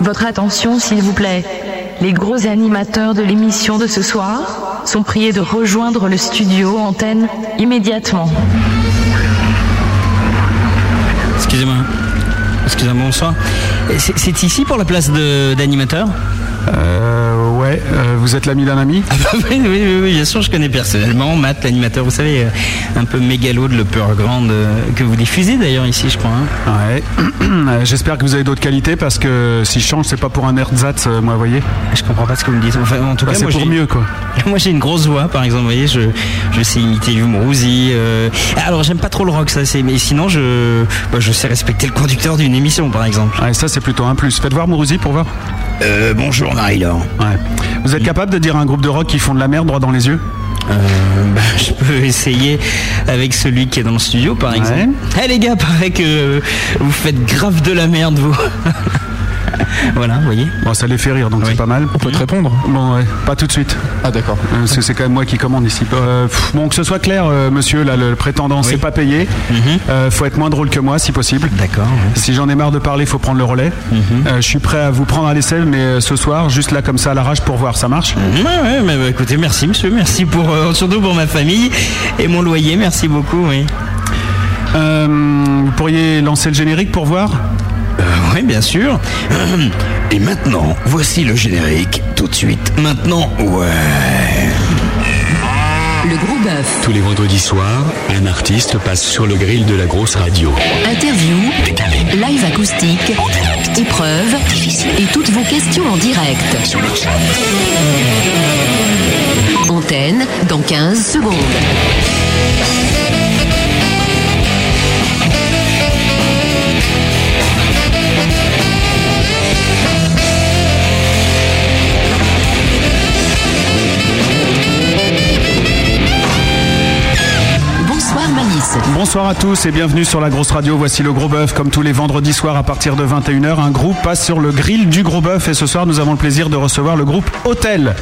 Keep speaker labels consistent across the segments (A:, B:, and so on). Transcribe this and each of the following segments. A: Votre attention, s'il vous plaît. Les gros animateurs de l'émission de ce soir sont priés de rejoindre le studio antenne immédiatement.
B: Excusez-moi. Excusez-moi, bonsoir. C'est- C'est ici pour la place de- d'animateur
C: Euh, ouais, euh, vous êtes l'ami d'un ami
B: Ah bah oui, oui, oui, oui, bien sûr, je connais personnellement Matt, l'animateur, vous savez, euh, un peu mégalo de Le Peur Grande, euh, que vous diffusez d'ailleurs ici, je crois. hein.
C: Ouais. Euh, J'espère que vous avez d'autres qualités parce que si je change, c'est pas pour un ersatz, euh, moi, vous voyez.
B: Je comprends pas ce que vous me dites. Enfin, en tout
C: Bah,
B: cas,
C: c'est
B: moi,
C: pour
B: j'ai-
C: mieux, quoi.
B: Moi j'ai une grosse voix par exemple, vous voyez, je, je sais imiter Hugh Mourouzi. euh, Alors j'aime pas trop le rock ça, c'est mais sinon je bah, je sais respecter le conducteur d'une émission par exemple.
C: Ouais, ça, c'est plutôt un plus. Faites voir Mourouzi pour voir.
B: Euh, bonjour Marie-Laure.
C: Ouais. Vous êtes capable de dire à un groupe de rock qui font de la merde droit dans les yeux
B: Euh, bah, je peux essayer avec celui qui est dans le studio par exemple. Eh les gars, paraît que euh, vous faites grave de la merde vous. voilà, vous voyez.
C: Bon, ça les fait rire, donc
B: Oui.
C: c'est pas mal.
D: peut te répondre
C: Bon, ouais, pas tout de suite.
D: Ah d'accord.
C: Euh, parce que C'est quand même moi qui commande ici. Euh, pff, bon, que ce soit clair, euh, monsieur, là, le prétendant, c'est pas payé. Euh, faut être moins drôle que moi, si possible.
B: D'accord.
C: Si j'en ai marre de parler, faut prendre le relais. Euh, je suis prêt à vous prendre à l'aisselle, mais euh, ce soir, juste là comme ça à l'arrache pour voir, ça marche
B: Ouais, ouais, mais bah, écoutez, merci monsieur, merci pour euh, surtout pour ma famille et mon loyer, merci beaucoup, oui.
C: Euh, Vous pourriez lancer le générique pour voir
B: oui, bien sûr. Et maintenant, voici le générique. Tout de suite. Maintenant, ouais.
E: Le gros bœuf.
F: Tous les vendredis soirs, un artiste passe sur le grill de la grosse radio.
E: Interview, live acoustique, épreuve et toutes vos questions en direct. Antenne dans 15 secondes. Bonsoir Malice.
C: Bonsoir à tous et bienvenue sur la grosse radio. Voici le gros bœuf. Comme tous les vendredis soirs à partir de 21h, un groupe passe sur le grill du gros bœuf et ce soir, nous avons le plaisir de recevoir le groupe Hôtel.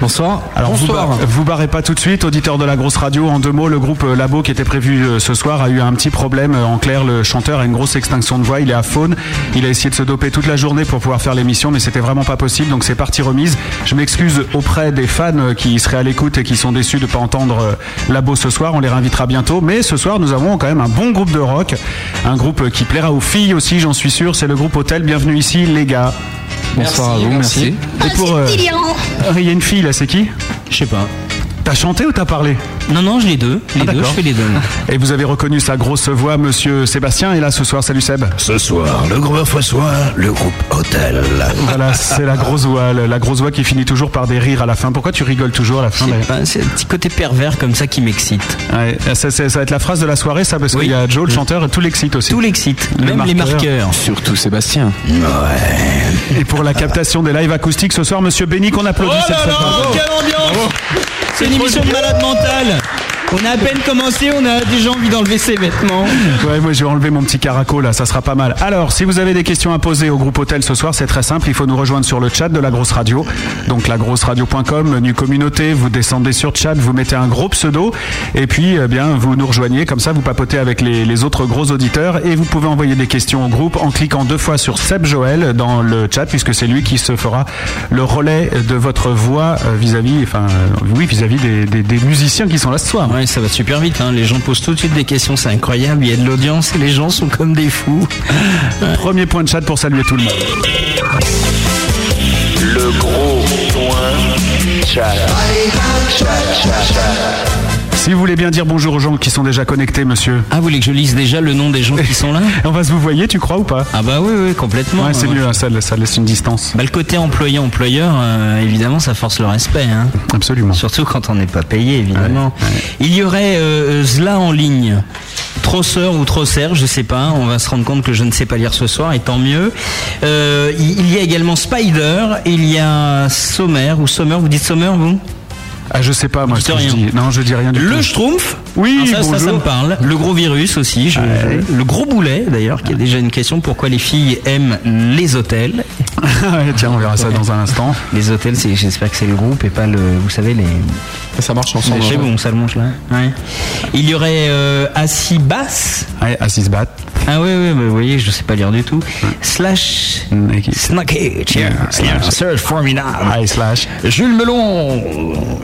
D: Bonsoir.
C: Alors vous, barrez- vous barrez pas tout de suite, auditeur de la grosse radio. En deux mots, le groupe euh, Labo qui était prévu euh, ce soir a eu un petit problème. Euh, En clair, le chanteur a une grosse extinction de voix. Il est à faune. Il a essayé de se doper toute la journée pour pouvoir faire l'émission, mais c'était vraiment pas possible. Donc c'est partie remise. Je m'excuse auprès des fans euh, qui seraient à l'écoute et qui sont déçus de pas entendre euh, Labo ce soir. On les réinvitera bientôt. Mais ce soir, nous avons quand même un bon groupe de rock, un groupe euh, qui plaira aux filles aussi, j'en suis sûr. C'est le groupe Hôtel. Bienvenue ici, les gars.
D: Bonsoir à vous, merci.
C: Et pour euh, il y a une fille là, c'est qui
B: Je sais pas.
C: T'as chanté ou t'as parlé
B: Non, non, je les deux. Les deux, je
C: d'accord.
B: fais les deux.
C: Et vous avez reconnu sa grosse voix, monsieur Sébastien, et là ce soir, salut Seb.
G: Ce soir, le groupe reçoit le groupe Hôtel.
C: Voilà, c'est la grosse voix, le- la grosse voix qui finit toujours par des rires à la fin. Pourquoi tu rigoles toujours à la fin
B: Je sais
C: mais-
B: pas, C'est un petit côté pervers comme ça qui m'excite.
C: Ouais, ça, c'est- ça va être la phrase de la soirée, ça, parce
B: Oui.
C: qu'il y a Joe,
G: Mm.
C: le chanteur, et tout l'excite aussi.
B: Tout l'excite,
C: Le
B: même les
C: marqueur.
B: marqueurs.
D: Surtout Sébastien.
C: Et pour la captation des lives acoustiques ce soir, monsieur Benny, qu'on applaudit
G: Oh
C: cette fois.
B: Oh quelle ambiance C'est une émission de malade mentale. On a à peine commencé, on a déjà envie d'enlever ses vêtements.
C: Ouais, moi je vais enlever mon petit caraco là, ça sera pas mal. Alors, si vous avez des questions à poser au groupe Hôtel ce soir, c'est très simple, il faut nous rejoindre sur le chat de la grosse radio. Donc lagrosseradio.com, menu communauté, vous descendez sur chat, vous mettez un gros pseudo et puis eh bien vous nous rejoignez comme ça vous papotez avec les, les autres gros auditeurs et vous pouvez envoyer des questions au groupe en cliquant deux fois sur Seb Joël dans le chat puisque c'est lui qui se fera le relais de votre voix euh, vis-à-vis enfin euh, oui, vis-à-vis des, des- des musiciens qui sont là ce soir.
B: Ouais, ça va super vite, hein. les gens posent tout de suite des questions, c'est incroyable, il y a de l'audience et les gens sont comme des fous.
C: Premier point de chat pour saluer tout le monde.
G: Le gros point chat.
C: Si vous voulez bien dire bonjour aux gens qui sont déjà connectés, monsieur.
B: Ah, vous voulez que je lise déjà le nom des gens qui sont là
C: On va se vous voyez, tu crois ou pas
B: Ah bah oui, oui, complètement.
C: Ouais, c'est
B: Euh,
C: mieux, hein, ça, ça laisse une distance.
B: Bah, le côté employé-employeur, euh, évidemment, ça force le respect. hein.
C: Absolument.
B: Surtout quand on n'est pas payé, évidemment. Il y aurait euh, euh, Zla en ligne. Trosseur ou Trosser, je sais pas. On va se rendre compte que je ne sais pas lire ce soir, et tant mieux. Euh, il il y a également Spider, il y a Sommer, ou Sommer, vous dites Sommer, vous
C: Ah, je sais pas, moi,
B: Dites
C: ce que je
B: rien.
C: dis. Non, je dis rien du
B: Le
C: tout.
B: Schtroumpf
C: Oui,
B: Alors ça, ça, ça,
C: bonjour.
B: me parle. Le gros virus aussi. je- je- Le gros boulet, d'ailleurs, qui est déjà une question. Pourquoi les filles aiment les hôtels
C: Ouais, Tiens, on verra ça dans un instant.
B: Les hôtels, c'est- j'espère que c'est le groupe et pas le. Vous savez, les.
D: Ça marche ensemble. hein.
B: les chez vous, ça le mange là. Ouais. Il y aurait euh, Assis Basse.
C: Ouais, assise bat.
B: Ah oui, oui, mais vous voyez, je sais pas lire du tout. Slash.
C: Nike.
B: Snacky, tiens, c'est un seul formidable.
C: High slash.
B: Jules Melon,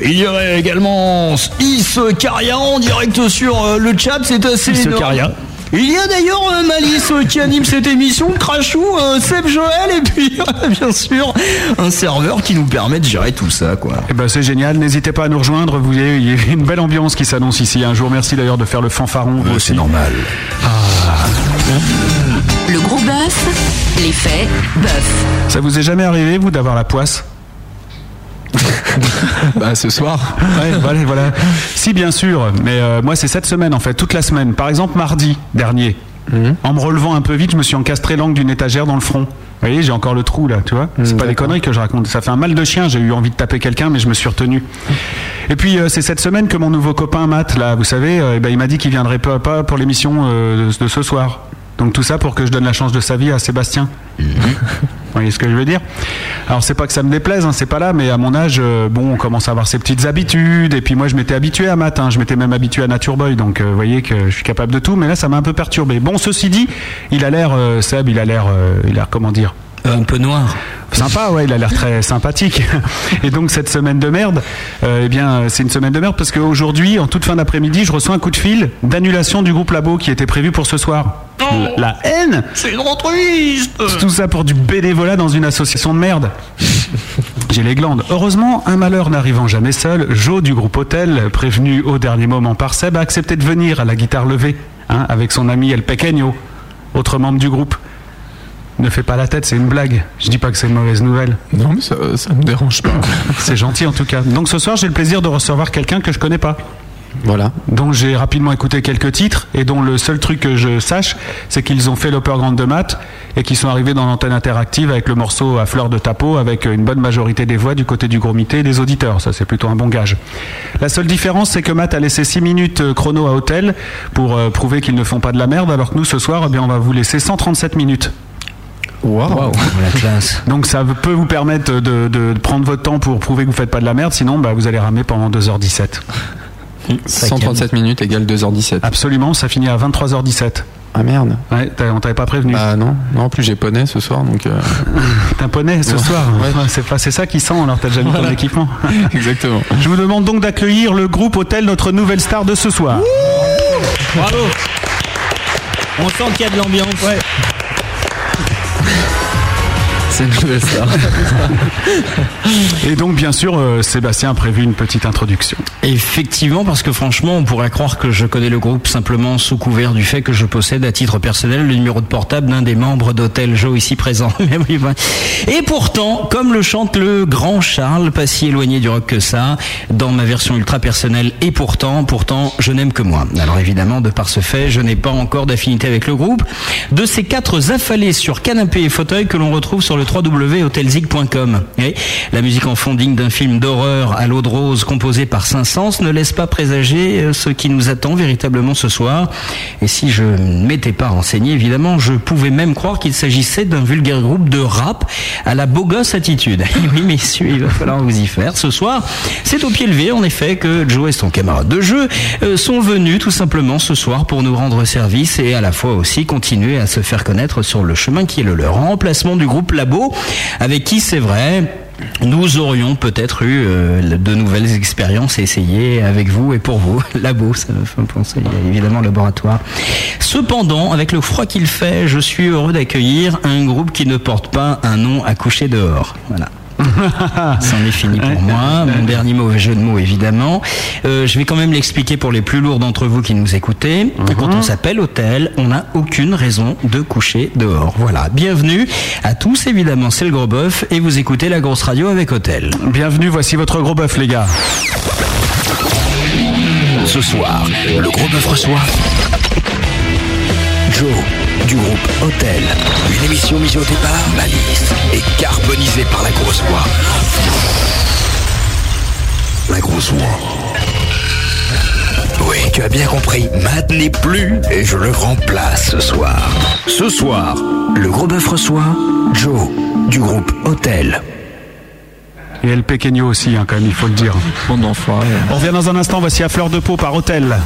B: il y aurait également Iscaria en direct sur euh, le chat, c'est assez
C: Iscaria.
B: énorme. Il y a d'ailleurs euh, Malice euh, qui anime cette émission, Crashou, euh, Seb Joël et puis euh, bien sûr un serveur qui nous permet de gérer tout ça quoi.
C: Eh ben, c'est génial. N'hésitez pas à nous rejoindre. Vous voyez, il y a une belle ambiance qui s'annonce ici. Un jour, merci d'ailleurs de faire le fanfaron. vous aussi.
G: C'est normal.
E: Le gros bœuf, l'effet bœuf.
C: Ça vous est jamais arrivé, vous, d'avoir la poisse
D: Bah, ce soir.
C: Ouais, voilà, voilà. Si, bien sûr. Mais euh, moi, c'est cette semaine, en fait, toute la semaine. Par exemple, mardi dernier, en me relevant un peu vite, je me suis encastré l'angle d'une étagère dans le front. Vous voyez, j'ai encore le trou là, tu vois. C'est pas des conneries que je raconte. Ça fait un mal de chien. J'ai eu envie de taper quelqu'un, mais je me suis retenu. Et puis euh, c'est cette semaine que mon nouveau copain Matt, là, vous savez, euh, eh ben, il m'a dit qu'il viendrait pas, pas pour l'émission euh, de, de ce soir. Donc tout ça pour que je donne la chance de sa vie à Sébastien. Vous voyez ce que je veux dire Alors c'est pas que ça me déplaise, hein, c'est pas là, mais à mon âge, euh, bon, on commence à avoir ses petites habitudes. Et puis moi, je m'étais habitué à matin, je m'étais même habitué à Nature Boy, donc euh, vous voyez que je suis capable de tout. Mais là, ça m'a un peu perturbé. Bon, ceci dit, il a l'air, euh, Seb, il a l'air, euh, il a l'air, comment dire
B: Euh, Un peu noir.
C: Sympa, ouais, il a l'air très sympathique. Et donc cette semaine de merde, euh, eh bien, euh, c'est une semaine de merde parce qu'aujourd'hui, en toute fin d'après-midi, je reçois un coup de fil d'annulation du groupe Labo qui était prévu pour ce soir. La haine
B: C'est grand triste.
C: tout ça pour du bénévolat dans une association de merde. J'ai les glandes. Heureusement, un malheur n'arrivant jamais seul, Joe du groupe Hôtel, prévenu au dernier moment par Seb, a accepté de venir à la guitare levée, hein, avec son ami El Pequeño, autre membre du groupe. Ne fais pas la tête, c'est une blague. Je dis pas que c'est une mauvaise nouvelle.
D: Non, mais ça, ça me dérange pas.
C: C'est gentil en tout cas. Donc ce soir, j'ai le plaisir de recevoir quelqu'un que je connais pas,
D: Voilà.
C: dont j'ai rapidement écouté quelques titres et dont le seul truc que je sache, c'est qu'ils ont fait l'Upper Grande de Math et qu'ils sont arrivés dans l'antenne interactive avec le morceau à fleur de tapeau avec euh, une bonne majorité des voix du côté du gourmité et des auditeurs. Ça, c'est plutôt un bon gage. La seule différence, c'est que Matt a laissé 6 minutes euh, chrono à hôtel pour euh, prouver qu'ils ne font pas de la merde, alors que nous, ce soir, eh bien, on va vous laisser 137 minutes.
D: Waouh.
B: La classe.
C: Donc ça peut vous permettre de, de prendre votre temps pour prouver que vous faites pas de la merde, sinon bah, vous allez ramer pendant 2h17.
D: 137 minutes égale 2h17. Ah,
C: Absolument, ça finit à 23h17.
D: merde.
C: Ouais, t'as- on t'avait pas prévenu.
D: Bah non, non, en plus j'ai poney ce soir donc. euh,
C: T'as un poney ce soir. Ouais, C'est pas, c'est ça qui sent. Alors t'as déjà mis ton équipement.
D: Exactement.
C: Je vous demande donc d'accueillir le groupe Hôtel, notre nouvelle star de ce soir.
B: Bravo. On sent qu'il y a de l'ambiance.
D: C'est une nouvelle star.
C: Et donc bien sûr, euh, Sébastien a prévu une petite introduction.
B: Effectivement, parce que franchement, on pourrait croire que je connais le groupe simplement sous couvert du fait que je possède à titre personnel le numéro de portable d'un des membres d'Hôtel Joe ici présent. Mais oui, bah. Et pourtant, comme le chante le grand Charles, pas si éloigné du rock que ça, dans ma version ultra personnelle, et pourtant, pourtant, je n'aime que moi. Alors évidemment, de par ce fait, je n'ai pas encore d'affinité avec le groupe. De ces quatre affalés sur canapé et fauteuil que l'on retrouve sur le www.hotelzig.com. Et La musique en fond digne d'un film d'horreur à l'eau de rose composé par Saint-Saëns ne laisse pas présager euh, ce qui nous attend véritablement ce soir. Et si je ne m'étais pas renseigné, évidemment, je pouvais même croire qu'il s'agissait d'un vulgaire groupe de rap à la beau gosse attitude. Eh oui, messieurs, il va falloir vous y faire. Ce soir, c'est au pied levé, en effet, que Joe et son camarade de jeu euh, sont venus tout simplement ce soir pour nous rendre service et à la fois aussi continuer à se faire connaître sur le chemin qui est le leur. En remplacement du groupe Labo, avec qui, c'est vrai, nous aurions peut-être eu euh, de nouvelles expériences à essayer avec vous et pour vous. Labo, ça me fait penser évidemment laboratoire. Cependant, avec le froid qu'il fait, je suis heureux d'accueillir un groupe qui ne porte pas un nom à coucher dehors. Voilà. C'en est fini pour moi. Mon dernier mauvais jeu de mots, évidemment. Euh, je vais quand même l'expliquer pour les plus lourds d'entre vous qui nous écoutez. Quand on s'appelle hôtel, on n'a aucune raison de coucher dehors. Voilà. Bienvenue à tous, évidemment. C'est le gros bœuf et vous écoutez la grosse radio avec hôtel.
C: Bienvenue, voici votre gros bœuf, les gars.
F: Ce soir, le gros bœuf reçoit Joe du groupe Hôtel. Une émission mise au départ, malice et carbonisée par la grosse voix. La grosse voix. Oui, tu as bien compris. Matt n'est plus et je le remplace ce soir. Ce soir, le gros bœuf reçoit Joe du groupe Hôtel.
C: Et El Pequeño aussi, hein, quand même, il faut le dire.
D: Bon d'enfoiré.
C: On revient dans un instant. Voici à fleur de peau par Hôtel.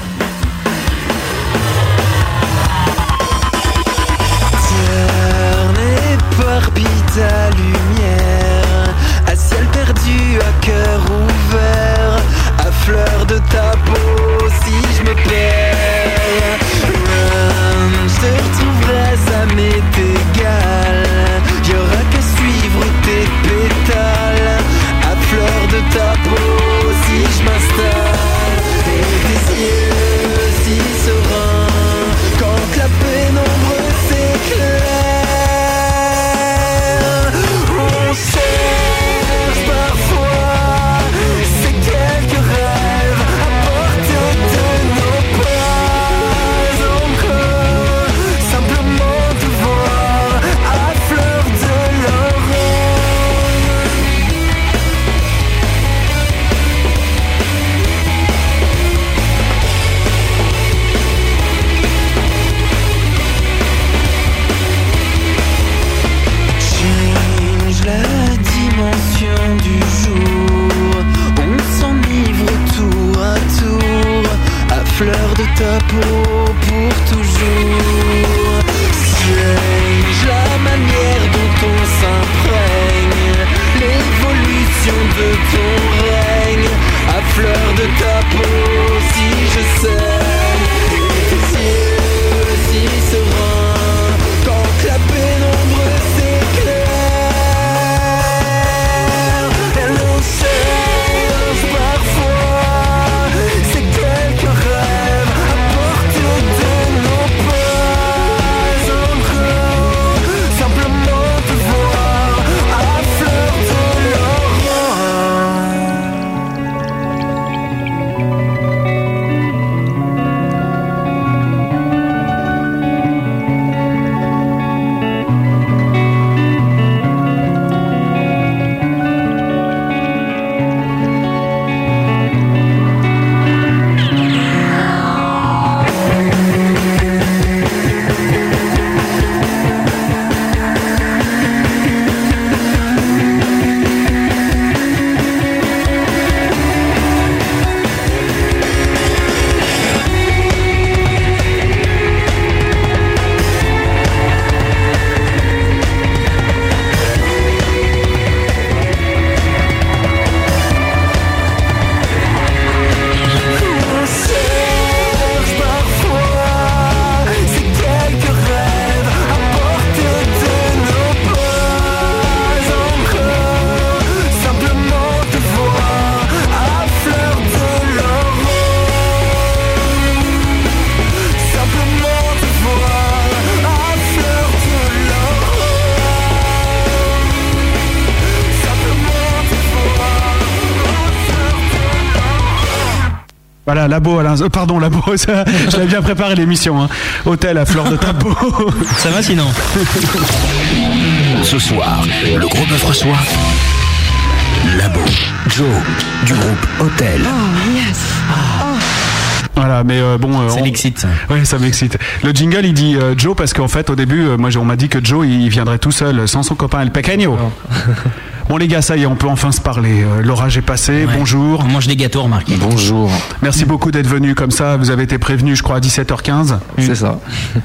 C: Voilà, labo à l'ins- euh, pardon, labo, ça, j'avais bien préparé l'émission. hein. Hôtel à fleur de ta peau.
B: Ça va sinon
F: Ce soir, le gros bœuf reçoit Labo, Joe, du groupe Hôtel.
C: Voilà, mais euh, bon. euh,
B: Ça
C: on-
B: l'excite. ça.
C: Ouais, ça m'excite. Le jingle, il dit euh, Joe parce qu'en fait, au début, euh, moi, j'ai- on m'a dit que Joe, il viendrait tout seul, sans son copain El Pequeño. Bon, les gars, ça y est, on peut enfin se parler. Euh, L'orage est passé, bonjour.
B: On mange des gâteaux, remarquez.
D: Bonjour.
C: Merci beaucoup d'être venu comme ça. Vous avez été prévenu, je crois, à 17h15.
D: C'est ça.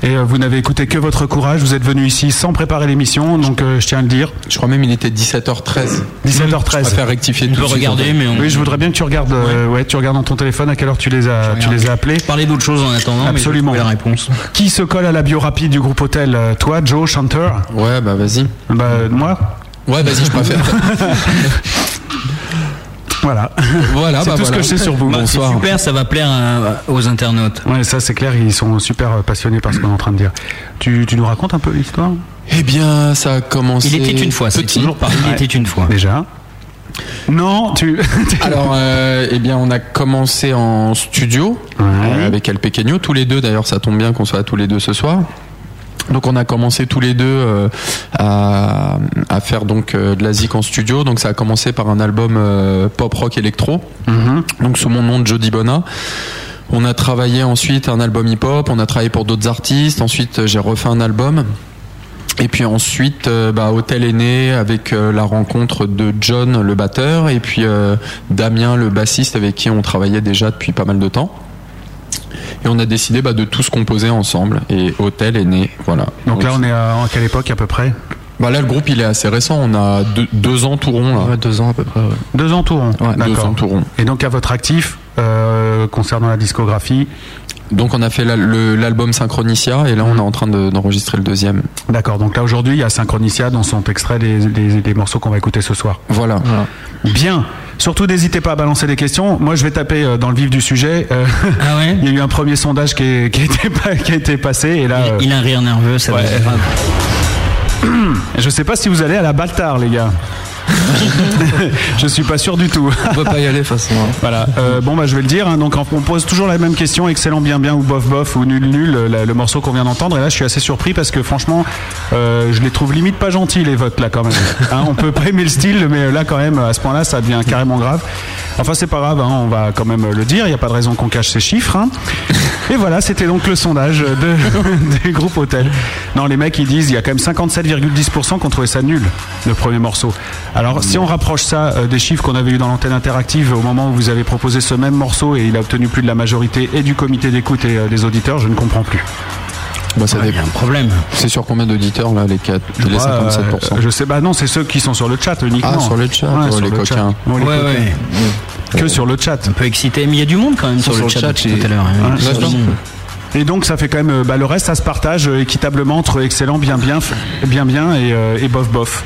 C: Et euh, vous n'avez écouté que votre courage. Vous êtes venu ici sans préparer l'émission, donc euh, je tiens à le dire.
D: Je crois même il était 17h13. Je
C: 17h13.
D: préfère rectifier
B: On peut
D: tout de suite, en
B: regarder,
D: fait.
B: mais on
C: Oui, je voudrais bien que tu regardes, euh, ouais, tu regardes dans ton téléphone à quelle heure tu les as, tu les as appelés.
B: parler d'autre chose en attendant. mais je vais
C: Absolument.
B: trouver la réponse.
C: Qui se colle à la bio rapide du groupe Hôtel Euh, Toi, Joe, chanteur
D: Ouais, bah vas-y.
C: Bah, euh, moi
D: Ouais, vas-y, je préfère.
C: Voilà.
D: voilà,
C: C'est
D: bah
C: tout ce
D: voilà.
C: que je sais sur vous.
B: Bah, c'est
D: Bonsoir.
B: super, ça va plaire euh, aux internautes.
C: Ouais, ça c'est clair, ils sont super euh, passionnés par ce qu'on est en train de dire. Tu, tu nous racontes un peu l'histoire
D: Eh bien, ça a commencé.
B: Il était une fois, c'est
D: petit.
B: toujours pareil. Il
C: Ouais.
B: était une fois.
C: Déjà Non, tu.
D: Alors, euh, eh bien, on a commencé en studio
C: Ouais.
D: euh, avec El Pequeño, tous les deux. D'ailleurs, ça tombe bien qu'on soit tous les deux ce soir. Donc, on a commencé tous les deux euh, à, à faire donc euh, de la zik en studio. Donc, ça a commencé par un album euh, pop rock électro,
C: Mhm.
D: donc sous mon nom de Jody Bona. On a travaillé ensuite un album hip-hop. On a travaillé pour d'autres artistes. Ensuite, euh, j'ai refait un album. Et puis ensuite, euh, bah, Hôtel est né avec euh, la rencontre de John, le batteur, et puis euh, Damien, le bassiste, avec qui on travaillait déjà depuis pas mal de temps. Et on a décidé bah, de tous composer ensemble. Et Hôtel est né, voilà.
C: Donc là, on est à, à quelle époque à peu près
D: bah, là, le groupe, il est assez récent. On a deux, deux ans tout rond, là.
H: deux ans à peu près.
C: Deux ans tout rond.
D: deux ans tout rond.
C: Et donc à votre actif, euh, concernant la discographie,
D: Donc on a fait la- le- l'album Synchronicia, et là, on est en train de- d'enregistrer le deuxième.
C: D'accord, donc là aujourd'hui il y a Synchronicia dont sont extraits les, les- les morceaux qu'on va écouter ce soir.
D: Voilà.
C: Bien, surtout n'hésitez pas à balancer des questions. Moi je vais taper euh, dans le vif du sujet. Euh,
B: Ah ouais
C: il y a eu un premier sondage qui, est- qui a, été, pa- qui a été passé et là euh,
B: Il a un rire nerveux, ça va être grave.
C: je sais pas si vous allez à la Baltar les gars. je suis pas sûr du tout.
H: On peut pas y aller de toute façon. hein.
C: voilà. Euh, bon bah je vais le dire. hein. donc on pose toujours la même question excellent bien bien ou bof bof ou nul nul euh, la- le morceau qu'on vient d'entendre. Et là je suis assez surpris parce que franchement euh, je les trouve limite pas gentils les votes là quand même. Hein, on peut pas aimer le style mais euh, là quand même à ce point là ça devient carrément grave. Enfin c'est pas grave, hein, on va quand même le dire. Il y a pas de raison qu'on cache ces chiffres. hein. Et voilà c'était donc le sondage de, du groupe Hôtel. Non les mecs ils disent il y a quand même 57,10% qui ont trouvé ça nul le premier morceau. Alors si on rapproche ça euh, des chiffres qu'on avait eu dans l'antenne interactive au moment où vous avez proposé ce même morceau et il a obtenu plus de la majorité et du comité d'écoute et euh, des auditeurs, je ne comprends plus.
D: Bah, ça
B: Ouais, Il y
D: dépend.
B: a un problème.
D: C'est sur combien d'auditeurs, là, les, quatre, les
C: Moi, euh,
D: 57%
C: je sais, bah non, c'est ceux qui sont sur le chat uniquement.
D: Ah, sur le chat,
C: Ouais,
D: oh,
C: sur
D: les
C: le chat.
D: coquins.
C: Ouais, les
B: Ouais,
C: coquins.
B: ouais.
C: Que sur le chat.
B: Un peu excité. Mais il y a du monde quand même sur,
H: sur
B: le
H: le
B: chat,
H: chat,
B: depuis
H: et-
B: tout à l'heure. hein.
C: Ouais,
B: Il y a
D: je
B: du
D: pense.
B: monde.
C: Et donc ça fait quand même, euh, bah, le reste ça se partage euh, équitablement entre excellent, bien bien, f- bien bien et, euh, et bof bof.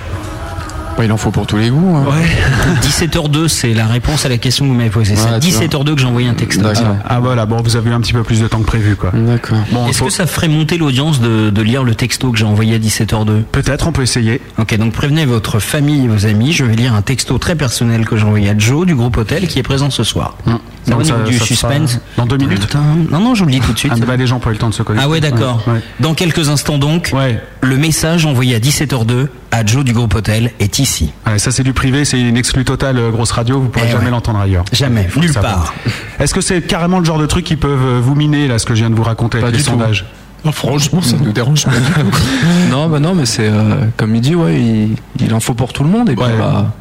D: Bah, il en faut pour tous les goûts. hein.
B: 17h02, c'est la réponse à la question que vous m'avez posée.
D: Ouais, tu
B: c'est 17h02 que j'ai envoyé un texte.
D: D'accord.
C: Ah voilà, bon vous avez eu un petit peu plus de temps que prévu quoi.
B: Mm.
D: D'accord.
C: Bon,
B: Est-ce
C: faut-
B: que ça ferait monter l'audience de, de lire le texto que j'ai envoyé à 17h02
C: peut-être on peut essayer.
B: Ok, donc prévenez votre famille et vos amis. Je vais lire un texto très personnel que j'ai envoyé à Joe du groupe Hôtel qui est présent ce soir. Ça va
C: Mmh. Donc
B: au niveau
C: ça-
B: du
C: ça sera
B: suspense
C: dans deux minutes
B: Tintin. Non, non, je vous le dis tout de suite.
C: Ah, bah, les gens n'ont pas eu le temps de se connaître.
B: Ah ouais, d'accord.
C: Ouais.
B: Dans quelques instants donc,
C: Ouais.
B: le message envoyé à 17h02 à Joe du groupe Hôtel est ici.
C: Ouais, ça c'est du privé, c'est une exclue totale euh, grosse radio, vous pourrez
B: Eh
C: jamais
B: ouais.
C: l'entendre ailleurs.
B: Jamais,
C: Faut
B: nulle
C: le savoir.
B: part.
C: Est-ce que c'est carrément le genre de truc qui peuvent euh, vous miner là ce que je viens de vous raconter avec
D: Pas
C: les
D: du tout.
C: sondages
D: Franchement, ça nous dérange pas.
H: Non, bah non, mais c'est euh, comme il dit, ouais, il, il en faut pour tout le monde. Et puis,
C: Ouais.
H: bah,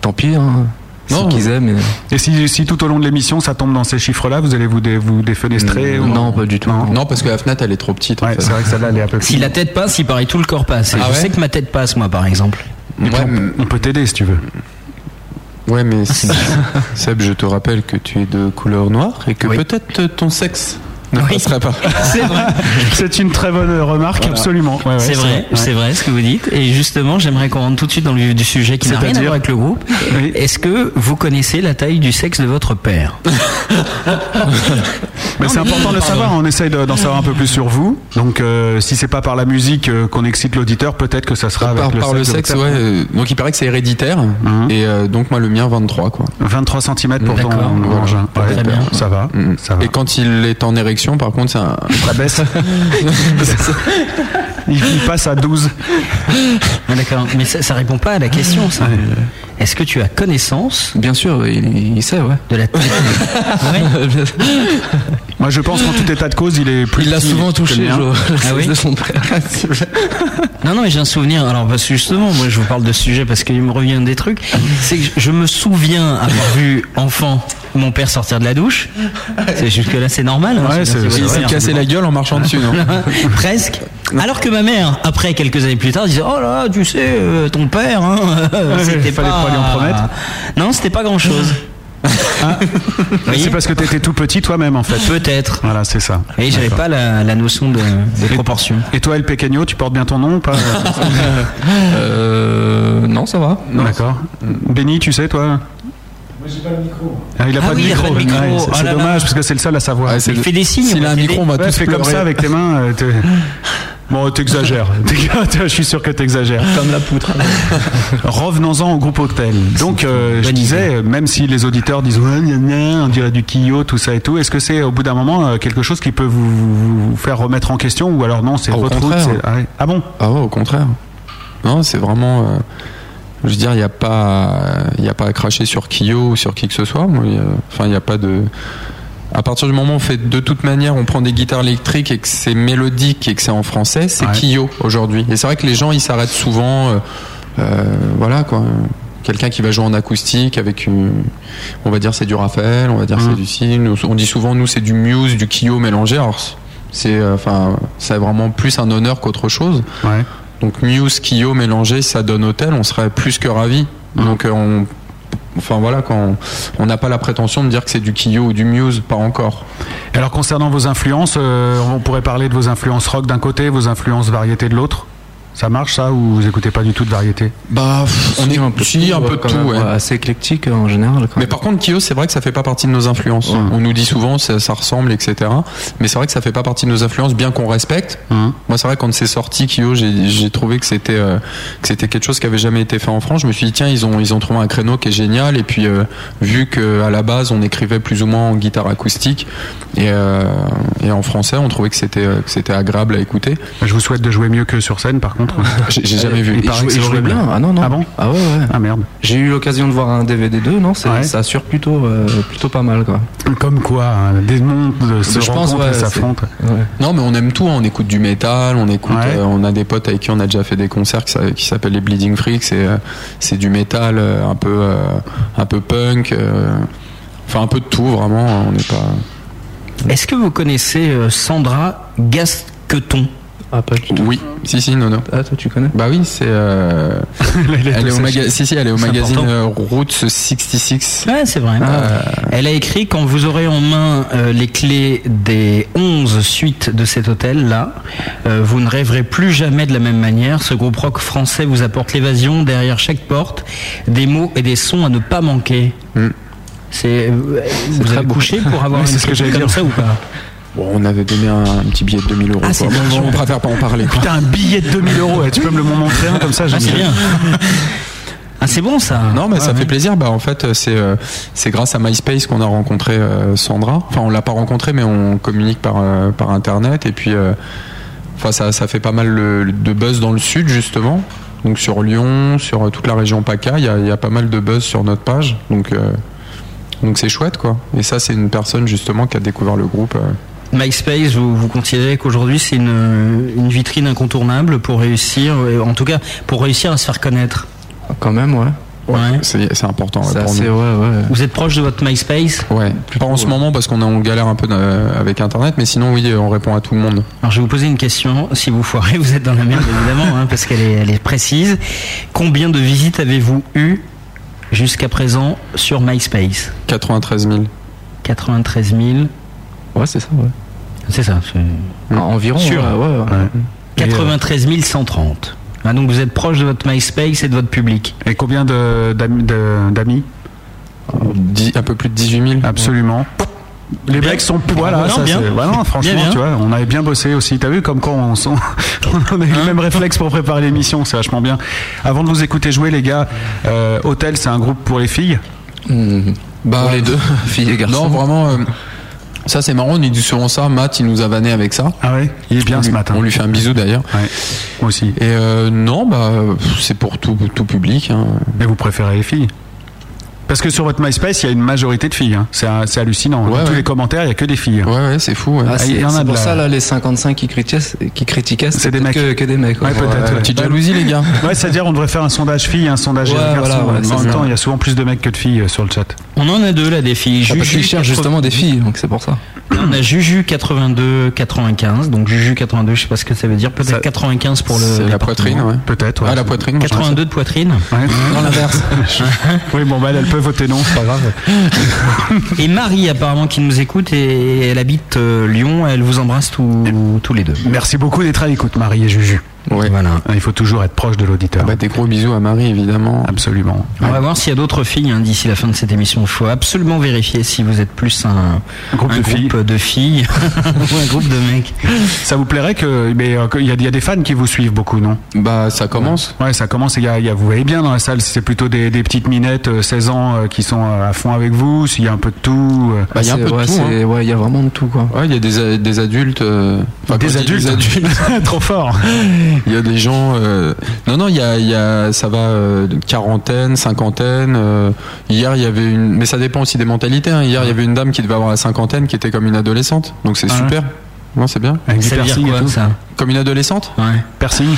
H: tant pis, hein. C'est
D: Non.
H: ce qu'ils aiment. et-
C: Et si, si tout au long de l'émission ça tombe dans ces chiffres-là, vous allez vous, dé- vous défenestrer
B: Mm.
C: ou-
H: Non, pas du tout.
C: Non.
D: Non, parce que la fenêtre, elle est trop petite. en
C: Ouais,
D: fait.
C: c'est vrai que celle-là elle est un peu
B: Si la tête passe, il paraît tout le corps passe. Et
D: Ah
B: je
D: ouais
B: sais que ma tête passe moi par exemple.
D: Ouais,
C: Ouais,
D: mais-
C: on peut t'aider si tu veux.
D: ouais, mais Seb, je te rappelle que tu es de couleur noire et que
B: Oui.
D: peut-être ton sexe ne passerait pas.
B: C'est vrai.
C: C'est une très bonne remarque, absolument. Ouais, ouais,
B: c'est vrai,
C: ouais.
B: c'est vrai ce que vous dites. Et justement, j'aimerais qu'on rentre tout de suite dans le vif du sujet qui n'a rien à
C: C'est-à-dire
B: voir avec le groupe.
C: Oui.
B: Est-ce que vous connaissez la taille du sexe de votre père
C: Mais c'est important de le savoir, on essaye de- d'en savoir un peu plus sur vous. Donc euh, si c'est pas par la musique euh, qu'on excite l'auditeur, peut-être que ça sera avec
D: par,
C: bah, le
D: par
C: sexe.
D: le
C: de
D: sexe,
C: votre
D: ouais.
C: père.
D: euh, Donc il paraît que c'est héréditaire. Et euh, donc moi le mien 23 quoi.
C: 23 cm pour ton
B: D'accord.
C: engin. Ouais,
B: Très bien.
C: Ça va,
D: Mm.
C: ça va.
D: Et quand il est en érection, par contre, c'est un.
C: Ça baisse. il, il passe à 12.
B: Ah, D'accord, mais ça, ça répond pas à la question. ça. Est-ce que tu as connaissance
H: Bien sûr, il, il sait, ouais.
B: de la taille Ouais.
C: Moi je pense qu'en tout état de cause, il est plus
H: Il l'a
C: petit
H: souvent
C: que le
H: touché,
C: mien.
H: genre, la
B: Ah
H: sexe
B: oui
H: de son père.
B: Non, non, mais j'ai un souvenir. Alors, parce que justement, moi, je vous parle de ce sujet parce qu'il me revient des trucs. C'est que je- je me souviens avoir vu enfant mon père sortir de la douche. C'est jusque là, c'est normal. hein,
C: Ouais,
B: c'est-
C: c'est-
B: c'est-
D: Il
B: c'est-
D: s'est cassé la gueule en marchant dessus, non
B: Hein, Presque. Alors que ma mère, après quelques années plus tard, disait Oh là, tu sais, euh, ton père, hein, euh,
C: Ouais,
B: c'était
C: fallait pas lui en promettre.
B: Non, c'était pas grand chose.
C: Mais C'est parce que t'étais tout petit toi-même en fait.
B: Euh, Peut-être.
C: Voilà, c'est ça.
B: Et j'avais pas la, la notion de, de proportion.
C: Et toi, El Pequeño, tu portes bien ton nom ou pas
H: Euh, non, ça va.
C: D'accord. Benny, tu sais, toi Moi, j'ai
B: Ah
C: pas de
B: oui, il a
C: micro.
B: pas de
C: il
B: micro.
C: a pas de micro. c'est
B: Oh
C: c'est
B: là là.
C: dommage parce que c'est le seul à savoir.
D: Ouais,
C: Ouais,
D: c'est
B: Il
D: le-
B: fait des signes.
D: S'il a un
B: c'est
D: micro, on va tous
C: fais comme
D: pleurer.
C: ça avec tes mains. euh, t'es- Bon, t'exagères. T'es- Je suis sûr que t'exagères.
H: Comme la poutre.
C: Revenons-en au groupe Hôtel. Donc, euh, je
B: bonne
C: disais, même si les auditeurs disent ouais, gna, gna, on dirait du Kyo, tout ça et tout, est-ce que c'est au bout d'un moment euh, quelque chose qui peut vous, vous- vous faire remettre en question ou alors non, c'est
D: Au
C: votre route
D: contraire.
C: c'est- Ah ouais. Ah bon
D: Ah ouais, au contraire. Non, c'est vraiment. euh, je veux dire, il n'y a, pas- il y a pas à cracher sur Kyo ou sur qui que ce soit. Moi, il y a- Enfin, il n'y a pas de. À partir du moment où on fait de toute manière, on prend des guitares électriques et que c'est mélodique et que c'est en français, c'est
C: Ouais.
D: Kyo aujourd'hui. Et c'est vrai que les gens, ils s'arrêtent souvent. euh, euh, voilà quoi. Quelqu'un qui va jouer en acoustique avec une- On va dire c'est du Raphaël, on va dire c'est du Seal. Nous, On dit souvent, nous, c'est du Muse, du Kyo mélangé. Alors, c'est euh, enfin, c'est vraiment plus un honneur qu'autre chose.
C: Ouais.
D: Donc Muse, Kyo mélangé, ça donne hôtel, on serait plus que ravis. Donc euh, on Enfin voilà, quand on- on n'a pas la prétention de dire que c'est du Kyo ou du Muse, pas encore.
C: Alors concernant vos influences, euh, on pourrait parler de vos influences rock d'un côté, vos influences variété de l'autre. Ça marche ça ou vous écoutez pas du tout de variété
D: Bah, on est si, un peu de
H: quand
D: tout,
H: même,
D: ouais.
H: ouais, Assez éclectique euh, en général. Quand
D: Mais
H: même.
D: par contre, Kyo, c'est vrai que ça fait pas partie de nos influences. On nous dit souvent ça, ça ressemble, etc. Mais c'est vrai que ça fait pas partie de nos influences, bien qu'on respecte. Moi, c'est vrai quand c'est sorti Kyo, j'ai j'ai trouvé que c'était euh, que c'était quelque chose qui avait jamais été fait en France. Je me suis dit tiens, ils ont ils ont trouvé un créneau qui est génial. Et puis euh, vu que à la base on écrivait plus ou moins en guitare acoustique et, euh, et en français, on trouvait que c'était euh, que c'était agréable à écouter.
C: Je vous souhaite de jouer mieux que sur scène par contre.
D: J'ai j'ai jamais vu.
C: Euh, Il paraît
H: Il
C: que c'est
H: jouait
C: jouable.
H: bien.
I: hein.
H: Ah non, non.
C: Ah bon
H: Ah ouais, ouais.
C: Ah merde.
H: J'ai eu l'occasion de voir un DVD 2, non c'est-
C: Ouais.
H: Ça assure plutôt, euh, plutôt pas mal, quoi.
C: Comme quoi, hein, des mondes se
H: Je pense,
C: rencontrent et
H: ouais,
C: s'affrontent.
D: Non, mais on aime tout. hein. On écoute du métal, on écoute.
C: Ouais.
D: euh, on a des potes avec qui on a déjà fait des concerts qui, s'a- qui s'appellent les Bleeding Freaks. Et, euh, c'est du métal euh, un peu, euh, un peu punk. euh, Enfin, un peu de tout vraiment. On n'est pas.
B: Est-ce que vous connaissez euh, Sandra Gasqueton
H: Ah, pas du tout.
D: Oui. Si, si, non, non.
H: Ah, toi, tu connais
D: Bah oui, c'est. euh,
C: Là, il a
D: elle
C: tout
D: est au
C: séché.
D: maga- si, si, elle est au
C: C'est
D: magazine
C: important.
D: euh, Roots 66.
B: Ouais, c'est vrai.
C: Ah.
B: Elle a écrit quand vous aurez en main euh, les clés des 11 suites de cet hôtel là, euh, vous ne rêverez plus jamais de la même manière. Ce groupe rock français vous apporte l'évasion derrière chaque porte, des mots et des sons à ne pas manquer.
C: Hmm.
D: Mm.
B: C'est euh, vous
H: très
B: avez
H: beau.
B: couché pour avoir
C: Ouais,
B: une
C: c'est ce que
B: critique
C: j'allais
B: comme
C: dire.
B: ça ou pas
D: Bon, on avait donné un, un petit billet de 2000 euros.
B: Ah, c'est
D: quoi.
B: bien
D: Bon, on préfère pas en parler. quoi.
C: Putain, un billet de 2000 euros. eh, Tu peux me le montrer un comme ça
B: Ah,
C: j'aime
B: c'est
C: bien.
B: bien. Ah, c'est bon ça.
D: Non, mais
B: Ouais,
D: ça
B: ouais.
D: fait plaisir. Bah, en fait, euh, c'est euh, c'est grâce à MySpace qu'on a rencontré euh, Sandra. Enfin, on l'a pas rencontrée, mais on communique par euh, par internet. Et puis, euh, enfin, ça ça fait pas mal le- de buzz dans le sud justement. Donc sur Lyon, sur euh, toute la région PACA, il y a, il y a pas mal de buzz sur notre page. Donc euh, donc c'est chouette quoi. Et ça, c'est une personne justement qui a découvert le groupe. euh.
B: MySpace, vous, vous considérez qu'aujourd'hui c'est une, une vitrine incontournable pour réussir, euh, en tout cas pour réussir à se faire connaître.
H: Ah, Quand même, ouais.
B: Ouais.
D: C'est c'est important ouais,
H: C'est
D: pour
H: assez,
D: nous.
H: ouais, ouais.
B: Vous êtes proche de votre MySpace
D: Ouais, pas en ce moment parce qu'on a- on galère un peu euh, avec internet, mais sinon oui, euh, on répond à tout le monde.
B: Alors je vais vous poser une question. Si vous foirez, vous êtes dans la merde évidemment, hein, parce qu'elle est, elle est précise. Combien de visites avez-vous eu jusqu'à présent sur MySpace
D: 93 000.
B: 93 000.
H: Ouais, c'est ça, ouais.
B: C'est ça. c'est-
H: En- Environ.
B: Sûr.
H: ouais, ouais, ouais.
B: 93 130. Ah, donc vous êtes proche de votre MySpace et de votre public.
C: Et combien de- d'am- de- d'amis
D: Dix- un peu plus de 18 000.
C: Ah, Absolument. Les
B: Bien.
C: mecs sont voilà,
B: Non,
C: ça,
B: bien.
C: c'est- voilà, franchement,
B: Bien, bien.
C: tu vois, on avait bien bossé aussi. T'as vu comme quand on, s'en- on a eu le même réflexe pour préparer l'émission, c'est vachement bien. Avant de vous écouter jouer, les gars, euh, Hôtel, c'est un groupe pour les filles.
H: Mmh.
D: Bah,
H: Pour les deux, filles et garçons.
D: Non, vraiment, euh, ça c'est marrant, on dit souvent ça. Matt, il nous a vanné avec ça.
C: Ah ouais, il est bien
D: on
C: ce
D: lui,
C: matin.
D: On lui fait un bisou d'ailleurs.
C: Ouais, moi aussi.
D: Et euh, non, bah, euh, c'est pour tout, tout public. hein.
C: Mais vous préférez les filles Parce que sur votre MySpace, il y a une majorité de filles. hein. C'est un- c'est hallucinant. Dans
D: Ouais,
C: tous
D: ouais.
C: les commentaires, il y a que des filles. hein.
D: Ouais, ouais, c'est fou. ouais.
H: Ah,
C: il
H: c'est
C: y en a
H: c'est
C: de
H: pour
C: la-
H: ça là les 55 qui critiquaient, qui critiquaient
C: C'est des
H: c'était
C: mecs.
H: Que, que des mecs.
C: Ouais, peut-être, ouais.
D: Petite jalousie, les gars.
C: Ouais, c'est-à-dire on devrait faire un sondage filles, un sondage
H: Ouais,
C: garçons.
H: voilà, ouais,
C: en
H: c'est
C: même
H: ça.
C: temps, il y a souvent plus de mecs que de filles euh, sur le chat.
B: On en a deux là, des filles.
H: Ah, parce qu'ils cherchent justement des filles, donc c'est pour ça.
B: On a Juju 82 95. Donc Juju 82, je sais pas ce que ça veut dire.
C: Ça-
B: Peut-être 95 pour
D: C'est
B: le.
D: la poitrine, ouais.
C: Peut-être. ouais.
D: Ah, la poitrine.
B: 82 de poitrine.
C: Ouais.
D: Non, l'inverse.
C: Hein Oui, bon, bah, elle, elle peut voter non, c'est pas grave.
B: Et Marie apparemment qui nous écoute et elle habite euh, Lyon. Elle vous embrasse tous, tous les deux.
C: Merci beaucoup d'être à l'écoute, Marie et Juju. Hein,
D: Ouais.
B: Voilà.
C: Il faut toujours être proche de l'auditeur.
D: Bah, des gros bisous à Marie, évidemment.
C: Ah. Absolument.
B: On va voir s'il y a d'autres filles hein, d'ici la fin de cette émission. Il faut absolument vérifier si vous êtes plus un,
C: Un groupe
B: un
C: de filles.
B: de filles ou un groupe de mecs.
C: Ça vous plairait que. Mais euh, qu'il y, a- il y a des fans qui vous suivent beaucoup, non
D: Bah, ça commence.
C: Ouais, ça commence. Il y a, il y a- vous voyez bien dans la salle, si c'est plutôt des, des petites minettes, euh, 16 ans, euh, qui sont euh, à fond avec vous, s'il y a un peu de tout. euh.
D: Bah, il y a un
H: C'est-
D: peu
H: ouais,
D: de tout. hein.
H: c'est- Ouais, il y a vraiment de tout quoi.
D: Ouais, il y a des, a- des adultes. euh, enfin,
C: des
D: quand je dis
C: adultes, Ah, trop fort.
D: Il y a des gens. euh, Non, non, il y a, il y a, ça va euh, de quarantaine, cinquantaine. euh, Hier, il y avait une. Mais ça dépend aussi des mentalités. hein. Hier, il y avait une dame qui devait avoir la cinquantaine qui était comme une adolescente. Donc c'est
C: Ah ouais.
D: super. Non, c'est bien.
C: Avec du
B: Ça veut dire
C: piercing et
B: quoi
C: tout.
B: ça
D: Comme une adolescente
B: Ouais.
C: Piercing.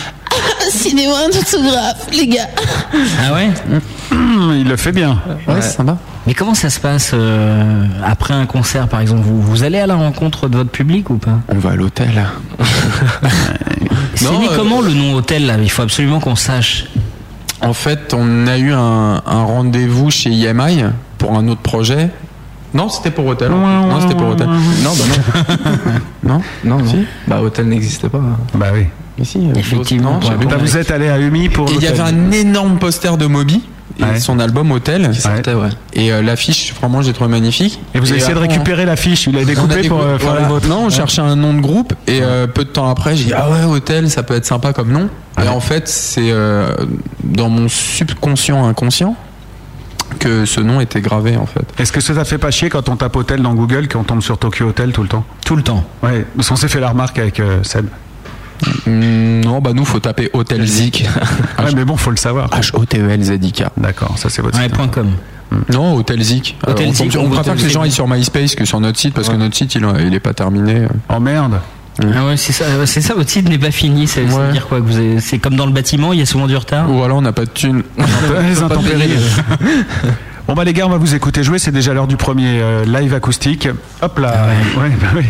J: Signez-moi un autographe, les gars.
B: Ah ouais
C: Hum, il le fait bien.
D: Ouais, c'est sympa.
B: Mais comment ça se passe euh, après un concert par exemple vous, vous allez à la rencontre de votre public ou pas
D: On va à l'hôtel.
B: C'est
D: Non,
B: né
D: euh,
B: comment le nom hôtel là Il faut absolument qu'on sache.
D: En fait, on a eu un, un rendez-vous chez IMI pour un autre projet. Non, c'était pour hôtel. Non, c'était pour hôtel.
H: Non, bah
D: Non
H: non. non, non.
D: Si.
H: Bah, hôtel n'existait pas.
C: Bah oui.
D: Mais si, euh,
B: Effectivement,
D: non,
B: pour
D: j'avais
B: un
C: Bah,
D: pas-
C: vous êtes allé à Umi pour.
D: Et il y avait
C: l'hôtel.
D: un énorme poster de Moby et
C: Ouais.
D: son album Hôtel.
C: Ouais.
H: C'était, ouais.
D: Et euh, l'affiche, franchement, j'ai trouvé magnifique.
C: Et vous avez essayé de
D: après,
C: récupérer l'affiche, il a
D: on- on a
C: découpé
D: décou-
C: pour euh, faire
D: voilà.
C: la vôtre.
D: Non, on cherchait un nom de groupe et euh, peu de temps après, j'ai dit ah ouais, hôtel, ça peut être sympa comme nom. Et en fait, c'est euh, dans mon subconscient inconscient que ce nom était gravé en fait.
C: Est-ce que ça t'a fait pas chier quand on tape hôtel dans Google, qu'on tombe sur Tokyo Hotel tout le temps
B: Tout le temps.
C: Ouais, parce qu'on s'est fait la remarque avec euh, Seb.
D: Hmm, non, bah nous, faut taper hôtel Zik.
C: Ouais, mais bon, faut le savoir.
D: H O T E L Z I K.
C: D'accord, ça c'est votre
B: Ouais,
C: site.
B: point com.
D: Non, Hôtel Zik. Alors,
B: Hôtel
D: on
B: Zik,
D: on
B: ou
D: préfère
B: Hôtel
D: que les
B: Zik.
D: gens aillent sur MySpace que sur notre site parce que notre site, il, il est pas terminé.
C: Oh merde.
B: Ah ouais, c'est ça, euh, c'est ça, votre site n'est pas fini. Ça, ça veut
D: Ouais.
B: dire quoi que vous avez- C'est comme dans le bâtiment, il y a souvent du retard.
D: Ou alors, on n'a pas de thunes.
C: les intempéries. Bon bah les gars, on va vous écouter jouer, c'est déjà l'heure du premier euh, live acoustique. Hop là. Ouais, bah oui.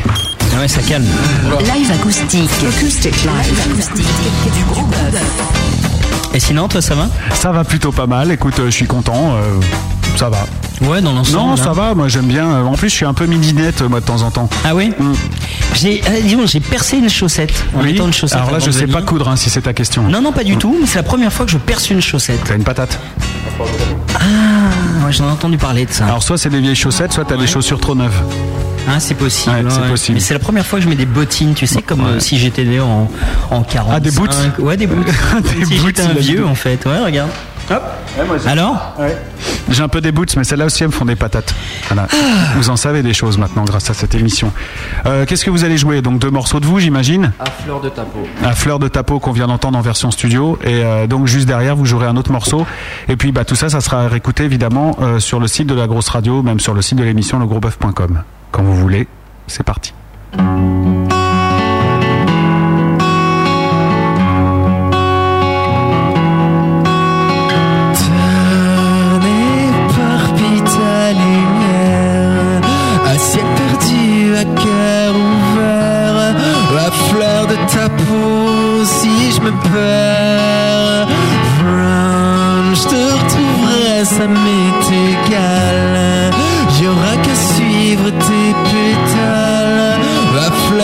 B: Ah ouais, ça calme.
E: Live acoustique. Live acoustique du gros bœuf.
B: Et sinon, toi, ça va
C: Ça va plutôt pas mal. Écoute, euh, je suis content. euh, ça va.
B: Ouais, dans l'ensemble.
C: Non,
B: là.
C: ça va, moi j'aime bien. euh, En plus, je suis un peu midinette, moi, de temps en temps.
B: Ah oui J'ai, ah, dis donc, j'ai percé une chaussette en mettant une chaussette.
C: Alors là,
B: avant
C: je
B: de
C: sais
B: venir.
C: pas coudre, hein, si c'est ta question.
B: Non, non, pas du tout, mais c'est la première fois que je perce une chaussette.
C: T'as une patate.
B: Ah, ouais, j'en ai entendu parler de ça.
C: Alors soit c'est des vieilles chaussettes, soit t'as des chaussures trop neuves.
B: Ah, c'est possible.
C: Ouais, c'est possible.
B: Mais c'est la première fois que je mets des bottines, tu sais, comme euh, si j'étais né en, en 40.
C: Ah, des boots
B: Ouais, des boots.
C: Des
B: Comme si
C: boots,
B: j'étais
C: il
B: un
C: a mis
B: vieux,
C: des-
B: en fait. Ouais, regarde. Alors
C: J'ai un peu des boots, mais celles-là aussi elles me font des patates. Voilà. Vous en savez des choses maintenant grâce à cette émission. Euh, Qu'est-ce que vous allez jouer Donc deux morceaux de vous, j'imagine
H: À fleur de ta peau.
C: La fleur de tapeau qu'on vient d'entendre en version studio. Et euh, donc juste derrière, vous jouerez un autre morceau. Et puis bah, tout ça, ça sera réécouté évidemment euh, sur le site de la grosse radio, même sur le site de l'émission legrosboeuf.com. Quand vous voulez, c'est parti.
I: Éparpille ta lumière, assiette perdue à cœur ouvert, la fleur de ta peau si je me perds. Vroom, Je te retrouverai, ça m'est égal. Y aura qu'à suivre tes pétales, la fleur.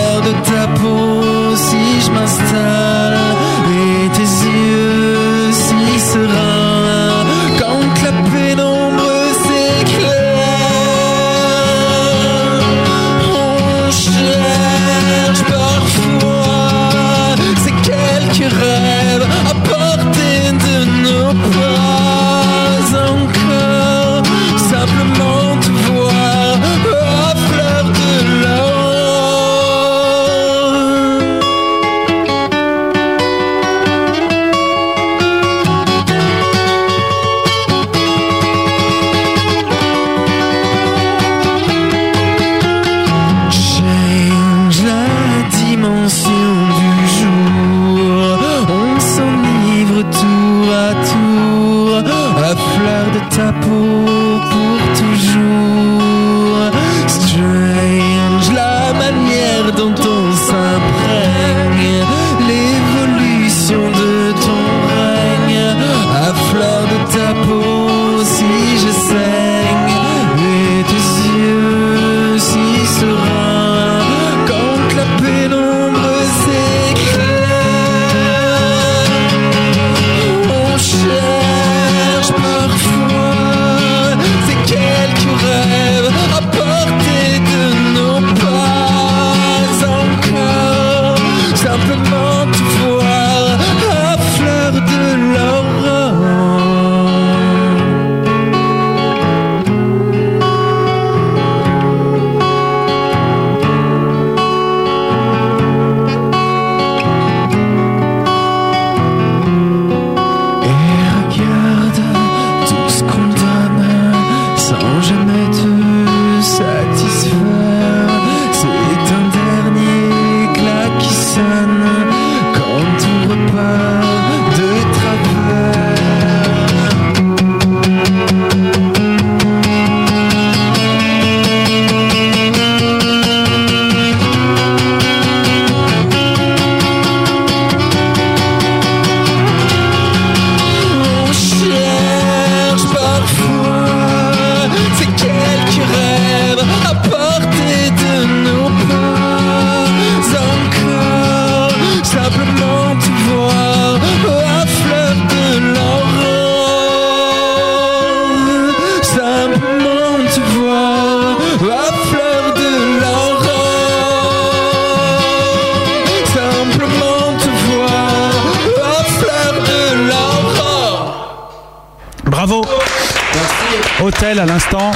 C: Hôtel à l'instant.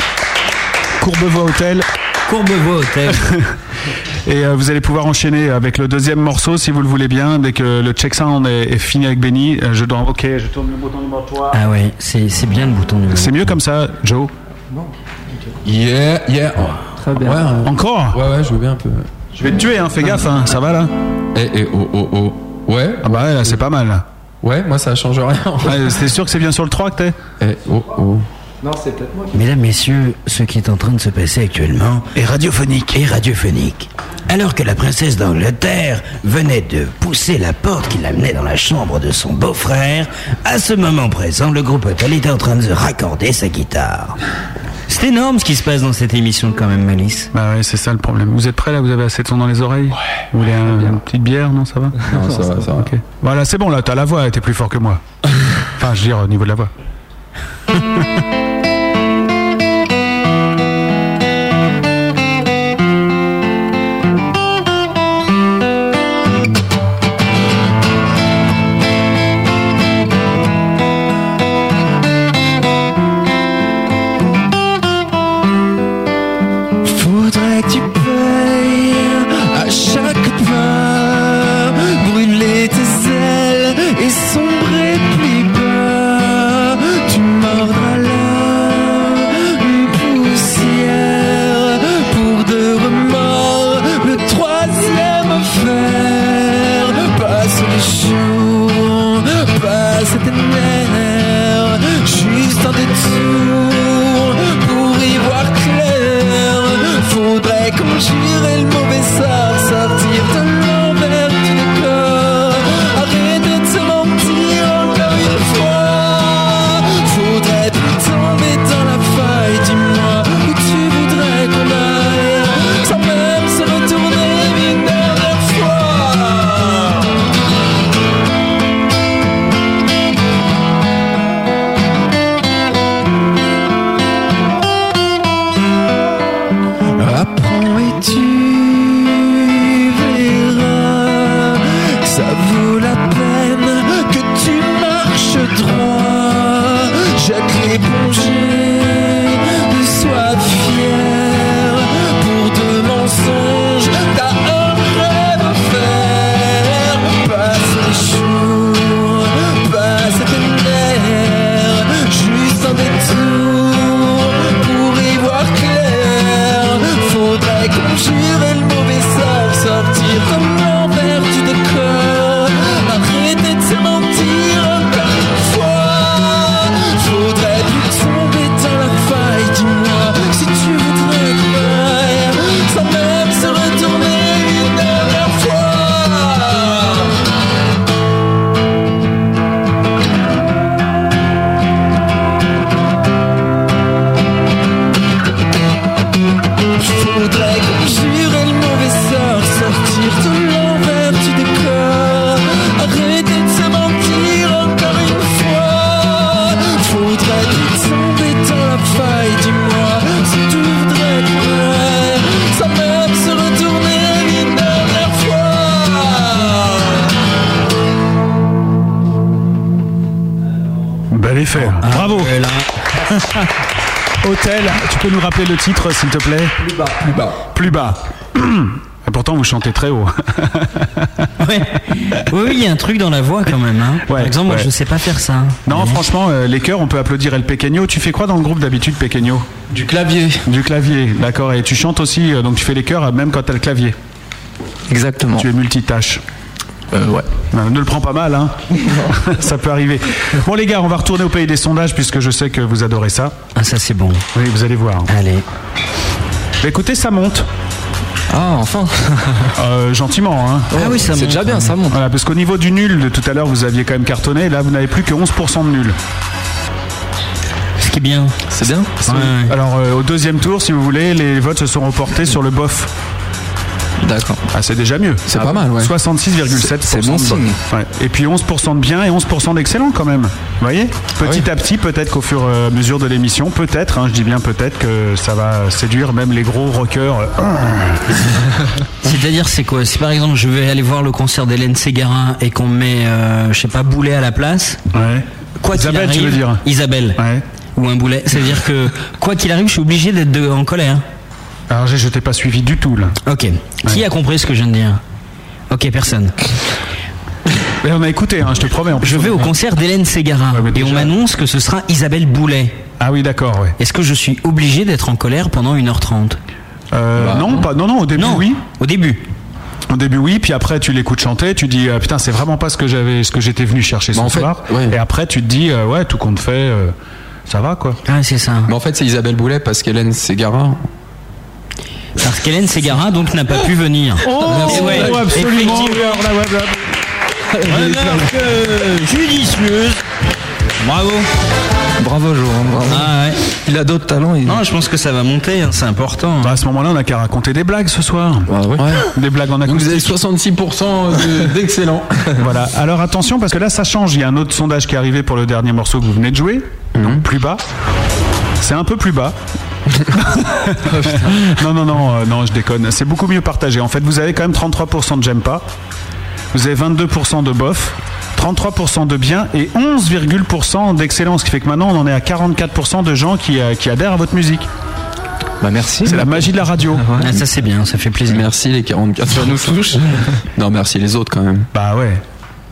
C: Courbevoie Hôtel.
B: Courbevoie Hôtel.
C: Et euh, vous allez pouvoir enchaîner avec le deuxième morceau si vous le voulez bien. Dès que le check sound est, est fini avec Benny, euh, je dois. Ok, je tourne le bouton numéro 3.
B: Ah ouais, c'est c'est bien le bouton numéro.
C: C'est mieux comme ça, Joe
D: Yeah, yeah.
H: Très bien.
C: Encore
D: Ouais, ouais, je veux bien un peu.
C: Je vais te tuer, hein, fais gaffe, hein, ça va là
D: Eh, eh, oh, oh, oh. Ouais
C: Ah bah ouais, là, c'est pas mal.
D: Ouais, moi ça change rien.
C: Ouais, c'est sûr que c'est bien sur le 3 que t'es
D: Eh, oh, oh.
H: Non, c'est peut-être moi qui.
F: Mesdames, messieurs, ce qui est en train de se passer actuellement est radiophonique. Est radiophonique. Alors que la princesse d'Angleterre venait de pousser la porte qui l'amenait dans la chambre de son beau-frère, à ce moment présent, le groupe Hôtel était en train de se raccorder sa guitare.
B: C'est énorme ce qui se passe dans cette émission quand même, Malice.
C: Bah ouais, c'est ça le problème. Vous êtes prêts là Vous avez assez de son dans les oreilles Vous voulez un- une petite bière Non, ça va
D: Non, ça va, ça va.
C: Ok. Voilà, c'est bon là, t'as la voix, t'es plus fort que moi. enfin, je veux dire, au niveau de la voix.
I: Faudrait que tu payes à chaque pas Brûler tes ailes et sombrer plus bas Tu mordras la poussière Pour deux remords, le troisième fer Passe les jours, passe tes nerfs Juste un détour pour y voir clair Faudrait conjurer le mauvais sort Sortir de l'envers du décor Arrêter de se mentir encore une fois Faudrait tomber dans la faille Dis-moi où tu voudrais qu'on aille Sans même se retourner une dernière fois Apprends et tu verras que ça vaut la peine que tu marches droit. Jacques l'épongé de sois fier pour deux mensonges. T'as un rêve à faire. Passe les jours, passe tes nerfs, juste un détour pour y voir clair. Faudrait conjurer le mauvais sort, sortir comme l'envers du décor. Arrêter de se mentir encore une fois. Faudrait plus tomber dans la faille, dis-moi si tu voudrais croire. Sans même se retourner une dernière fois. Faudrait conjurer le mauvais sort, sortir de l'envers du décor, arrêter de se mentir encore une fois. Faudrait vite tomber dans la faille, dis-moi si tu voudrais courir, sans même se retourner une dernière fois.
C: Bel effet.
D: Ah,
C: Bravo.
B: Et là,
C: Hôtel, tu peux nous rappeler le titre s'il te plaît Plus bas. Plus bas. Plus bas. Et pourtant, vous chantez très haut.
B: ouais. Oui, oui, il y a un truc dans la voix quand même. Hein. Par
C: Ouais,
B: exemple, moi
C: ouais.
B: je sais pas faire ça.
C: non, franchement, euh, les chœurs, on peut applaudir El Pequeño. Tu fais quoi dans le groupe d'habitude, Pequeño
D: Du clavier.
C: Du clavier, d'accord. Et tu chantes aussi, euh, donc tu fais les chœurs euh, même quand t'as le clavier.
H: Exactement.
C: Tu es multitâche.
H: Euh, ouais.
C: Ben, Ne le prends pas mal, hein. ça peut arriver. Bon, les gars, on va retourner au pays des sondages puisque je sais que vous adorez ça.
B: Ah, ça c'est bon.
C: Oui, vous allez voir.
B: Allez.
C: Bah, écoutez, ça monte.
H: Ah, enfin.
C: Euh, gentiment, hein.
B: ah oui, ça
H: C'est
B: monte.
H: déjà bien, ça monte.
C: Voilà, parce qu'au niveau du nul de tout à l'heure, vous aviez quand même cartonné. Là, vous n'avez plus que 11% de nul.
B: Ce qui est bien.
H: C'est bien.
B: Ouais, ouais.
C: Alors, euh, au deuxième tour, si vous voulez, les votes se sont reportés sur le bof.
H: D'accord.
C: Ah, c'est déjà mieux.
H: C'est pas mal, ouais.
C: 66,7%.
H: C'est- c'est bon
C: de bonnes.
H: signe.
C: Ouais. Et puis 11% de bien et 11% d'excellent quand même. Vous voyez
H: Ah
C: Petit à petit, peut-être qu'au fur et à mesure de l'émission, peut-être, hein, je dis bien peut-être, que ça va séduire même les gros rockers.
B: Ah. C'est-à-dire, c'est quoi Si par exemple je vais aller voir le concert d'Hélène Ségara et qu'on met, euh, je sais pas, Boulet à la place.
C: Ouais.
B: Quoi qu'il
C: Isabelle, tu
B: arrive-
C: veux dire
B: Isabelle.
C: Ouais.
B: ou un boulet. C'est-à-dire que quoi qu'il arrive, je suis obligé d'être de- en colère.
C: Alors je t'ai pas suivi du tout là.
B: Ok. Qui a compris ce que je viens de dire Ok, personne.
C: Mais on a écouté, hein, je te promets.
B: Je vais au concert d'Hélène Ségara et on m'annonce que ce sera Isabelle Boulet.
C: Ah oui, d'accord,
B: Est-ce que je suis obligé d'être en colère pendant 1h30
C: non, pas, non, non, au début, oui.
B: Au début.
C: Au début, oui, puis après, tu l'écoutes chanter, tu dis, ah, putain, c'est vraiment pas ce que j'avais, ce que j'étais venu chercher
D: Bah,
C: ce
D: en fait,
C: soir.
D: ouais.
C: Et après, tu te dis, euh, ouais, tout compte fait, euh, ça va, quoi.
B: Ah, c'est ça.
D: Mais en fait, c'est Isabelle Boulet parce qu'Hélène Ségara.
B: Parce qu'Hélène Ségara, donc, n'a pas pu venir.
C: Oh,
B: Et ouais,
C: oh, absolument.
B: effectivement.
C: oui, alors là, ouais, là.
B: Remarque euh, judicieuse. Bravo.
H: Bravo, Jo. hein, bravo.
B: Ah ouais.
H: Il a d'autres talents. il-
B: Non, je pense que ça va monter, hein, c'est important.
C: Bah, à ce moment-là, on a qu'à raconter des blagues ce soir.
H: Ouais.
C: Des blagues en
D: Donc
C: acoustique.
D: Ah vous avez 66% de- d'excellent.
C: Voilà. Alors attention parce que là ça change. Il y a un autre sondage qui est arrivé pour le dernier morceau que vous venez de jouer. Donc plus bas. C'est un peu plus bas. non non non euh, non je déconne. C'est beaucoup mieux partagé. En fait vous avez quand même 33% de j'aime pas. Vous avez 22% de bof. 33% de bien et 11,% d'excellence, ce qui fait que maintenant on en est à 44% de gens qui, euh, qui adhèrent à votre musique.
H: Bah merci.
C: C'est la magie de la radio.
B: Ah, ça c'est bien, ça fait plaisir.
D: Merci les 44. Ça nous touche. Non, merci les autres quand même.
C: Bah ouais.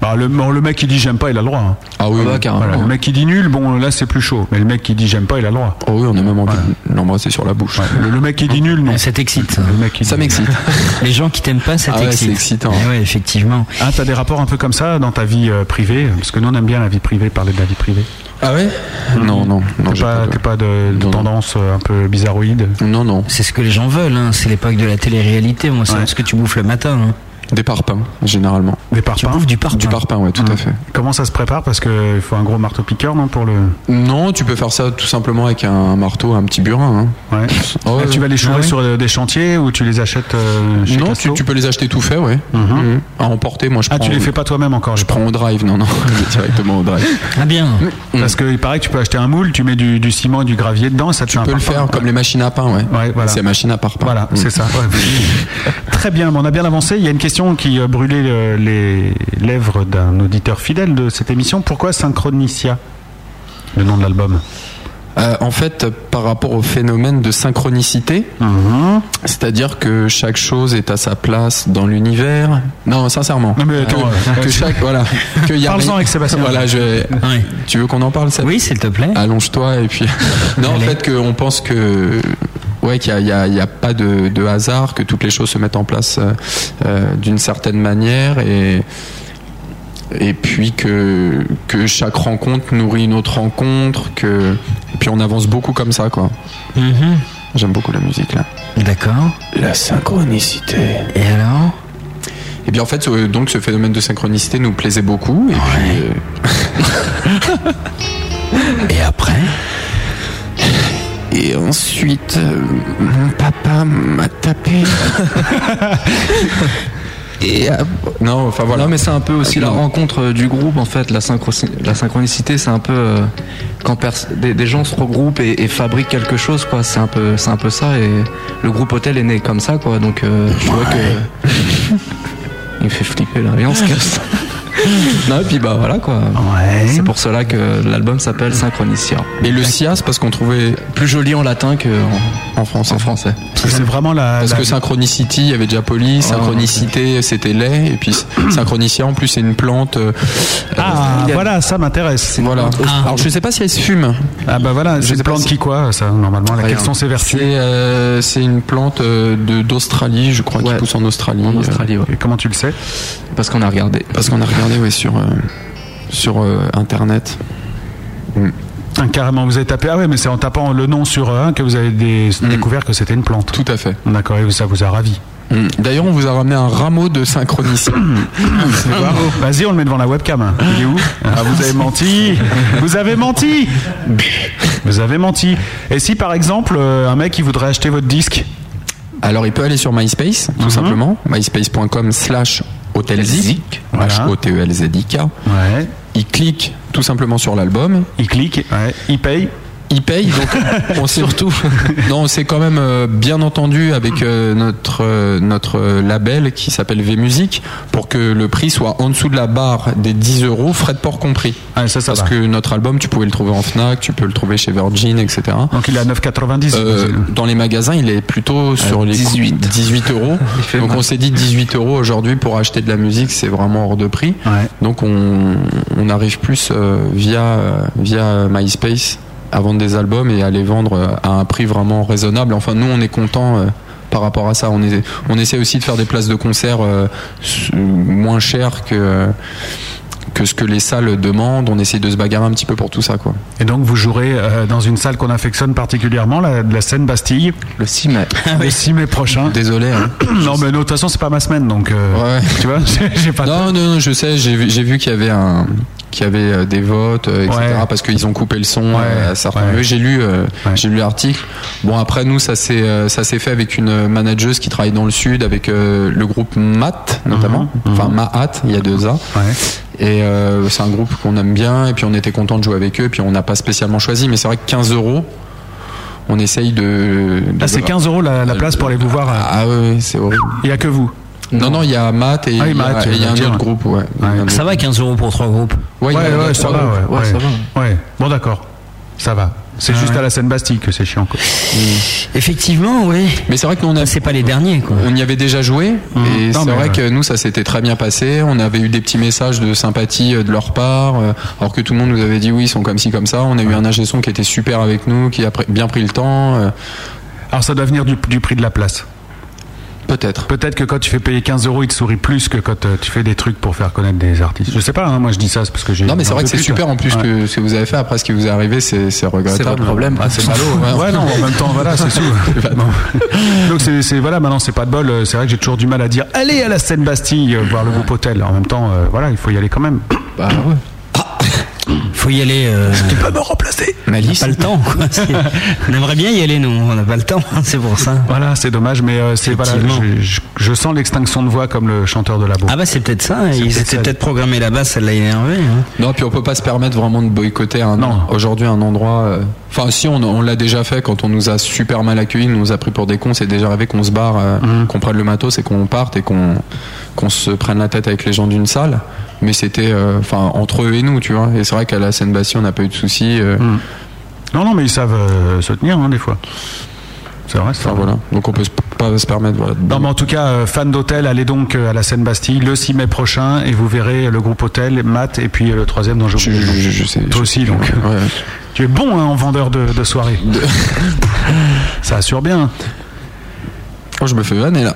C: Bah, le, bon, le mec qui dit j'aime pas, il a le droit. hein.
D: Ah oui,
H: Ah bah,
D: oui.
H: carrément.
C: Voilà. Le mec qui dit nul, bon là c'est plus chaud. Mais le mec qui dit j'aime pas, il a le droit.
D: Oh oui, on a même envie de l'embrasser sur la bouche.
C: Ouais, le, le mec qui dit nul, non.
B: Ça t'excite. ça.
C: Le mec qui
D: Ça
C: dit-
D: m'excite.
B: Les gens qui t'aiment pas, ça
D: Ah ouais,
B: t'excite.
D: c'est excitant.
B: Eh ouais, effectivement.
C: Ah, t'as des rapports un peu comme ça dans ta vie euh, privée Parce que nous, on aime bien la vie privée, parler de la vie privée.
D: Ah ouais Non, non, non.
C: T'es
D: j'ai
C: pas,
D: pas de-
C: t'es pas de, de
D: Non, non.
C: tendance euh, un peu bizarroïde
D: Non, non.
B: C'est ce que les gens veulent, hein. c'est l'époque de la télé-réalité, moi, c'est
C: Ouais.
B: ce que tu bouffes le matin. hein.
D: Des parpaings, généralement.
C: Des
B: Tu
C: parpaings
B: bouffes du parpaing.
D: Du parpaing, ouais,
C: Hein.
D: tout à fait.
C: Comment ça se prépare Parce qu'il faut un gros marteau-piqueur, non Pour le.
D: Non, tu peux faire ça tout simplement avec un marteau, un petit burin. hein.
C: Ouais.
D: Oh,
C: Ah, tu vas les chourer
D: ah ouais.
C: sur euh, des chantiers ou tu les achètes euh, chez
D: Non, tu,
C: Casto
D: tu peux les acheter tout faits, ouais. Mhm. À emporter, moi je
C: Ah,
D: prends.
C: tu les fais pas toi-même encore
D: Je prends au drive, non, non, directement au drive.
B: Ah bien.
C: Parce qu'il paraît que tu peux acheter un moule, tu mets du, du ciment et du gravier dedans, et ça te fait
D: Tu
C: un
D: peux le
C: parpaing.
D: faire comme les machines à pain, ouais.
C: Ouais, voilà.
D: C'est machine à parpaing.
C: Voilà,
D: Mhm.
C: c'est ça. Ouais. Mm. Très bien, mais on a bien avancé. Il y a une question qui euh, brûlait euh, les lèvres d'un auditeur fidèle de cette émission. Pourquoi Synchronicia Le nom de l'album.
D: Euh, en fait, par rapport au phénomène de synchronicité, Mm-hmm. c'est-à-dire que chaque chose est à sa place dans l'univers. Non, sincèrement.
C: Non, mais attends,
D: que,
C: euh,
D: que chaque voilà. Que y a
C: Parle-en
D: rien-
C: avec Sébastien.
D: Voilà, je. vais-
B: Ouais.
D: Tu veux qu'on en parle ça
B: Oui, s'il te plaît.
D: Allonge-toi et puis. non, en
B: Allez.
D: fait, qu'on pense que. Ouais, qu'il n'y a, il y a pas de, de hasard, que toutes les choses se mettent en place euh, euh, d'une certaine manière et. Et puis que, que chaque rencontre nourrit une autre rencontre, que. Et puis on avance beaucoup comme ça, quoi.
B: Mhm.
D: J'aime beaucoup la musique, là.
B: D'accord.
D: La synchronicité.
B: Et alors
D: Et Eh bien, en fait, ce- donc ce phénomène de synchronicité nous plaisait beaucoup. Et puis. euh,
B: Et après
D: Et ensuite, euh, mon papa m'a tapé. Et ap- non, enfin voilà.
H: Non, mais c'est un peu aussi la
D: Non.
H: rencontre euh, du groupe, en fait. La, synchro- la synchronicité, c'est un peu euh, quand pers- des, des gens se regroupent et, et fabriquent quelque chose, quoi. C'est un, peu- c'est un peu ça. Et le groupe Hôtel est né comme ça, quoi. Donc, euh, je vois que. Il me fait flipper, là. Et on se casse. non, et puis, bah voilà, quoi.
C: Ouais.
H: C'est pour cela que l'album s'appelle Synchronicia.
D: Et le SIA, c'est parce qu'on trouvait
H: Plus joli en latin qu'en
D: en français.
I: Ah,
H: en français.
C: Parce que c'est vraiment la.
D: Parce
C: la-
D: que Synchronicity, il y avait déjà Poli, Synchronicité, c'était lait, et puis Synchronicia, en plus, c'est une plante. euh,
C: Ah,
H: Il y a-
C: voilà, ça m'intéresse.
D: voilà.
B: Ah.
D: Alors, je sais pas si elle se fume.
C: Ah, bah voilà,
D: Je
C: c'est
D: sais
C: une
D: pas
C: plante
D: si-
C: qui quoi, ça, normalement là,
D: Rien.
C: Quelles sont ses
D: C'est
C: vertus
D: euh, c'est une plante euh, de- d'Australie, je crois, qui
H: Ouais.
D: pousse en Australie.
H: En
D: euh,
H: Australie, ouais.
C: Et comment tu le sais
H: Parce qu'on a regardé.
D: Parce qu'on a regardé, ouais, sur, euh, sur euh, Internet.
C: Ah, Carrément, vous avez tapé. Ah ouais, mais c'est en tapant le nom sur un que vous avez des-
D: Mm.
C: découvert que c'était une plante.
D: Tout à fait.
C: D'accord, et ça vous a ravi.
D: Mm. D'ailleurs, on vous a ramené un rameau de synchronicité.
C: Vas-y, on le met devant la webcam. Il est où Ah, vous avez menti Vous avez menti Vous avez menti. Et si, par exemple, euh, un mec, il voudrait acheter votre disque
D: Alors, il peut aller sur MySpace, tout simplement. MySpace.com slash Hotelzik.
C: Voilà.
D: E H-O-T-E-L-Z-I-K.
C: Ouais.
D: Il clique tout simplement sur l'album.
C: Il clique, ouais. il paye.
D: il paye, donc on surtout. non, on s'est quand même euh, bien entendu avec euh, notre euh, notre euh, label qui s'appelle V Music pour que le prix soit en dessous de la barre des 10 euros, frais de port compris. Parce que notre album, tu pouvais le trouver en Fnac, tu peux le trouver chez Virgin, etc.
C: Donc il est à 9,90.
D: Euh, dans les magasins, il est plutôt sur les
C: 18.
D: 18 euros. Donc on s'est dit 18 euros aujourd'hui pour acheter de la musique, c'est vraiment hors de prix. Donc on, on arrive plus euh, via, euh, via MySpace à vendre des albums et à les vendre euh, à un prix vraiment raisonnable. Enfin, nous, on est content. par rapport à ça, on, est, on essaie aussi de faire des places de concert euh, s- moins chères que, que ce que les salles demandent. On essaie de se bagarrer un petit peu pour tout ça. Quoi.
C: Et donc vous jouerez euh, dans une salle qu'on affectionne particulièrement, la, la scène Bastille.
H: Le 6 mai.
C: Le 6 mai prochain.
D: Désolé. hein.
C: non mais non, de toute façon c'est pas ma semaine donc. euh, Tu vois, j'ai pas.
D: Non, non, non, je sais, j'ai vu j'ai vu qu'il y avait un qu'il y avait euh, des votes euh, etc parce qu'ils ont coupé le son euh, à certains lieux. j'ai lu euh, j'ai lu l'article bon après nous ça s'est euh, ça s'est fait avec une manageuse qui travaille dans le sud avec euh, le groupe Mat
C: Mhm,
D: notamment enfin Mahat il y a deux A et euh, c'est un groupe qu'on aime bien et puis on était content de jouer avec eux puis on n'a pas spécialement choisi mais c'est vrai que 15 euros on essaye de, de
C: Ah, c'est 15 euros la, la place pour aller vous voir. euh,
D: Ah, oui, c'est horrible.
C: Il y a que vous.
D: non non il y a Matt et
C: Ah,
D: il y a,
C: Matt,
D: et il y a un
C: tiens.
D: autre groupe ouais. Il y a un autre
B: Ça va 15 euros pour trois groupes
D: Ouais,
C: Ouais,
D: il y a-
C: ouais,
D: il y a
C: ça
D: trois
C: va,
D: groupes.
C: ouais,
D: Ouais, ça
C: Ouais. Bon d'accord, ça va. C'est juste à la scène Bastille que c'est chiant quoi.
B: Effectivement, oui.
D: Mais c'est vrai que nous, on a...
B: c'est pas les derniers quoi.
D: On y avait déjà joué et
B: Non,
D: c'est
B: mais,
D: vrai
B: euh,
D: que nous ça s'était très bien passé. On avait eu des petits messages de sympathie euh, de leur part, euh, alors que tout le monde nous avait dit oui ils sont comme ci comme ça. On a eu un ingé son qui était super avec nous, qui a pr- bien pris le temps. euh,
C: Alors ça doit venir du, du prix de la place.
D: Peut-être.
C: Peut-être que quand tu fais payer 15 euros, il te sourit plus que quand euh, tu fais des trucs pour faire connaître des artistes. Je sais pas, hein, moi je dis ça, c'est parce que j'ai.
D: Non mais c'est
C: un
D: vrai que
C: peu
D: c'est
C: plus,
D: super
C: quoi.
D: en plus
C: Ouais.
D: que ce que vous avez fait. Après ce qui vous est arrivé c'est c'est regrettable.
C: votre problème.
D: Ah, c'est ballot.
C: Ouais, non, en même temps, voilà, c'est tout. Bon. Donc, c'est, c'est- voilà, maintenant, c'est pas de bol. euh, C'est vrai que j'ai toujours du mal à dire allez à la scène Bastille, euh, voir le groupe Hôtel. En même temps, euh, voilà, il faut y aller quand même.
D: Bah ouais.
B: Faut y aller. euh,
C: Tu peux me remplacer
B: on a Pas le temps. Quoi. C'est- On aimerait bien y aller, nous. On n'a pas le temps. hein, C'est pour ça.
C: Voilà, c'est dommage, mais euh, c'est voilà,
B: Effectivement.
C: je, je- je sens l'extinction de voix comme le chanteur de la boue.
B: Ah bah c'est peut-être ça.
C: C'est
B: Ils
C: peut-être
B: étaient
C: ça.
B: peut-être programmés là-bas. Ça l'a énervé. hein.
D: Non, puis on peut pas se permettre vraiment de boycotter un aujourd'hui un endroit. euh, Enfin, si on, on l'a déjà fait quand on nous a super mal accueillis, on nous a pris pour des cons. C'est déjà arrivé qu'on se barre, euh,
C: Mmh.
D: qu'on prenne le matos et qu'on parte et qu'on qu'on se prenne la tête avec les gens d'une salle. Mais c'était euh, enfin entre eux et nous, tu vois. Et c'est vrai qu'à la seine bastille on n'a pas eu de soucis. euh,
C: Mmh. Non, non, mais ils savent euh, se tenir, hein, des fois. C'est vrai, c'est
D: Enfin voilà. Donc on peut se- pas se permettre. Voilà.
C: Non, mais en tout cas, euh, fan d'hôtel, allez donc euh, à la scène Bastille le 6 mai prochain et vous verrez le groupe Hôtel, Matt et puis euh, le troisième dont je vous
D: je, sais.
C: Toi aussi, donc. Tu es bon hein, en vendeur de, de soirée. ça assure bien.
D: Oh, je me fais vanner là.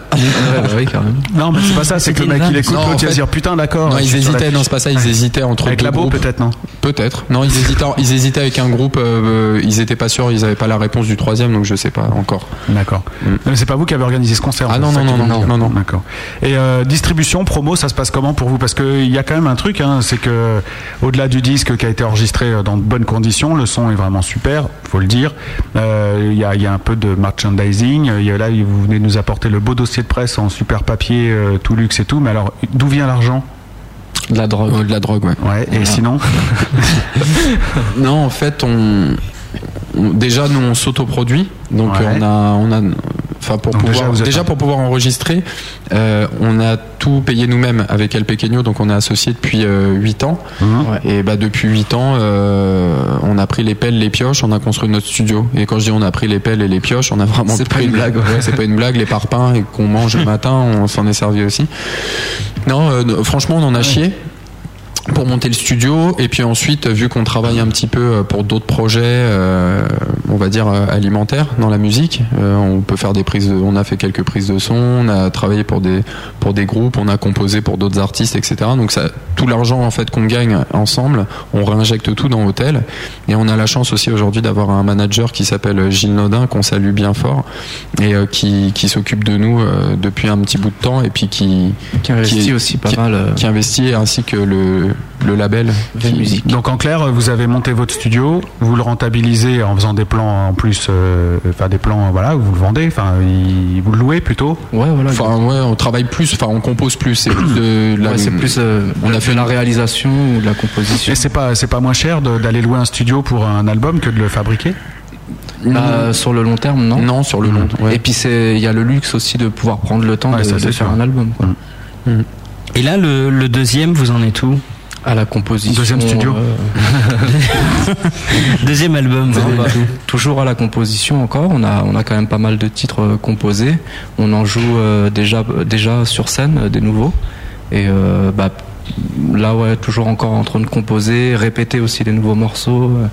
C: Non, mais c'est pas ça, c'est que le mec il écoute,
D: Non, en
C: l'autre il va
D: fait-
C: se dire putain, d'accord.
D: Non,
C: je
D: ils
C: suis sur la
D: hésitaient, non,
C: fiche.
D: c'est pas ça, ils hésitaient entre
C: Avec
D: deux
C: la Beau,
D: groupes.
C: peut-être, non
D: Peut-être. Non, ils hésitaient, ils hésitaient avec un groupe, euh, ils étaient pas sûrs, ils avaient pas la réponse du troisième, donc je sais pas encore.
C: D'accord. Non, mais C'est pas vous qui avez organisé ce concert.
D: Mm. Ah
C: en
D: non,
C: fait,
D: non,
C: c'est ça
D: non,
C: qui
D: non,
C: vous
D: non,
C: dit.
D: non, non.
C: D'accord. Et euh, distribution, promo, ça se passe comment pour vous Parce qu'il y a quand même un truc, hein, c'est que au-delà du disque qui a été enregistré euh, dans de bonnes conditions, le son est vraiment super, faut le dire. Euh, Il y, a, il y a un peu de merchandising. euh, Il y a, là, vous venez de nous apporter le beau dossier de presse en super papier, euh, tout luxe et tout. Mais alors, d'où vient l'argent
H: De la drogue.
D: Euh, de la drogue, ouais.
C: Ouais. Et sinon
D: Non, en fait, on, on- déjà nous on s'autoproduit, donc
C: Ouais.
D: euh, on a, on a, enfin pour
C: Donc déjà,
D: pouvoir,
C: vous
D: déjà,
C: êtes un-
D: pour pouvoir enregistrer, euh, on a tout payé nous-mêmes avec El Pequeño, donc on est associé depuis 8 ans.
C: Mmh.
D: Et bah depuis 8 ans, euh, on a pris les pelles, les pioches, on a construit notre studio. Et quand je dis on a pris les pelles et les pioches, on a vraiment
H: C'est pas
D: pris
H: une blague, ouais.
D: Ouais, c'est pas une blague, les parpaings et qu'on mange le matin, on s'en est servi aussi. Non, euh, franchement, on en a chié pour monter le studio et puis ensuite vu qu'on travaille un petit peu euh, pour d'autres projets euh, on va dire euh, alimentaires dans la musique euh, on peut faire des prises de- on a fait quelques prises de son on a travaillé pour des pour des groupes on a composé pour d'autres artistes etc donc ça tout l'argent en fait qu'on gagne ensemble on réinjecte tout dans Hôtel et on a la chance aussi aujourd'hui d'avoir un manager qui s'appelle Gilles Nodin qu'on salue bien fort et euh, qui, qui s'occupe de nous euh, depuis un petit bout de temps et puis qui
H: Qui investit aussi pas mal, euh.
D: qui investit ainsi que le le label.
C: Donc en clair, vous avez monté votre studio, vous le rentabilisez en faisant des plans en plus, euh, enfin des plans, voilà, vous le vendez, enfin il- vous le louez plutôt.
I: Ouais, voilà.
D: Enfin, ouais, on travaille plus, enfin, on compose plus. C'est plus de la.
I: Ouais, c'est plus, euh,
D: on a fait
I: la réalisation ou de la composition.
C: Et c'est pas c'est pas moins cher de- d'aller louer un studio pour un album que de le fabriquer.
B: Mhm.
I: Bah, sur le long terme, non
D: Non, sur le long
I: terme. Et puis, c'est- il y a le luxe aussi de pouvoir prendre le temps
B: Ouais,
I: de,
B: ça,
I: de
B: c'est
I: faire
B: sûr. Mm.
I: un album. quoi.
B: Et là, le, le deuxième, vous en êtes où
I: À la composition. euh,
B: Deuxième studio. deuxième album. hein.
I: Non,
B: vous
I: bah,
B: en êtes où
I: toujours à la composition encore. On a, on a quand même pas mal de titres euh, composés. On en joue euh, déjà, déjà sur scène, euh, des nouveaux. Et euh, bah, là, ouais, toujours encore en train de composer, répéter aussi des nouveaux morceaux. euh,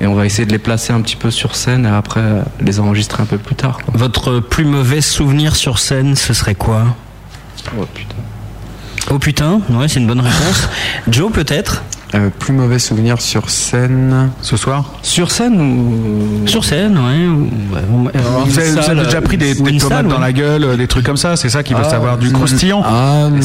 I: et on va essayer de les placer un petit peu sur scène et après euh, les enregistrer un peu plus tard. quoi.
B: Votre plus mauvais souvenir sur scène, ce serait quoi Oh putain. Oh putain, ouais, c'est une bonne réponse. Joe, peut-être
I: euh,
D: Plus mauvais souvenir sur scène.
C: Ce soir
I: Sur scène ou.
B: Sur scène, ouais. ou- ouais, ou-
D: Euh,
B: une
C: Vous avez, vous avez
B: salle, euh,
C: déjà pris des,
B: ou
C: des
B: une
C: tomates
B: salle,
C: dans
B: ouais.
C: la gueule, euh, des trucs comme ça, c'est ça qui veut savoir du croustillant.
D: euh, Ah non.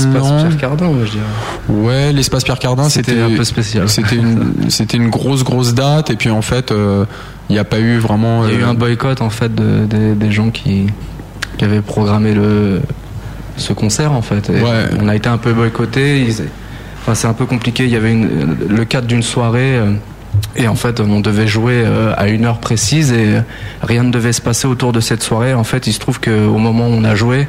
I: euh, Cardin, je dirais.
D: Ouais, l'espace Pierre Cardin,
I: C'était
D: c'était
I: un peu spécial.
D: C'était une, c'était une grosse grosse date et puis en fait, euh, il n'y a pas eu vraiment.
I: Il y a eu
D: euh,
I: un boycott en fait de- des- des gens qui, qui avaient programmé le, ce concert en fait. Et
D: Ouais.
I: On a été un peu boycotté. Enfin, c'est un peu compliqué. Il y avait une- le cadre d'une soirée. euh, et en fait, on devait jouer euh, à une heure précise et rien ne devait se passer autour de cette soirée. En fait, il se trouve qu'au moment où on a joué,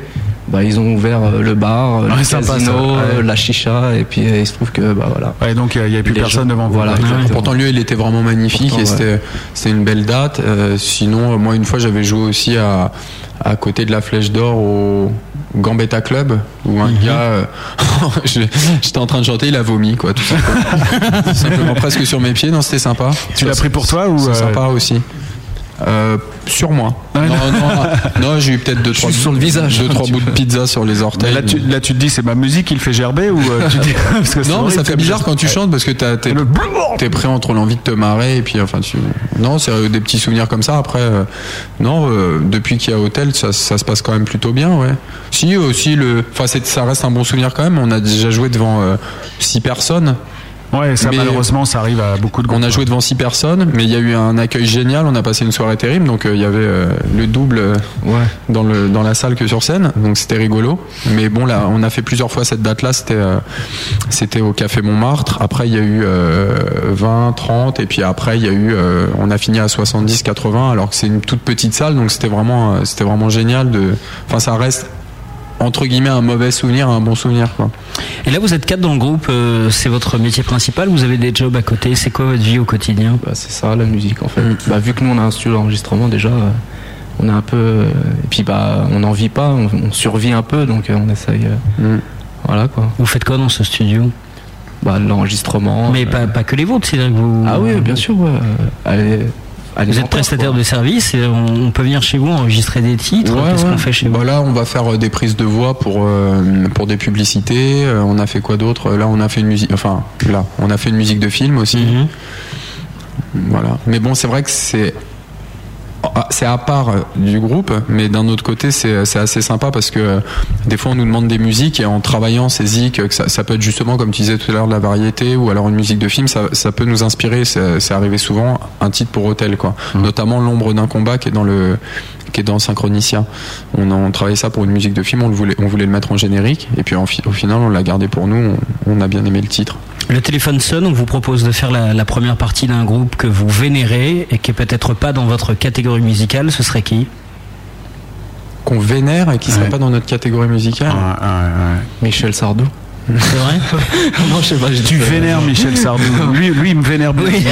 I: bah, ils ont ouvert euh, le bar, euh, le
C: Ouais,
I: casino,
C: sympa, ça. Ouais.
I: euh, la chicha, et puis euh, il se trouve que bah voilà.
C: Ouais, donc il n'y avait plus
I: Les
C: personne
I: gens-
C: devant vous.
I: voilà,
C: Ouais.
I: exactement.
D: Pourtant, le lieu, il était vraiment magnifique
I: Pourtant,
D: et
I: ouais.
D: c'était c'était une belle date. Euh, sinon, euh, moi, une fois, j'avais joué aussi à, à côté de la Flèche d'Or au Gambetta Club où
C: Mhm.
D: un gars, euh, je- j'étais en train de chanter, il a vomi, quoi, tout simplement. Tout simplement, presque sur mes pieds. Non, c'était sympa.
C: Tu l'as pris pour toi ou
D: C'est
C: euh, Ah,
D: sympa aussi. Euh, sur moi.
C: Ouais,
D: non, non, non, j'ai eu peut-être deux, trois,
I: Juste sur le visage,
D: deux,
I: un
D: trois
I: petit
D: bouts de
I: peu.
D: pizza sur les
C: mais
D: orteils.
C: là, tu, là, tu te dis, c'est ma musique qui le fait gerber ou euh, tu dis- parce que c'est
D: Non, mais
C: horrible,
D: ça fait
C: comme
D: bizarre
C: geste.
D: quand tu chantes parce que t'as- t'es
C: Le
D: t'es pris entre l'envie de te marrer et puis enfin tu. Non, c'est des petits souvenirs comme ça. Après, euh, non, euh, depuis qu'il y a hôtel, ça, ça se passe quand même plutôt bien, ouais. Si aussi le, enfin c'est- ça reste un bon souvenir quand même. On a déjà joué devant euh, six personnes.
C: Ouais, ça
D: Mais-
C: malheureusement, ça arrive à beaucoup de groupes.
D: On a joué devant six personnes, mais il y a eu un accueil génial. On a passé une soirée terrible, donc euh, il y avait euh, le double euh,
I: Ouais.
D: dans le dans la salle que sur scène, donc c'était rigolo. Mais bon, là, on a fait plusieurs fois cette date-là. C'était euh, c'était au Café Montmartre. Après, il y a eu euh, 20, 30, et puis après, il y a eu. euh, on a fini à 70, 80, alors que c'est une toute petite salle, donc c'était vraiment euh, c'était vraiment génial. De, enfin, ça reste entre guillemets un mauvais souvenir, un bon souvenir, quoi.
B: Et là, vous êtes quatre dans le groupe, euh, c'est votre métier principal, vous avez des jobs à côté, c'est quoi votre vie au quotidien
I: Bah, c'est ça la musique en fait. Bah, vu que nous on a un studio d'enregistrement déjà, euh, on est un peu. euh, et puis bah on n'en vit pas, on, on survit un peu donc euh, on essaye. euh,
D: Mm.
I: Voilà quoi.
B: Vous faites quoi dans ce studio
I: Bah, de
C: Oh,
I: l'enregistrement.
B: Mais
I: euh,
B: pas, pas que les vôtres, c'est-à-dire que vous...
I: Ah oui, bien sûr, ouais. Allez,
B: Vous êtes prestataire de service, et on on peut venir chez vous enregistrer des titres,
D: Ouais,
B: qu'est-ce
D: ouais.
B: qu'on fait chez
D: Bah
B: vous
D: là, on va faire euh, des prises de voix pour euh, pour des publicités. Euh, on a fait quoi d'autre Là, on a fait une musique. Enfin, là, on a fait une musique de film aussi.
B: Mhm.
D: Voilà. Mais bon, c'est vrai que c'est ah, c'est à part euh, du groupe, mais d'un autre côté, c'est c'est assez sympa parce que euh, des fois, on nous demande des musiques et en travaillant ces zik, euh, que ça, ça peut être justement, comme tu disais tout à l'heure, de la variété ou alors une musique de film, ça, ça peut nous inspirer. C'est c'est arrivé souvent un titre pour Hôtel, quoi.
C: Mmh.
D: Notamment l'ombre d'un combat qui est dans le qui est dans Synchronicia. On a on travaillait ça pour une musique de film, on le voulait on voulait le mettre en générique et puis en fi- au final, on l'a gardé pour nous. On, on a bien aimé le titre.
B: Le téléphone sonne, on vous propose de faire la, la première partie d'un groupe que vous vénérez et qui est peut-être pas dans votre catégorie musicale, ce serait qui
D: Qu'on vénère et qui serait
C: Ouais.
D: pas dans notre catégorie musicale.
C: Ouais, hein. ouais, ouais.
I: Michel Sardou.
B: C'est vrai
I: non, je sais pas, j'ai
C: Tu vénères Michel Sardou. Lui, lui, il me vénère beaucoup.
B: Oui.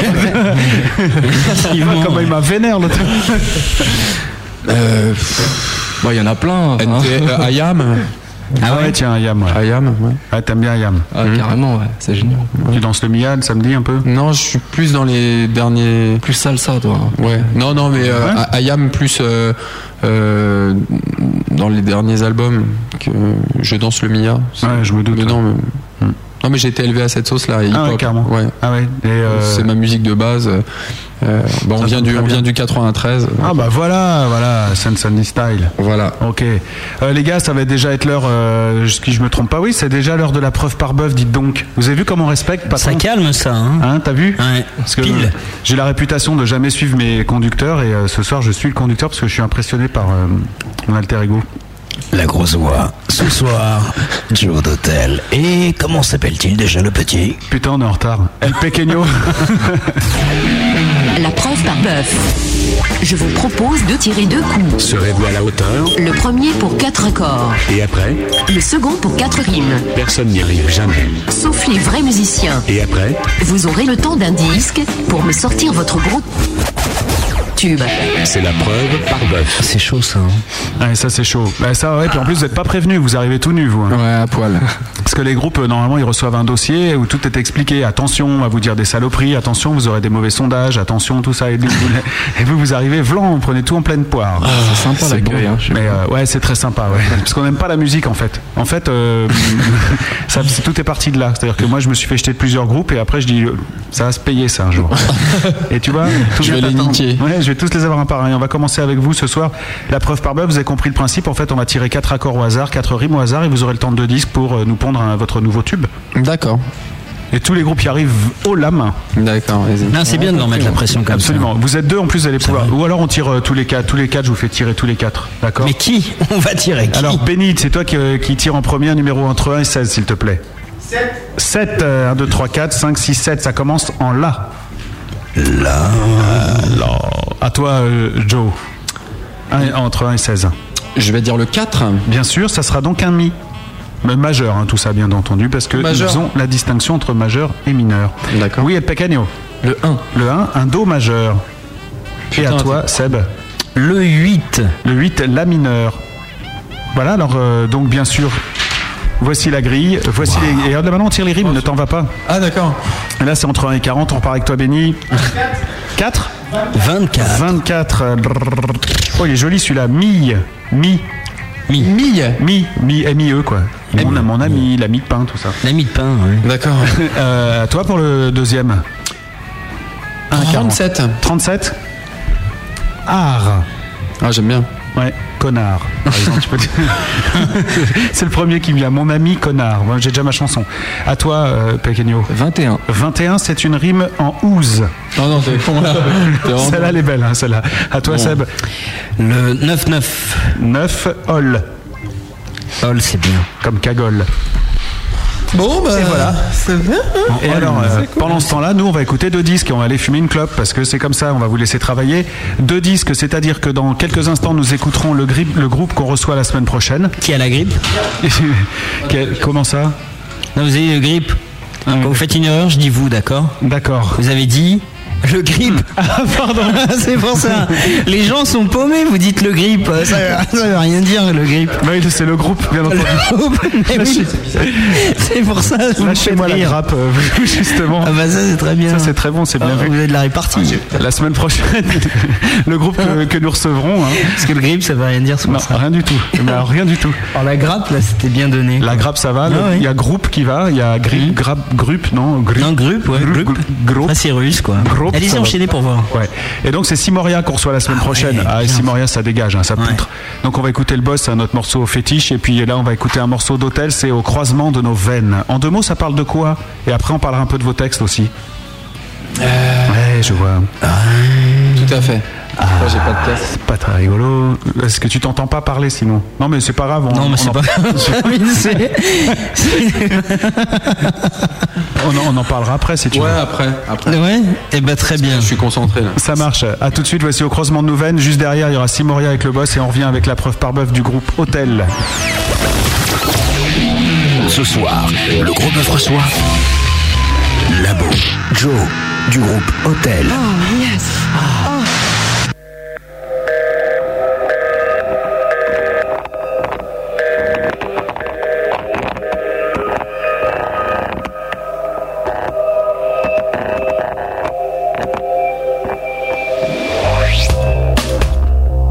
C: Tu vois comment Ah, il Ah m'a vénère le truc.
D: Euh,
I: Il y en a plein. enfin, hein.
D: NT, euh, IAM
C: Ah ouais, tiens, Ayam. Ouais.
D: IAM, ouais.
C: Ah, t'aimes bien Ayam.
I: Ah, Carrément, ouais, c'est génial.
C: Tu danses le Mian samedi un peu
D: Non, je suis plus dans les derniers.
I: Plus salsa, toi. hein.
D: Ouais. Non, non, mais euh,
C: Ouais.
D: I- I am plus euh, euh, dans les derniers albums que je danse le Mia. C'est-
C: Ouais, je me doute.
D: Mais non, mais- Non, mais j'ai été élevé à cette sauce-là.
C: Ah ouais, carrément. Ah ouais.
D: C'est ma musique de base. Euh, bon, on
C: Ça
D: vient
C: tombe
D: du,
C: très
D: on
C: bien.
D: vient du 93.
C: Ah bah voilà, voilà, Sun Sunny Style.
D: Voilà.
C: Ok. Euh, les gars, ça va déjà être l'heure, euh, si je me trompe pas, oui, c'est déjà l'heure de la preuve par bœuf, dites donc. Vous avez vu comment on respecte patron
B: Ça calme ça. Hein.
C: Hein, t'as vu
B: Ouais.
C: Parce que
B: Pile.
C: j'ai la réputation de jamais suivre mes conducteurs et euh, ce soir je suis le conducteur parce que je suis impressionné par euh, mon alter ego.
F: La grosse voix. Ce soir, Joe d'hôtel. Et comment s'appelle-t-il déjà le petit
C: Putain, on est en retard. El Pequeño.
E: La preuve par bœuf. Je vous propose de tirer deux coups.
F: Serez-vous à la hauteur
E: Le premier pour quatre accords,
F: Et après
E: le second pour quatre rimes.
F: Personne n'y arrive jamais.
E: Sauf les vrais musiciens.
F: Et après
E: Vous aurez le temps d'un disque pour me sortir votre gros tube.
F: C'est la preuve par bœuf.
B: C'est chaud ça.
C: Ouais, ça c'est chaud. Bah, ça ouais, puis en plus vous n'êtes pas prévenus, vous arrivez tout nus vous. hein.
D: Ouais, à poil.
C: Parce que les groupes, euh, normalement, ils reçoivent un dossier où tout est expliqué. Attention, on va vous dire des saloperies. Attention, vous aurez des mauvais sondages. Attention, tout ça. Et vous, vous- et vous, vous arrivez, vlan, vous prenez tout en pleine poire.
H: C'est sympa
D: c'est
H: l'accueil.
D: bon.
H: hein, je sais
C: Mais euh, ouais, c'est très sympa, ouais. Parce qu'on n'aime pas la musique en fait. En fait, euh, ça, c'est- tout est parti de là. C'est-à-dire que moi, je me suis fait jeter de plusieurs groupes et après, je dis, euh, ça va se payer ça un jour. et tu vois, tout
D: Je
C: vient
D: vais les
C: t'attendre.
D: niquer.
C: Ouais, je vais tous les avoir un par un. Et On va commencer avec vous ce soir. La preuve par bœuf, vous avez compris le principe. En fait, on va tirer quatre accords au hasard, quatre rimes au hasard et vous aurez le temps de disques pour euh, nous pondre un- votre nouveau tube.
D: D'accord.
C: Et tous les groupes y arrivent haut la main.
D: D'accord, vas-y.
B: Non, c'est bien de leur mettre la pression comme
C: Absolument. Vous êtes deux en plus, vous allez pouvoir. Ou alors on tire euh, tous les quatre. Tous les quatre, je vous fais tirer tous les quatre.
B: ça.
C: D'accord
B: Mais qui On va tirer qui
C: Alors Benny, c'est toi qui, euh, qui tire en premier un numéro entre 1 et 16, s'il te plaît. euh, 7. 7, 1, 2, 3, 4, 5, 6, 7. Ça commence en La. La. La. À toi, euh, Joe. Un- entre 1 et 16.
D: Je vais dire le 4.
C: Bien sûr, ça sera donc un Mi. Mais Majeur, hein, tout ça, bien entendu, parce que nous
D: Majeur.
C: faisons la distinction entre majeur et mineur.
D: D'accord.
C: Oui, El Pecagno.
D: Le 1.
C: Le 1, un Do majeur. et
D: Putain,
C: à toi, Seb.
B: Le 8.
C: Le 8, la mineure. Voilà, alors euh, donc bien sûr, voici la grille, voici les... Et là maintenant on tire les rimes, ne t'en va pas.
D: Ah, d'accord.
C: Et là c'est entre 1 et 40, on repart avec toi Benny. 4
B: 24.
C: 24. euh, brrr. Oh il est joli celui-là, mi, mi,
D: Mille.
C: mi, mi, M-I-E quoi. Mon, mon ami, l'ami de pain, tout ça.
B: L'ami de pain, ouais.
D: D'accord.
C: Euh, à toi pour le deuxième. 1
D: 47.
C: 37 Art.
D: Ah, j'aime bien.
C: Ouais, connard. par exemple, tu peux dire. c'est le premier qui me vient. Mon ami connard. Moi, j'ai déjà ma chanson. À toi, euh, Pequeño.
H: pas. 21.
C: 21, c'est une rime en ouze.
D: Non, non, t'es con là. T'es vraiment-
C: Celle-là, elle est belle, hein, celle-là. À toi, Seb.
B: Le 9-9.
C: 9, hol,
B: Oh, le c'est bien.
C: comme cagole.
D: Bon, bah. voilà.
C: Et alors, euh, pendant ce temps-là, nous, on va écouter deux disques et on va aller fumer une clope parce que c'est comme ça, on va vous laisser travailler. Deux disques, c'est-à-dire que dans quelques instants, nous écouterons le, grip- le groupe qu'on reçoit la semaine prochaine.
B: Qui a la grippe
C: Quel- Comment ça
B: Non, vous avez le grippe. Quand vous faites une erreur, je dis vous, d'accord
C: D'accord.
B: Vous avez dit le grippe. Ah, pardon, c'est pour ça. Les gens sont paumés, vous dites le grippe. Ça, ça veut rien dire, le grippe.
C: Bah Oui, c'est le groupe, bien entendu.
B: Mais Eh oui, c'est pour ça. vous me
C: Lâchez-moi
B: faites
C: la
B: rire.
C: grappe, euh, justement.
B: Ah, bah ça, c'est très bien.
C: Ça, c'est très bon, c'est bien
B: Ah,
C: vu.
B: Vous avez de la répartie.
C: La semaine prochaine, le groupe que, que nous recevrons. hein.
B: Parce que le grippe, ça veut rien dire sur
C: Non,
B: ça.
C: rien du tout. Mais alors, rien du tout.
B: Alors la grappe, là, c'était bien donné.
C: La grappe, ça va. le- Il
B: Ah ouais.
C: y a groupe qui va. Il y a gri, grappe, gruppe, non Gruppe.
B: Non, groupe, ouais,
C: Groupe,
B: groupe.
C: groupe.
B: Ah, c'est russe, quoi.
C: Groupe, ça
B: Allez-y,
C: va.
B: enchaîner pour voir.
C: Ouais. Et donc c'est Simoria qu'on reçoit la semaine
B: Ah
C: prochaine.
B: ouais,
C: ah, et
B: bien.
C: Simoria, ça dégage, hein, ça
B: Ouais.
C: poutre. Donc on va écouter le boss, c'est notre morceau fétiche. Et puis là, on va écouter un morceau d'hôtel, c'est au croisement de nos veines. En deux mots, ça parle de quoi Et après, on parlera un peu de vos textes aussi.
B: Euh.
C: Ouais, je vois.
D: Tout à fait. Ah, j'ai pas de place.
C: Pas très rigolo. Est-ce que tu t'entends pas parler sinon Non, mais c'est pas grave. on-
B: Non, mais
C: on
B: c'est
C: en-
B: pas. Mais c'est-
C: On, en- on en parlera après si tu
D: Ouais,
C: veux.
D: après. Après.
B: ouais Eh ben, très bien.
D: Je suis concentré là.
C: Ça marche. À tout de suite. Voici au croisement de nos veines. Juste derrière, il y aura Simoria avec le boss et on revient avec la preuve par bœuf du groupe Hôtel.
F: Ce soir, le gros bœuf reçoit. Labo. Joe, du groupe Hôtel.
G: Joe,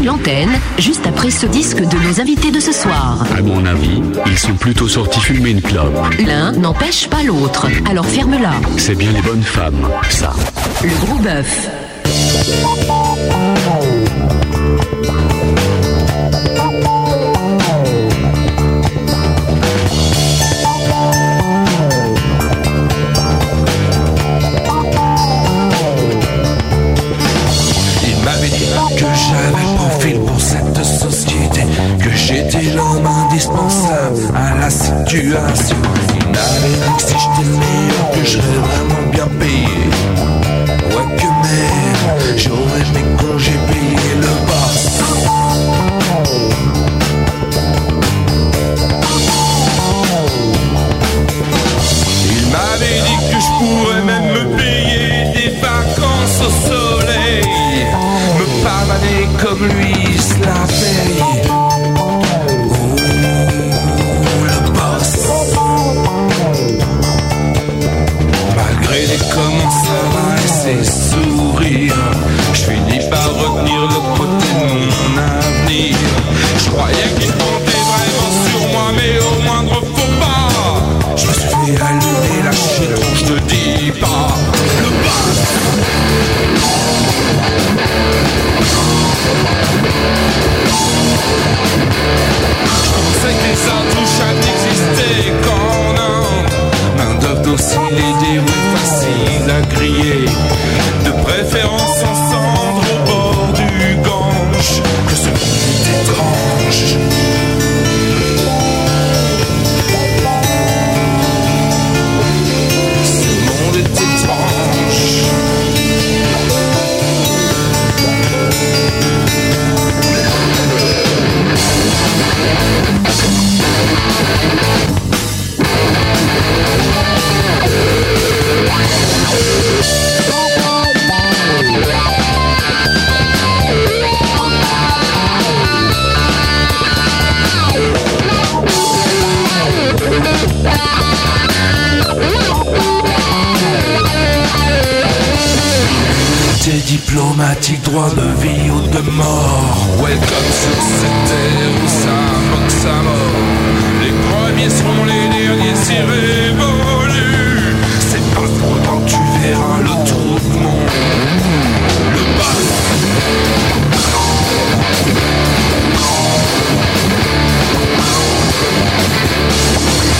E: de l'antenne, juste après ce disque de nos invités de ce soir.
K: À mon avis, ils sont plutôt sortis fumer une clope.
E: L'un n'empêche pas l'autre, alors ferme-la.
K: C'est bien les bonnes femmes, ça.
E: Le gros bœuf.
L: Il m'avait dit que j'avais le profil pour cette société, que j'étais l'homme indispensable à la situation. Il m'avait dit que si j'étais le meilleur, que je serais vraiment bien payé. Ouais que même, j'aurais mes congés payés le boss. Il m'avait dit que je pourrais même me payer des vacances au soleil. Me pavaner comme lui se la paye. Ouh, le boss. Malgré les commentaires et ses sourires, je finis par retenir le côté de mon avenir. Je croyais qu'il comptait vraiment sur moi, mais au moindre faux pas, je me suis fait allumer la chute, je te dis pas. Le Je pensais que les intouchables n'existaient qu'en Inde. Main d'œuvre docile et déroule facile à griller. De préférence en cendre au bord du Gange. Que ce monde est étrange. Ce monde est étrange. T'es diplomatique, droit de vie ou de mort. Welcome sur cette terre où ça moque sa mort. Les premiers seront les derniers, c'est révolu. C'est pas pour autant que tu verras le trou de mon le bas.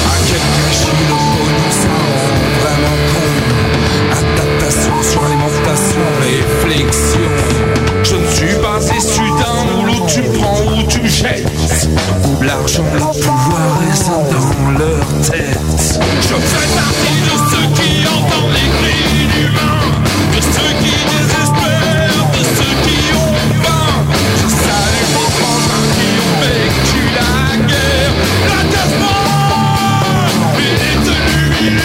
L: À quel gâchis le pognon, ça rend vraiment con. Adaptation sur alimentation, réflexion. Je ne suis pas issu d'un moule où tu prends ou tu jettes. Où l'argent, le pouvoir et ça dans leur tête. Je fais partie de ceux qui entendent les cris d'humains, de ceux qui désespèrent, de ceux qui ont faim. Je salue mon frangin qui ont vécu la guerre. La diaspora, minute de nuit,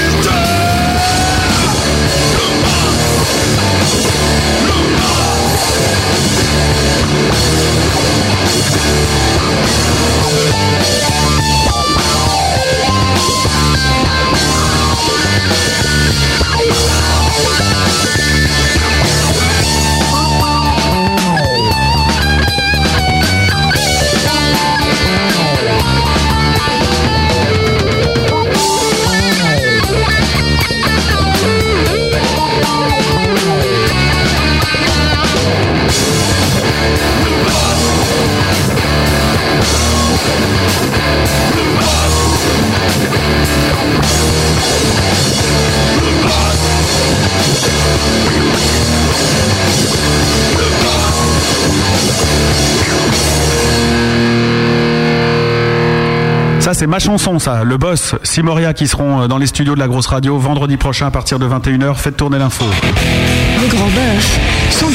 C: Ça, c'est ma chanson, ça. Le boss, Simoria, qui seront euh, dans les studios de la grosse radio vendredi prochain à partir de 21h. Faites tourner l'info.
M: Le grand bœuf, 100%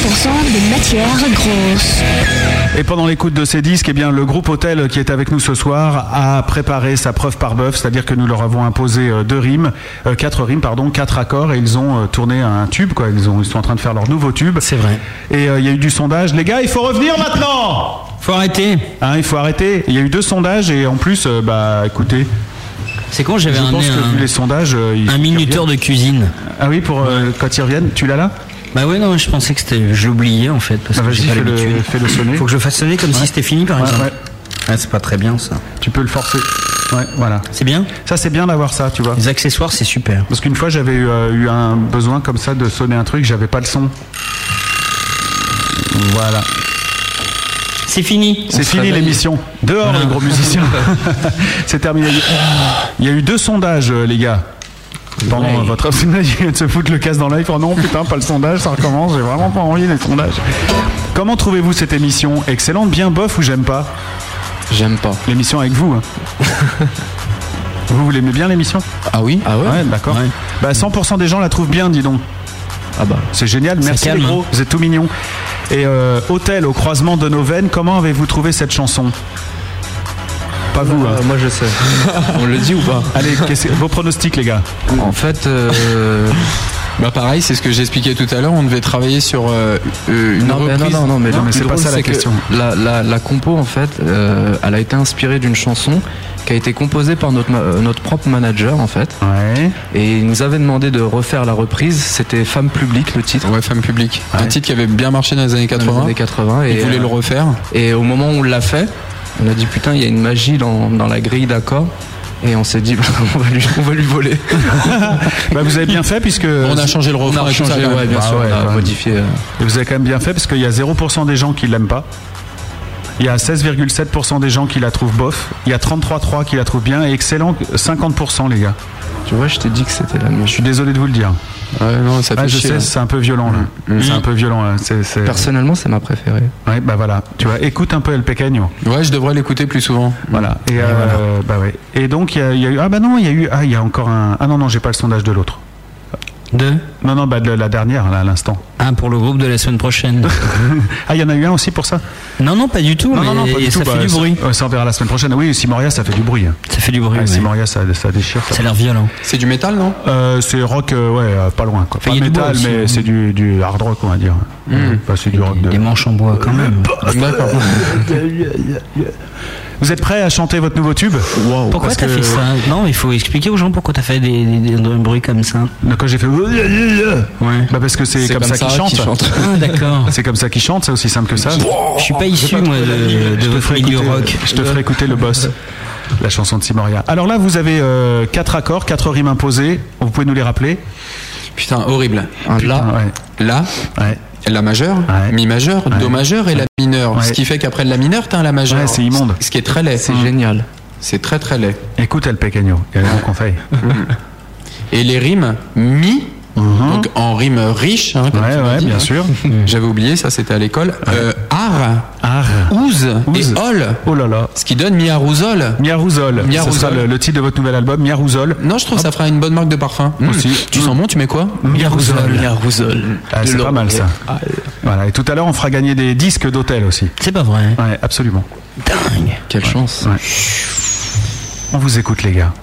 M: de matière grosse.
C: Et pendant l'écoute de ces disques, eh bien, le groupe Hôtel qui est avec nous ce soir a préparé sa preuve par bœuf, c'est-à-dire que nous leur avons imposé euh, deux rimes, euh, quatre rimes, pardon, quatre accords, et ils ont euh, tourné un tube, quoi. Ils, ont, ils sont en train de faire leur nouveau tube. C'est vrai. Et euh, il y a eu du sondage. Les gars, il faut revenir maintenant Faut arrêter. Hein, il faut arrêter. Il y a eu deux sondages, et en plus, euh, bah, écoutez.
B: C'est con, j'avais
C: Je
B: ramené
C: pense que
B: un-
C: vu les sondages. euh, ils-
B: un
C: ils
B: minuteur
C: reviennent.
B: de cuisine.
C: Ah oui, pour euh, quand ils reviennent, tu l'as là
B: Bah ouais, non, je pensais que c'était. Je l'oubliais en fait. Parce
C: Bah,
B: que
C: vas-y,
B: j'ai pas
C: fais le-
B: l'habitude.
C: fais le sonner.
B: Faut que je fasse sonner comme si c'était fini par
C: Ouais,
B: exemple.
C: ouais.
B: Ah, c'est pas très bien ça.
C: Tu peux le forcer. Ouais, voilà.
B: C'est bien
C: Ça, c'est bien d'avoir ça, tu vois.
B: Les accessoires, c'est super.
C: Parce qu'une fois, j'avais eu, euh, eu un besoin comme ça de sonner un truc, j'avais pas le son. Voilà.
B: C'est fini.
C: C'est
B: On se
C: fini
B: réveille.
C: l'émission. Dehors,
B: Voilà.
C: les gros musiciens. c'est terminé. Il y a eu deux sondages, euh, les gars. Pendant
B: Ouais.
C: votre absence, il vient de se foutre le casse dans live. Oh non, putain, pas le sondage, ça recommence. J'ai vraiment pas envie les sondages. Comment trouvez-vous cette émission Excellente, bien bof ou j'aime pas
H: J'aime pas.
C: L'émission avec vous. hein. vous, vous l'aimez bien l'émission
H: Ah oui Ah ouais,
C: D'accord. Bah, 100% des gens la trouvent bien, dis donc.
H: Ah bah.
C: C'est génial,
H: Ça
C: merci
H: calme,
C: les gros,
H: hein.
C: vous êtes tout mignons. Et euh, Hôtel au croisement de nos veines, comment avez-vous trouvé cette chanson Pas vous,
I: Euh,
C: hein.
H: Moi je sais. On le dit ou pas
C: Allez, qu'est-ce que- vos pronostics, les gars.
D: En fait, euh, bah pareil, c'est ce que j'expliquais tout à l'heure. On devait travailler sur euh, euh, une
H: non, mais
I: ben
D: reprise.
H: non, non, non, mais, le plus
D: c'est pas
H: drôle,
D: ça la
H: que
D: question.
H: La, la- la compo, en fait, euh, elle a été inspirée d'une chanson qui a été composée par notre, ma- euh, notre propre manager, en fait. Et il nous avait demandé de refaire la reprise. C'était Femme publique, le titre.
D: Ouais, Femme publique. Un titre qui avait bien marché dans les années 80.
H: années 80,
D: Ils
H: et,
D: voulaient
H: euh,
D: le refaire.
H: Et au moment où on l'a fait, on a dit putain, il y a une magie dans, dans la grille d'accord. Et on s'est dit, bah, on, va lui, on va lui voler.
C: Bah, vous avez bien fait puisque.
D: On a changé le refrain
H: On a
D: et tout ça,
H: changé,
D: quand même.
H: ouais, bien
D: Bah
H: sûr,
D: ouais,
H: on a
D: quand même.
H: modifié. euh,
C: Et vous avez quand même bien fait parce qu'il y a 0% des gens qui l'aiment pas. Il y a 16,7% des gens qui la trouvent bof. Il y a 33,3% qui la trouvent bien et excellent 50%, les gars.
H: Tu vois, je t'ai dit que c'était la
C: Je
H: mienne.
C: suis désolé de vous le dire.
D: Ouais, non, ça
C: Ah,
D: fait
C: je
D: chier, hein.
C: sais,
D: ouais.
C: c'est un peu violent là. C'est un peu violent là. C'est- c'est-
H: Personnellement, c'est ma préférée.
C: Ouais, bah voilà. Tu vois, écoute un peu El Pequeño.
D: Ouais, je devrais l'écouter plus souvent.
C: Voilà. Et, euh, bah ouais. Et donc il y, a- il y a eu ah bah non il y a eu ah il y a encore un ah non non j'ai pas le sondage de l'autre.
B: Deux
C: Non non bah de la dernière là à l'instant.
B: Un Ah, pour le groupe de la semaine prochaine.
C: ah il y en a eu un aussi pour ça.
B: Non, non, pas du tout. mais
C: pas du
B: ça
C: tout,
B: fait
C: bah,
B: du
C: ça-
B: bruit.
C: ouais, Ça on verra la semaine prochaine. Oui Simoria ça fait du bruit.
B: Ça fait du bruit.
C: Ah,
B: ouais.
C: Simoria ça ça déchire. ça.
B: Ça a l'air violent.
D: C'est du métal, non
C: Euh, c'est rock euh, ouais euh, pas loin quoi.
B: Fait,
C: Pas
B: il y a du bois
C: métal
B: aussi,
C: mais
B: hein.
C: c'est du, du hard rock on va dire. Bah, c'est du rock de.
B: Des manches en bois quand même.
D: D'accord.
C: Vous êtes prêts à chanter votre nouveau tube Wow.
B: Pourquoi
C: parce
B: t'as
C: que-
B: fait ça Non, il faut expliquer aux gens pourquoi t'as fait des, des, des- des bruits comme ça.
C: Quand j'ai fait
B: Ouais.
C: bah parce que c'est comme, ça qu'ils chantent.
B: Ah, d'accord.
C: C'est comme ça qu'ils chantent, c'est aussi simple que ça.
B: Je suis pas issu, moi, de, de votre
C: ferai
B: milieu
C: écouter-
B: rock.
C: Je te ferai écouter le boss. La chanson de Simoria. Alors là, vous avez euh, quatre accords, quatre rimes imposées. Vous pouvez nous les rappeler
D: Putain, horrible.
H: Un
D: Ah.
H: là,
C: Ouais.
D: Là,
C: Ouais.
D: la majeure,
C: Ouais.
D: mi majeur, do majeur et la mineure.
C: Ouais.
D: Ce qui fait qu'après la mineure, t'as un la majeure.
C: Ouais, c'est immonde.
D: Ce qui est très laid. Mmh.
H: c'est génial.
D: C'est très très laid.
C: Écoute, El Pequeño. Il y a un conseil.
D: Et les rimes mi, donc en rime riche, hein, comme
C: Ouais,
D: tu l'as
C: ouais,
D: dit,
C: bien
D: hein.
C: sûr.
D: J'avais oublié, ça c'était à l'école. Euh, ar,
C: Ar.
D: ouze
C: Ouze.
D: et ol,
C: Oh là là.
D: ce qui donne mi arousol.
C: Miarouzol. Ce
D: Miarouzol.
C: sera le, le titre de votre nouvel album, Miarouzol.
D: Non, je trouve que ça fera une bonne marque de parfum. Mmh.
C: Aussi.
D: Tu sens bon, tu mets quoi
B: Mmh.
C: Miarouzol.
H: Yarouzol.
C: Ah, c'est pas mal ça. Voilà. Et tout à l'heure, on fera gagner des disques d'hôtel aussi.
B: C'est pas vrai.
C: Ouais, absolument.
H: Quelle chance.
C: On vous écoute, les gars.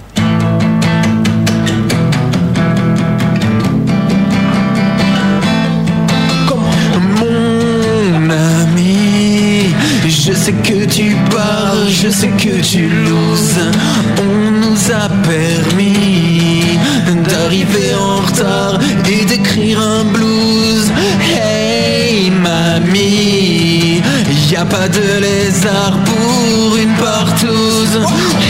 I: Mon ami, je sais que tu pars, je sais que tu loses. On nous a permis d'arriver en retard et d'écrire un blues. Hey mamie, y a pas de lézard pour une partouze.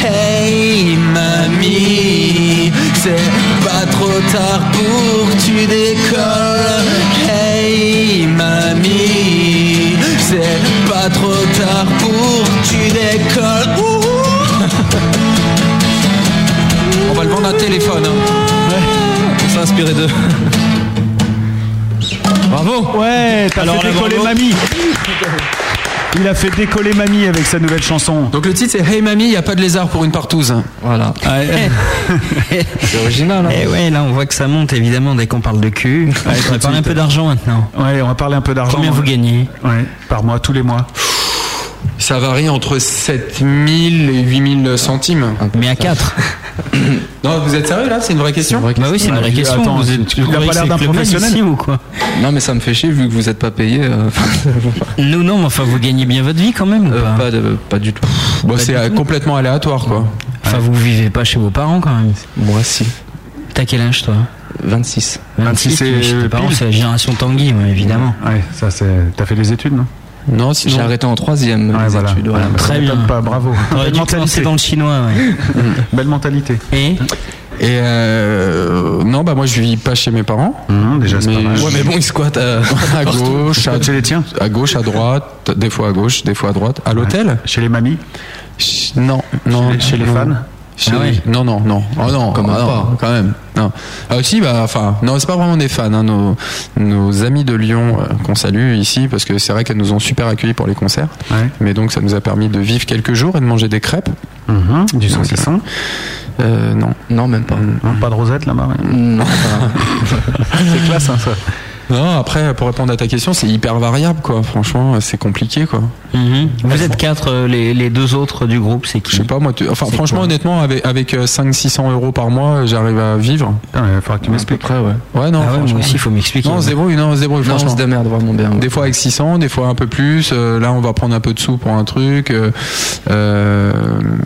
I: Hey mamie, c'est pas trop tard pour que tu décolles. Hey mamie, c'est pas trop tard pour que tu décolles. Ouh.
D: On va le vendre un téléphone. hein. Ouais. On s'est inspiré d'eux. Bravo
C: Ouais, t'as
D: Alors,
C: fait
D: là,
C: décoller
D: bravo.
C: mamie. Il a fait décoller mamie avec sa nouvelle chanson.
D: Donc le titre c'est Hey mamie, y a pas de lézard pour une partouze.
H: Voilà. C'est original. hein.
B: Eh ouais, là on voit que ça monte évidemment dès qu'on parle de cul.
C: Ouais,
B: on va parler un peu d'argent maintenant.
C: Ouais, on va parler un peu d'argent.
B: Combien vous gagnez
C: Ouais, par mois, tous les mois.
D: Ça varie entre 7000 et 8000 centimes.
B: Mais à 4.
D: Non, vous êtes sérieux là C'est une vraie question
B: Bah oui, c'est une
C: Ouais,
B: vraie
C: je-
B: question.
C: attends,
B: vous êtes-
C: tu- tu
B: vous
C: n'as pas l'air
B: croyez
C: d'un
B: que c'est que le même
C: professionnel.
B: ici ou quoi
H: Non, mais ça me fait chier vu que vous êtes pas payé. euh,
B: Non, non, mais enfin vous gagnez bien votre vie quand même. ou
H: euh,
B: pas
H: pas, de- pas du tout.
D: Bon, c'est euh, complètement aléatoire quoi.
B: Enfin, vous vivez pas chez vos parents quand même.
H: Moi, si.
B: T'as quel âge toi
H: 26.
B: 26
H: et
B: et
H: pile.
B: c'est la génération Tanguy, ouais, évidemment.
C: Ouais, ça c'est. T'as fait les études, non
H: Non, sinon- J'ai arrêté en troisième,
C: Ouais,
H: les
C: voilà.
H: études, ouais.
C: Voilà, bah, ça
H: Très
C: m'étonne
H: bien.
C: Pas, bravo.
H: T'aurais
C: Belle
H: dû
C: mentalité.
H: commencer dans le chinois,
C: Belle mentalité.
B: Et
D: et euh, non bah moi je vis pas chez mes parents.
C: Mmh, déjà, c'est
D: mais,
C: pas mal.
D: Ouais mais bon ils squattent euh, à gauche, à,
C: Chez les tiens.
D: À gauche, à droite, des fois à gauche, des fois à droite. À l'hôtel.
C: Chez les mamies.
D: Non non.
C: Chez les
D: non.
C: fans
D: Chez
C: Ah
D: les-
C: ouais.
D: Non non non oh non
C: Quand
D: ah
C: même
D: non,
C: pas.
D: quand même non ah aussi bah enfin non c'est pas vraiment des fans hein, nos nos amis de Lyon euh, qu'on salue ici parce que c'est vrai qu'elles nous ont super accueillis pour les concerts
C: Ouais.
D: mais donc ça nous a permis de vivre quelques jours et de manger des crêpes
C: Mmh, Du saucisson
D: euh, non
H: non même pas
C: Pas de rosette là-bas ouais.
H: Non.
C: C'est classe, hein, ça.
D: Non, après, pour répondre à ta question, c'est hyper variable, quoi. Franchement, c'est compliqué, quoi.
B: Mhm. Vous êtes quatre, euh, les, les deux autres du groupe, c'est qui
D: Je sais pas, moi, tu- enfin,
B: C'est
D: franchement,
B: quoi
D: honnêtement, avec, avec euh, 500-600 euros par mois, j'arrive à vivre.
C: il faudra que tu m'expliques.
H: ouais.
D: Ouais, non,
B: Ah ouais,
D: franchement.
B: moi aussi, il faut m'expliquer.
D: Non, on se débrouille, non, on se débrouille,
H: Non,
D: franchement.
H: on se démerde vraiment bien.
D: Des fois avec 600, des fois un peu plus. Euh, là, on va prendre un peu de sous pour un truc. Euh, euh,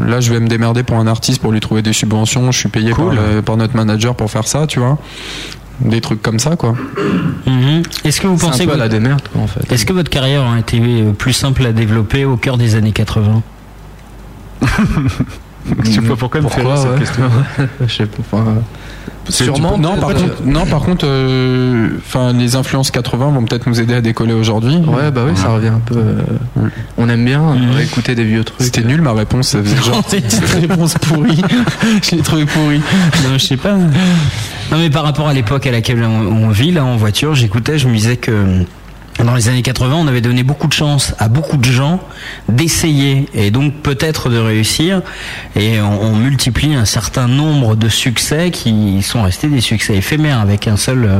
D: là, je vais me démerder pour un artiste pour lui trouver des subventions. Je suis payé par, le- par notre manager pour faire ça, tu vois. Des trucs comme ça, quoi.
B: Mhm. Est-ce que vous
D: C'est un
B: pensez
D: peu
B: que
D: à la démerde, quoi, en
B: Est-ce que votre carrière aurait été euh, plus simple à développer au cœur des années 80
C: Je sais pas pourquoi elle me fait rire, cette question.
H: Je sais pas. enfin,
D: C'est-
H: Sûrement.
D: tu- non, par contre, non, par contre, euh, enfin, les influences 80 vont peut-être nous aider à décoller aujourd'hui.
H: Ouais, bah oui, ça revient un peu. euh, on aime bien euh, écouter des vieux trucs.
D: C'était nul ma réponse. ça faisait genre une réponse pourrie. Je l'ai trouvé pourrie.
B: Non, je sais pas. Non, mais par rapport à l'époque à laquelle on, on vit, là, en voiture, j'écoutais, je me disais que dans les années 80, on avait donné beaucoup de chance à beaucoup de gens d'essayer et donc peut-être de réussir. Et on, on multiplie un certain nombre de succès qui sont restés des succès éphémères avec un seul, euh,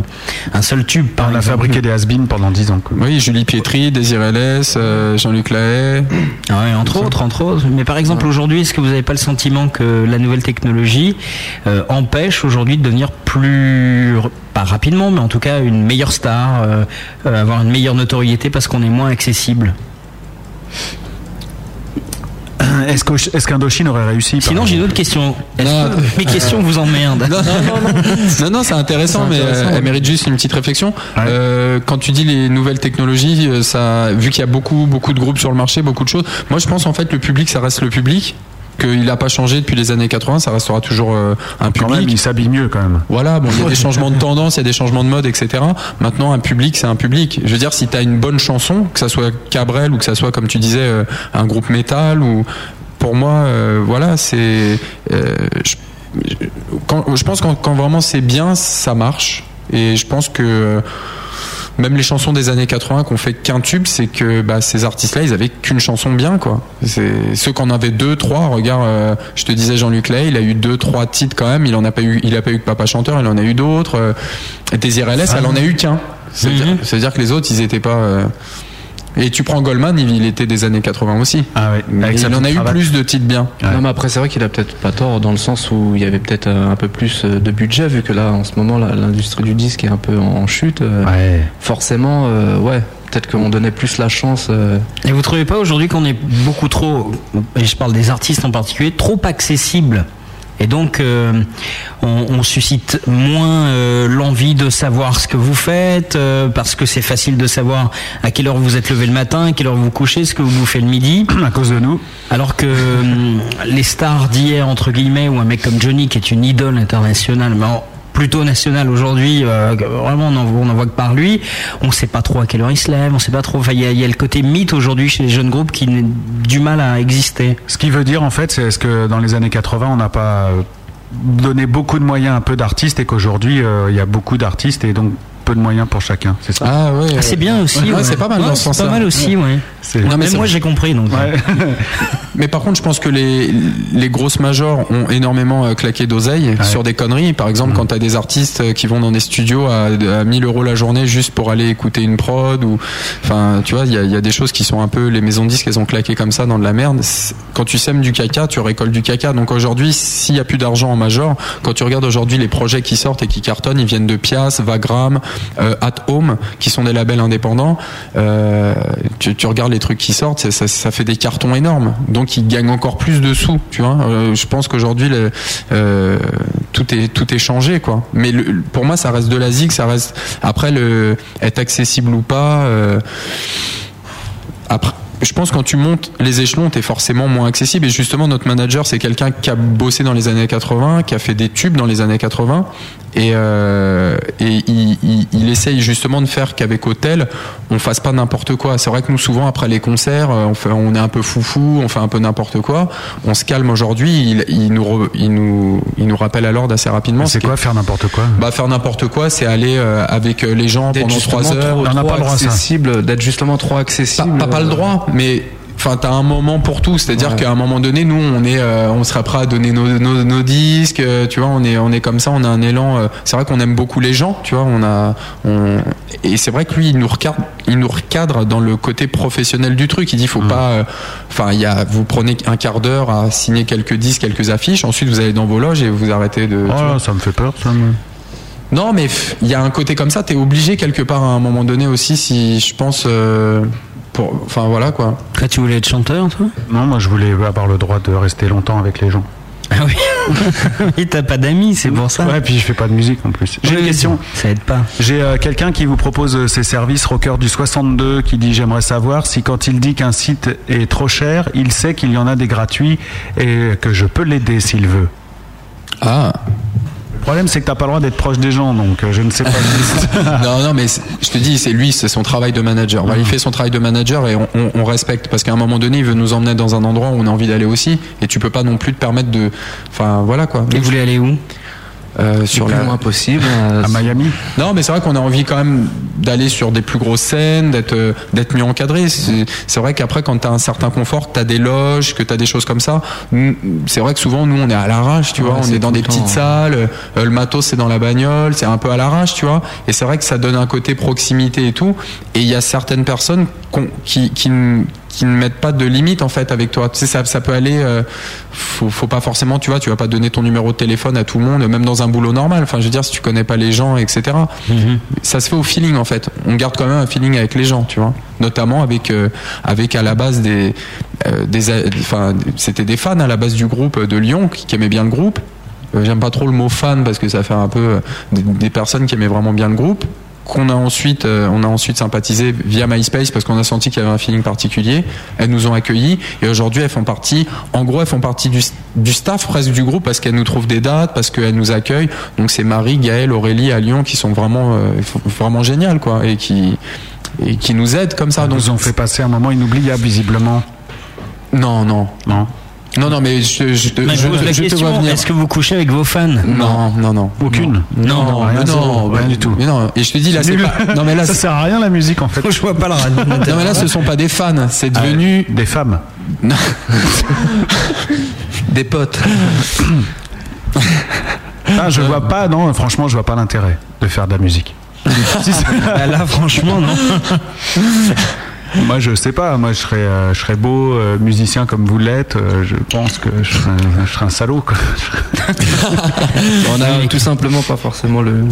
B: un seul tube. Par
C: On a
B: exemple.
C: fabriqué des has pendant 10 ans. quoi.
D: Oui, Julie Pietri, Désiré Lès, euh, Jean-Luc Lahaye.
B: Ah Ouais, entre autres, entre autres. Mais par exemple, aujourd'hui, est-ce que vous n'avez pas le sentiment que la nouvelle technologie euh, empêche aujourd'hui de devenir plus, pas rapidement, mais en tout cas une meilleure star, euh, euh, avoir une meilleure notoriété parce qu'on est moins accessible
C: Est-ce qu'au- est-ce qu'Indochine aurait réussi par
B: Sinon, j'ai une autre question. Est-ce que mes questions vous emmerdent
D: Non, non, non, non. non, non, c'est intéressant,
B: C'est
D: mais
B: intéressant,
D: euh,
B: ouais.
D: elle mérite juste une petite réflexion. Euh, quand tu dis les nouvelles technologies, euh, ça, vu qu'il y a beaucoup, beaucoup de groupes sur le marché, beaucoup de choses. Moi, je pense en fait le public, ça reste le public. Qu'il n'a pas changé depuis les années 80, ça restera toujours euh, un
C: Quand
D: public.
C: même, il s'habille mieux quand même.
D: Voilà, bon, il y a des changements de tendance, il y a des changements de mode, etc. Maintenant, un public, c'est un public. Je veux dire, si t'as une bonne chanson, que ça soit Cabrel ou que ça soit, comme tu disais, euh, un groupe métal ou, pour moi, euh, voilà, c'est, euh, je, je- quand- je pense quand, quand vraiment c'est bien, ça marche. Et je pense que euh, même les chansons des années 80 qu'on fait qu'un tube, c'est que bah, ces artistes-là, ils avaient qu'une chanson bien, quoi. C'est ceux qu'on avait deux, trois. Regarde, euh, je te disais Jean-Luc Lay, il a eu deux, trois titres quand même. Il en a pas eu, il a pas eu que Papa Chanteur, il en a eu d'autres. Euh, Et Désiré
B: Ah.
D: Less, elle en a eu qu'un. C'est-à-dire
B: Mhm.
D: c'est-à-dire que les autres, ils étaient pas. euh, Et tu prends Goldman, il, il était des années 80 aussi.
C: Ah ouais.
D: Mais
H: Avec sa
D: il en a
H: petite
D: eu
H: cravate.
D: plus de titres bien.
H: Non, mais après, c'est vrai qu'il a peut-être pas tort dans le sens où il y avait peut-être euh, un peu plus euh, de budget, vu que là, en ce moment, la- l'industrie du disque est un peu en chute. euh, Forcément, euh, ouais, peut-être qu'on donnait plus la chance. euh,
B: Et vous trouvez pas aujourd'hui qu'on est beaucoup trop, et je parle des artistes en particulier, trop accessibles et donc, euh, on, on suscite moins euh, l'envie de savoir ce que vous faites, euh, parce que c'est facile de savoir à quelle heure vous êtes levé le matin, à quelle heure vous couchez, ce que vous bouffez le midi.
C: À cause de nous.
B: Alors que euh, les stars d'hier, entre guillemets, ou un mec comme Johnny, qui est une idole internationale, mais en- plutôt nationale aujourd'hui, euh, vraiment on n'en on en voit que par lui, on ne sait pas trop à quelle heure il se lève, on sait pas trop, enfin, il y, a- il y a le côté mythe aujourd'hui chez les jeunes groupes qui n'a du mal à exister.
C: Ce qui veut dire en fait, c'est est-ce que dans les années 80, on n'a pas euh, donné beaucoup de moyens à peu d'artistes et qu'aujourd'hui, euh, il y a beaucoup d'artistes et donc peu de moyens pour chacun, c'est ça
D: Ah ouais.
B: Ah, c'est bien aussi,
D: Ouais,
B: ouais.
D: c'est pas mal
B: Ouais,
D: dans ce
B: c'est pas
D: sens-là.
B: mal aussi, ouais.
C: C'est-
B: Ouais,
D: Non, mais
B: même
D: c'est
B: moi
D: vrai.
B: j'ai compris donc.
D: Mais par contre, je pense que les, les grosses majors ont énormément euh, claqué d'oseille sur des conneries. Par exemple, quand t'as des artistes euh, qui vont dans des studios à, à 1000 euros la journée juste pour aller écouter une prod ou, enfin, tu vois, il y a, il y a des choses qui sont un peu, les maisons de disques, elles ont claqué comme ça dans de la merde. C'est- Quand tu sèmes du caca, tu récoltes du caca. Donc aujourd'hui, s'il y a plus d'argent en major, quand tu regardes aujourd'hui les projets qui sortent et qui cartonnent, ils viennent de Pias, Vagram, euh, At Home, qui sont des labels indépendants. euh, tu, tu regardes les trucs qui sortent, ça, ça- ça fait des cartons énormes. Donc ils gagnent encore plus de sous. Tu vois, Euh, je pense qu'aujourd'hui le- euh, tout est tout est changé quoi. Mais le- pour moi, ça reste de la zig, ça reste après le être accessible ou pas. euh, après, je pense que quand tu montes les échelons, t'es forcément moins accessible. Et justement, notre manager, c'est quelqu'un qui a bossé dans les années 80, qui a fait des tubes dans les années 80. Et, euh, et il, il- il essaye justement de faire qu'avec Hôtel, on fasse pas n'importe quoi. C'est vrai que nous, souvent, après les concerts, euh, on, fait, on est un peu foufou, on fait un peu n'importe quoi. On se calme aujourd'hui. Il, il nous re- il, nous, il nous rappelle à l'ordre assez rapidement.
C: C'est quoi faire n'importe quoi
D: Bah, faire n'importe quoi, c'est aller euh, avec euh, les gens
H: D'être
D: pendant
H: justement
D: trois heures.
H: trop- On n'a trop pas le droit à ça.
D: D'être justement trop accessible. T'as pas
H: euh,
D: le droit, mais. Enfin, t'as un moment pour tout, c'est-à-dire qu'à un moment donné, nous, on est, euh, on sera prêt à donner nos, nos, nos disques, euh, tu vois, on est, on est comme ça, on a un élan. euh, c'est vrai qu'on aime beaucoup les gens, tu vois, on a, on, et c'est vrai que lui, il nous recadre, il nous recadre dans le côté professionnel du truc. Il dit, faut pas, euh, enfin, il y a, vous prenez un quart d'heure à signer quelques disques, quelques affiches, ensuite vous allez dans vos loges et vous arrêtez de. tu vois.
C: Oh, ça me fait peur, ça. moi.
D: Non, mais pff, il y a un côté comme ça, t'es obligé quelque part à un moment donné aussi, si je pense. euh, pour, enfin voilà quoi.
B: tu voulais être chanteur, toi
C: Non, moi je voulais avoir le droit de rester longtemps avec les gens.
B: Ah oui Et t'as pas d'amis, c'est pour ça
C: Ouais, puis je fais pas de musique en plus. J'ai une question.
B: Ça aide pas.
C: J'ai euh, quelqu'un qui vous propose euh, ses services, Rocker du 62, qui dit J'aimerais savoir si quand il dit qu'un site est trop cher, il sait qu'il y en a des gratuits et que je peux l'aider s'il veut.
D: Ah
C: Le problème, c'est que t'as pas le droit d'être proche des gens, donc euh, je ne sais pas.
D: non, non, mais c'est- je te dis, c'est lui, c'est son travail de manager. Voilà,
B: Ah.
D: il fait son travail de manager et on, on- on respecte parce qu'à un moment donné, il veut nous emmener dans un endroit où on a envie d'aller aussi et tu peux pas non plus te permettre de. Enfin voilà quoi. Euh,
B: Et vous voulez aller où
D: sur
H: Le plus
D: la...
H: loin possible. hein,
D: À
C: Miami
D: Non, mais c'est vrai qu'on a envie quand même d'aller sur des plus grosses scènes, d'être euh, d'être mieux encadré. C'est c'est vrai qu'après, quand tu as un certain confort, tu as des loges, que tu as des choses comme ça. nous- C'est vrai que souvent, nous, on est à l'arrache, tu vois.
H: Ouais,
D: On
H: c'est
D: est dans
H: tout
D: des
H: le temps,
D: petites
H: hein.
D: salles, euh, le matos, c'est dans la bagnole, c'est un peu à l'arrache, tu vois. Et c'est vrai que ça donne un côté proximité et tout. Et il y a certaines personnes qu'on- qui, qui, n- qui ne mettent pas de limite en fait avec toi. Tu sais, ça, ça peut aller. euh, faut, faut pas forcément, tu vois, tu vas pas donner ton numéro de téléphone à tout le monde, même dans un boulot normal. Enfin, je veux dire, si tu connais pas les gens, etc. Ça se fait au feeling en fait. On garde quand même un feeling avec les gens, tu vois. Notamment avec euh, avec à la base des euh, des a- enfin c'était des fans à la base du groupe euh, de Lyon qui, qui aimaient bien le groupe. Euh, J'aime pas trop le mot fan parce que ça fait un peu euh, des, des personnes qui aimaient vraiment bien le groupe qu'on a ensuite euh, on a ensuite sympathisé via MySpace parce qu'on a senti qu'il y avait un feeling particulier. Elles nous ont accueillis et aujourd'hui elles font partie en gros elles font partie du, du staff presque du groupe parce qu'elles nous trouvent des dates parce qu'elles nous accueillent. Donc c'est Marie, Gaëlle, Aurélie à Lyon qui sont vraiment euh, f- vraiment géniales quoi et qui et qui nous aident comme ça. Donc
C: Ils ont fait passer un moment inoubliable, visiblement.
D: non non
C: non.
D: Non, non, mais je, je, te-
B: Mais je
D: je-
B: pose la
D: je te vois
B: question,
D: venir.
B: est-ce que vous couchez avec vos fans
D: Non, non, non.
C: Aucune
B: Non,
D: Non,
B: non,
D: mais
B: rien,
D: non,
B: zéro,
D: bah,
B: rien du
D: Mais non, et je te dis là,
B: C'est
D: Ah, c'est
B: nul.
D: pas. Non, mais là,
C: ça
D: c'est-
C: sert à rien la musique en fait.
B: Je vois pas le radio.
D: non, mais là, ce sont pas des fans, c'est
C: Ah
D: devenu
C: des femmes.
D: des potes.
C: Ah,
D: Euh.
C: je vois pas, non, franchement, je vois pas l'intérêt de faire de la musique.
B: Bah là, franchement, non.
C: Moi, je sais pas. Moi, je serais, euh, je serais beau euh, musicien comme vous l'êtes. euh, je pense que je serais, un- je serais un salaud. Quoi.
H: on a tout simplement pas forcément le,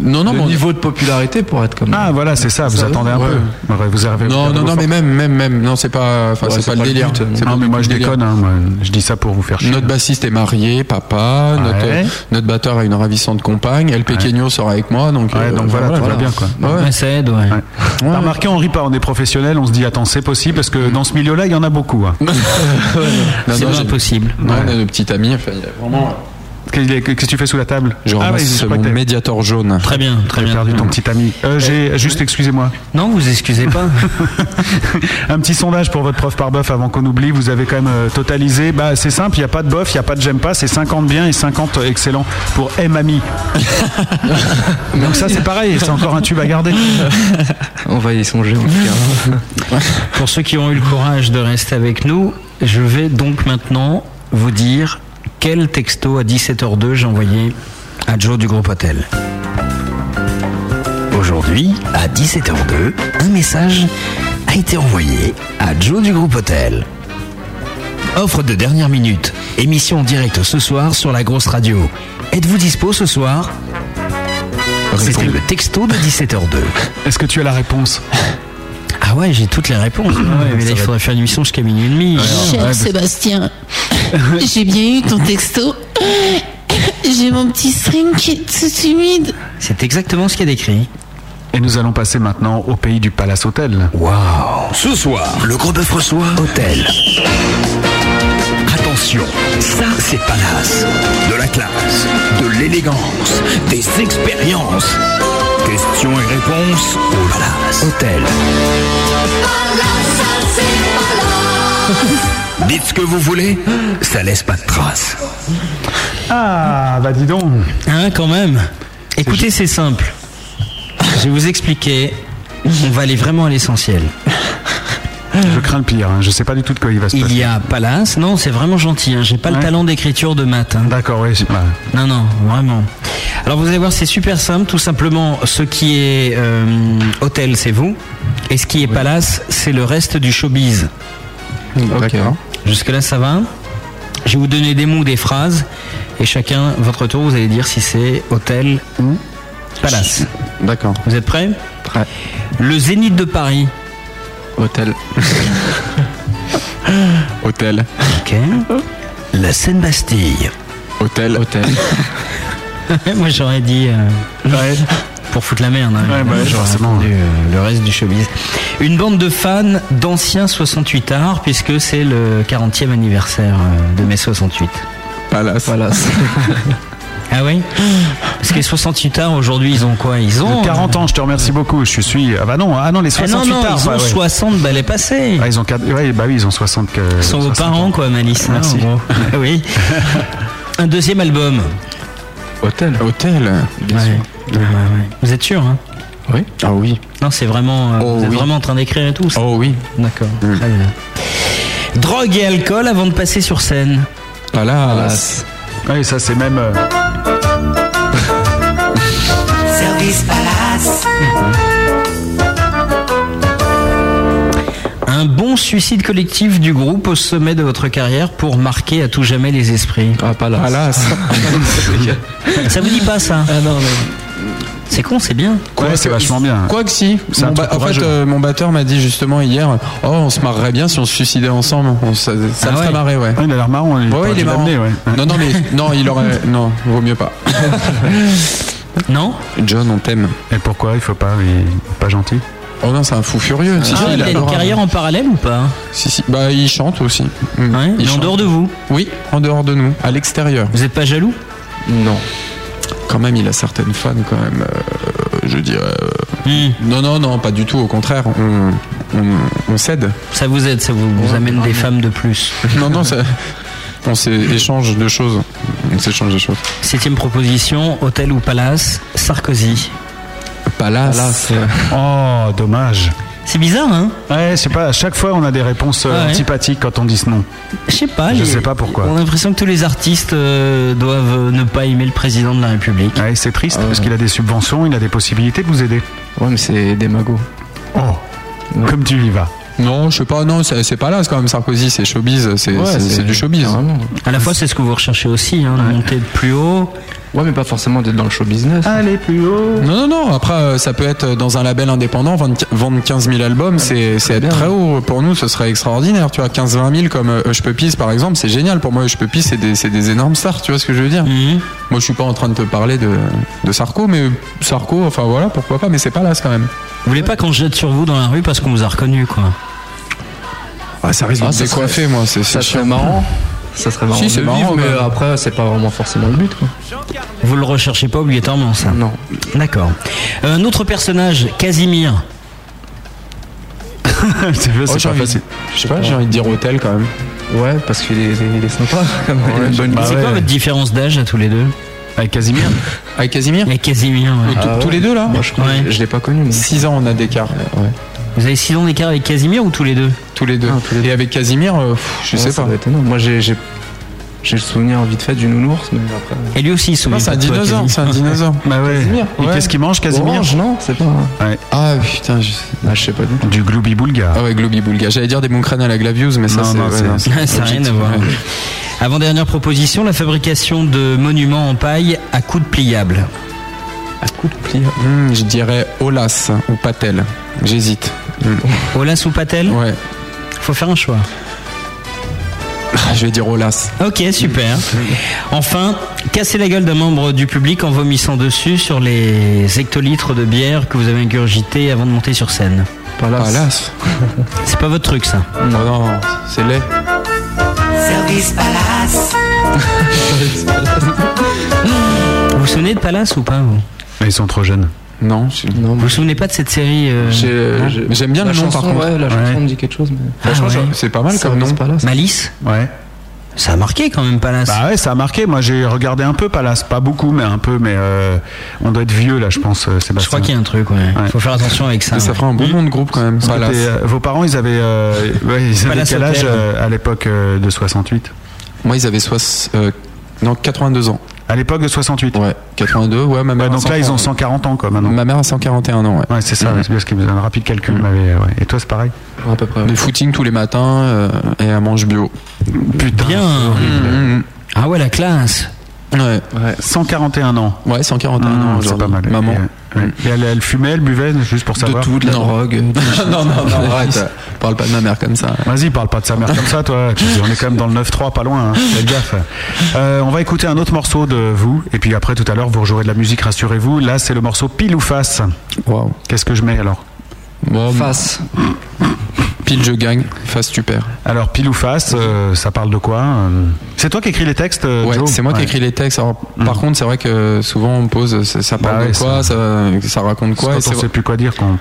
D: non, non,
H: le
D: mais on-
H: niveau de popularité pour être comme.
C: Ah, voilà, c'est ça. Vous
H: Ça va,
C: attendez un
H: ouais.
C: peu. Ouais, Vous arrivez.
D: Non, non, non, mais même, même, même, non, c'est pas, enfin,
C: Ouais,
D: c'est pas, le délire.
C: but,
D: C'est
C: non,
D: pas
C: mais
D: du
C: moi,
D: tout
C: je
D: le délire.
C: déconne. hein, moi. je dis ça pour vous faire chier.
D: Notre bassiste est marié, papa. Notre,
C: Ouais.
D: notre batteur a une ravissante compagne. El Pequeño sera avec moi, donc.
C: Ouais,
D: euh,
C: donc voilà, tout va bien, quoi.
D: Ouais.
B: Ouais, ça aide, ouais.
C: T'as remarqué, on rit pas, on est professionnel, on se dit attends, c'est possible parce que dans ce milieu-là, il y en a beaucoup. hein.
D: Non,
B: C'est
D: non,
B: pas
D: j'ai-
B: impossible.
D: Non, on a nos petits amis. Enfin, il y a vraiment.
C: Qu'est-ce que qu'est-ce que tu fais sous la table
D: Je
C: Ah oui,
D: ramasse
C: je crois
D: mon
C: que t'as-
D: médiator jaune.
B: Très bien, très
C: J'ai
B: bien.
C: perdu ton petit ami. Euh, j'ai juste, excusez-moi,
B: Non, vous excusez pas.
C: un petit sondage pour votre prof par bof avant qu'on oublie. Vous avez quand même euh, totalisé. Bah, c'est simple, il n'y a pas de bof, il n'y a pas de j'aime pas. C'est 50 bien et 50 excellent pour M ami. Donc ça, c'est pareil, c'est encore un tube à garder.
H: On va y songer en tout cas.
B: Pour ceux qui ont eu le courage de rester avec nous, je vais donc maintenant vous dire quel texto à 17h02 j'ai envoyé à Joe du groupe Hôtel.
F: Aujourd'hui, à 17h02, un message a été envoyé à Joe du groupe Hôtel. Offre de dernière minute. Émission en direct ce soir sur la grosse radio. Êtes-vous dispo ce soir
B: C'était le texto de 17h02.
C: Est-ce que tu as la réponse
B: Ah ouais, j'ai toutes les réponses. Ah ouais, mais là, il faudrait faire une émission jusqu'à minuit et demi.
J: Cher Sébastien, j'ai bien eu ton texto. J'ai mon petit string qui est tout humide.
B: C'est exactement ce qu'il y a décrit.
C: Et nous allons passer maintenant au pays du Palace Hôtel.
F: Waouh Ce soir, le gros bœuf reçoit Hôtel. Attention, ça c'est Palace. De la classe, de l'élégance, des expériences. Questions et réponses au Palace Hôtel. Dites ce que vous voulez, ça laisse pas de traces.
C: Ah, bah dis donc.
B: Hein, quand même. Écoutez, c'est simple. Je vais vous expliquer. On va aller vraiment à l'essentiel.
C: Je crains le pire, hein. je sais pas du tout de quoi il va se passer.
B: Il y a Palace. Non, c'est vraiment gentil. hein. J'ai pas le talent d'écriture de maths. hein.
C: D'accord, oui, c'est pas.
B: Non, non, vraiment. Alors vous allez voir, c'est super simple. Tout simplement, ce qui est euh, hôtel, c'est vous. Et ce qui est palace, c'est le reste du showbiz.
H: D'accord.
B: Jusque-là, ça va Je vais vous donner des mots, des phrases. Et chacun, votre tour, vous allez dire si c'est hôtel ou palace.
H: D'accord.
B: Vous êtes prêts
H: Prêt.
B: Le Zénith de Paris.
H: Hôtel.
D: Hôtel.
B: Ok. La Seine-Bastille.
D: Hôtel.
H: Hôtel.
B: Moi j'aurais dit. euh, Pour foutre la merde. hein.
C: Ouais, bah,
B: J'aurais
C: forcément.
B: entendu, euh, le reste du showbiz. Une bande de fans d'anciens 68 arts, puisque c'est le 40e anniversaire euh, de mai 68.
D: Palace.
H: Palace.
B: Ah oui Parce que les 68 arts aujourd'hui, ils ont quoi Ils ont.
C: De 40 ans, je te remercie beaucoup. Je suis. Ah bah non, ah non, les
B: Ah
C: 68
B: non, non,
C: ans,
B: ils
C: bah,
B: ont
C: ouais.
B: 60 balais passés.
C: Ah, ils ont quatre- ouais, bah oui, ils ont 60 que.
B: Ils sont vos
C: 60
B: parents,
C: ans.
B: quoi, Malice. hein,
C: Merci.
B: en gros. oui. Un deuxième album.
H: Hôtel.
D: Hôtel.
B: Ouais. Ah, Ouais, ouais, ouais. Vous êtes sûr, hein
H: Oui.
D: Ah oui.
B: Non, c'est vraiment. euh,
D: Oh,
B: vous êtes
D: oui.
B: vraiment en train d'écrire et tout ça
D: Oh oui.
B: D'accord. Très bien. Drogue et alcool avant de passer sur scène.
D: Palace.
C: Ouais, ça c'est même. euh,
N: Service Palace.
B: Un bon suicide collectif du groupe au sommet de votre carrière pour marquer à tout jamais les esprits.
H: Ah, Palace.
D: Palace.
B: Ça vous dit pas ça
H: Ah non, non.
B: C'est con, c'est bien.
C: Ouais, c'est vachement bien.
D: Quoi que si.
C: C'est
D: Mon
C: un truc
D: ba- en fait,
C: courageux.
D: euh, mon batteur m'a dit justement hier Oh, on se marrerait bien si on se suicidait ensemble. On- ça ça
B: Ah
D: me ferait
B: ouais.
D: marrer, ouais.
C: Ouais, il a l'air marrant. Il
D: Ouais, ouais,
C: aurait
D: il
C: dû
D: est marrant.
C: l'amener, ouais.
D: Non, non, mais non, il aurait. Non, vaut mieux pas.
B: Non
D: John, on t'aime.
C: Et pourquoi il faut pas Il est pas gentil.
D: Oh non, c'est un fou furieux. Si, si,
B: Ah, il a une
D: adorable.
B: carrière en parallèle ou pas hein
D: Si, si. Bah, il chante aussi. Mm.
B: Ouais,
D: Il
B: mais en
D: chante.
B: dehors de vous.
D: Oui, en dehors de nous, à l'extérieur.
B: Vous êtes pas jaloux
D: Non. Quand même, il a certaines fans, quand même. euh, je dirais. euh,
B: Hmm,
D: Non, non, non, pas du tout. Au contraire, on, on, on s'aide.
B: Ça vous aide, ça vous, vous amène des femmes de plus.
D: Non, non, ça- on s'échange de choses. On s'échange de choses.
B: Septième proposition, hôtel ou palace, Sarkozy.
D: Palace.
C: Oh, dommage.
B: C'est bizarre, hein
C: Ouais, je sais pas, à chaque fois on a des réponses euh,
B: Ah ouais.
C: antipathiques quand on dit ce nom.
B: Je sais pas.
C: Je
B: les-
C: sais pas pourquoi.
B: On a l'impression que tous les artistes euh, doivent euh, ne pas aimer le président de la République.
C: Ouais, c'est triste parce qu'il a des subventions, il a des possibilités de vous aider.
H: Ouais, mais c'est des magots.
C: Oh, comme tu y vas.
D: Non, je sais pas. Non, c'est c'est Palace quand même. Sarkozy, c'est showbiz. C'est c'est- c'est du showbiz.
H: Vraiment.
B: À la fois, c'est ce que vous recherchez aussi, hein, de monter de plus haut.
H: Ouais, mais pas forcément d'être dans le show business.
C: Allez plus haut.
D: Non, non, non. Après, euh, ça peut être dans un label indépendant, vendre qui- vendre 15 000 albums, c'est c'est être très haut. Pour nous, ce serait extraordinaire. Tu vois, 15-20 000 comme euh, Hush Puppies, par exemple, c'est génial. Pour moi, Hush Puppies, c'est des, c'est des énormes stars. Tu vois ce que je veux dire
B: Mhm.
D: Moi, je suis pas en train de te parler de, de Sarko, mais Sarko, enfin voilà, pourquoi pas, mais c'est Palace quand même.
B: Vous voulez pas qu'on se jette sur vous dans la rue parce qu'on vous a reconnu, quoi.
D: Ah, ça risque
H: Ah,
D: de
H: ça
D: décoiffer, moi. c'est
H: Ça
D: c'est
H: serait
D: chiant.
H: marrant. Ça serait marrant.
D: Si, c'est
H: de le
D: marrant,
H: vivre, mais
D: quand même.
H: après, c'est pas vraiment forcément le but, quoi.
B: Vous le recherchez pas obligatoirement, ça.
H: Non.
B: D'accord. Un autre personnage, Casimir.
C: c'est
D: Oh,
C: c'est
D: j'ai
C: pas
D: envie-
C: facile.
D: Je sais pas, j'ai envie de dire hôtel quand même.
H: Ouais, parce qu'il est, il est sympa. il a une bonne
C: Bah
B: c'est quoi
C: ouais.
B: votre différence d'âge à tous les deux
C: Avec Casimir Ah,
D: Avec Casimir
B: Et Casimir, ouais.
D: Tous- Tous les deux là
H: Moi, je crois.
B: Ouais.
H: que Je l'ai pas connu, mais.
D: 6 ans on a d'écart. Ouais.
B: Vous avez 6 ans d'écart avec Casimir ou tous les deux
D: Tous les deux.
H: Ah, tous les deux.
D: Et avec Casimir, euh, pff, je
H: Ouais,
D: sais
H: ça
D: pas.
H: doit être énorme. Moi, j'ai, j'ai, j'ai le souvenir vite fait du nounours, mais après.
B: Et lui aussi, il se souvient
D: Non, c'est un
B: pas de toi,
D: dinosaure,
B: Casimir.
D: c'est un dinosaure.
C: Bah ouais.
H: Casimir,
C: Et
D: ouais.
C: qu'est-ce qu'il mange, Casimir
H: Orange, non C'est pas.
D: Ah putain, je...
H: Ah, je sais pas du tout.
C: Du gloubi boulga.
D: Ah ouais, Globi Boulga. J'allais dire des Moncrans à la Glavius, mais ça
C: Non,
D: c'est.
C: non,
D: ouais,
C: c'est-
D: non,
B: Ah, ça n'a rien à voir. Avant-dernière proposition, la fabrication de monuments en paille à coups de pliable.
D: À coup de pliant. Hmm, je dirais Olas ou Patel. J'hésite. Hmm.
B: Olas ou Patel
D: Ouais.
B: Faut faire un choix.
D: Ah, Je vais dire Olas.
B: Ok, super. Enfin, casser la gueule d'un membre du public en vomissant dessus sur les hectolitres de bière que vous avez ingurgité avant de monter sur scène.
D: Palace.
B: C'est pas votre truc, ça
D: Non, Oh, non, c'est laid.
N: Service Palace.
B: Vous vous souvenez de Palace ou pas vous
C: Ils sont trop jeunes.
D: Non,
B: Vous vous souvenez pas de cette série euh,
D: J'ai-
B: non
D: j'ai- mais j'aime bien
H: La
D: le nom
H: chanson,
D: par contre.
H: ouais, la chanson me dit quelque chose.
B: Ah
D: Franchement,
B: ouais.
D: je- c'est pas mal comme nom.
B: Malice
C: Ouais.
B: Ça a marqué quand même Palace.
C: Bah ouais, ça a marqué. Moi, j'ai regardé un peu Palace, pas beaucoup, mais un peu. Mais euh, on doit être vieux là, je pense, euh, Sébastien.
B: Je
D: bah,
B: crois qu'il y a un truc, ouais. Faut faire attention avec ça. hein.
D: Mais ça
B: ouais.
D: ferait un bon nom de groupe quand même.
C: Parce que
D: Palace.
C: t'es, euh, vos parents, ils avaient, euh, ouais, ils avaient
D: Palace
C: quel
D: Hotel.
C: âge euh, à l'époque euh, de 68
D: Moi, ils avaient soix- euh, non, 82 ans.
C: À l'époque de 68
D: Ouais, 82, ouais, ma mère.
C: Ouais,
D: a
C: donc là,
D: 140.
C: ils ont 140 ans, quoi, maintenant.
D: Ma mère a 141 ans, ouais.
C: Ouais, c'est ça, c'est bien ce qui me donne un rapide calcul.
D: Mm.
C: m'avait, ouais. Et toi, c'est pareil
D: À peu près. Des footings tous les matins euh, et à mange bio.
C: Putain.
B: Bien. Ah ouais, la classe.
D: Ouais.
C: 141 ans.
D: Ouais, 141
C: Mmh,
D: ans.
C: C'est
D: Mm, aujourd'hui.
C: pas mal.
D: Maman. Mm.
C: Et, euh, ouais. Et elle, elle fumait, elle buvait, juste pour
D: De
C: savoir.
D: tout, de la
C: Non.
D: drogue. non, non, non, arrête. Parle pas de ma mère comme ça.
C: Vas-y, parle pas de sa mère comme ça, toi. Tu dis, On est quand même dans le 9-3, pas loin. hein. Faites gaffe. Euh, on va écouter un autre morceau de vous. Et puis après, tout à l'heure, vous rejouerez de la musique, rassurez-vous. Là, c'est le morceau pile ou face.
D: Waouh.
C: Qu'est-ce que je mets alors
H: Face.
D: Pile, je gagne. Face, tu perds.
C: Alors, pile ou face, euh, ça parle de quoi Euh, C'est toi qui écris les textes, euh,
D: Ouais,
C: Joe
D: c'est moi qui
C: Ouais. Mm.
D: écris les textes. Alors, par contre, c'est vrai que souvent on me pose ça, ça parle
C: Bah ouais,
D: de quoi, ça, ça raconte
C: Quand
D: quoi. et c'est
C: on sait
D: vrai-
C: plus quoi dire. Quand...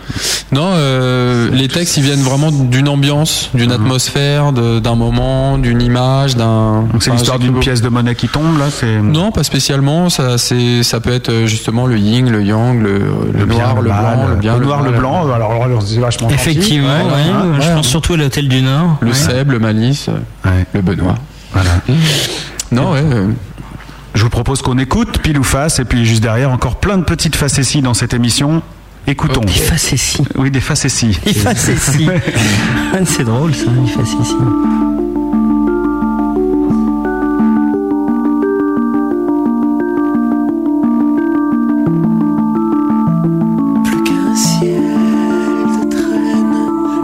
D: Non, euh, les textes ils viennent vraiment d'une ambiance,
C: Mm-hmm.
D: d'une atmosphère, de- d'un moment, d'une image, d'un.
C: Donc, c'est
D: enfin,
C: l'histoire
D: j'ai
C: d'une
D: cru-
C: pièce de monnaie qui tombe, là c'est...
D: Non, pas spécialement. Ça, c'est, ça peut être euh, justement le yin, le yang, le, le noir, le
C: mal,
D: blanc, le bien,
C: le noir,
D: mal,
C: le blanc. Alors, là, c'est vachement gentil.
B: Effectivement,
C: Ouais,
B: ouais,
C: ouais,
B: je
C: ouais.
B: pense surtout à l'hôtel du Nord.
D: le
B: Ouais.
D: seb, le malice, euh,
C: Ouais.
D: le benoît.
C: Voilà.
D: Non, ouais. euh,
C: Je vous propose qu'on écoute pile ou face, et puis juste derrière, encore plein de petites facéties dans cette émission. Écoutons.
B: Il fasse ici.
C: Oui, des facéties.
B: Il fasse ici. Ah, C'est drôle ça, il fasse ici.
I: Plus qu'un ciel te traîne,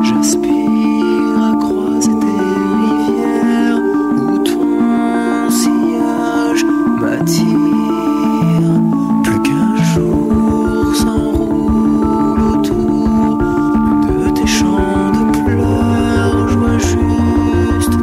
I: j'aspire à croiser tes rivières où ton sillage m'attire. Plus qu'un jour s'enroule autour de tes champs de pleurs, je vois juste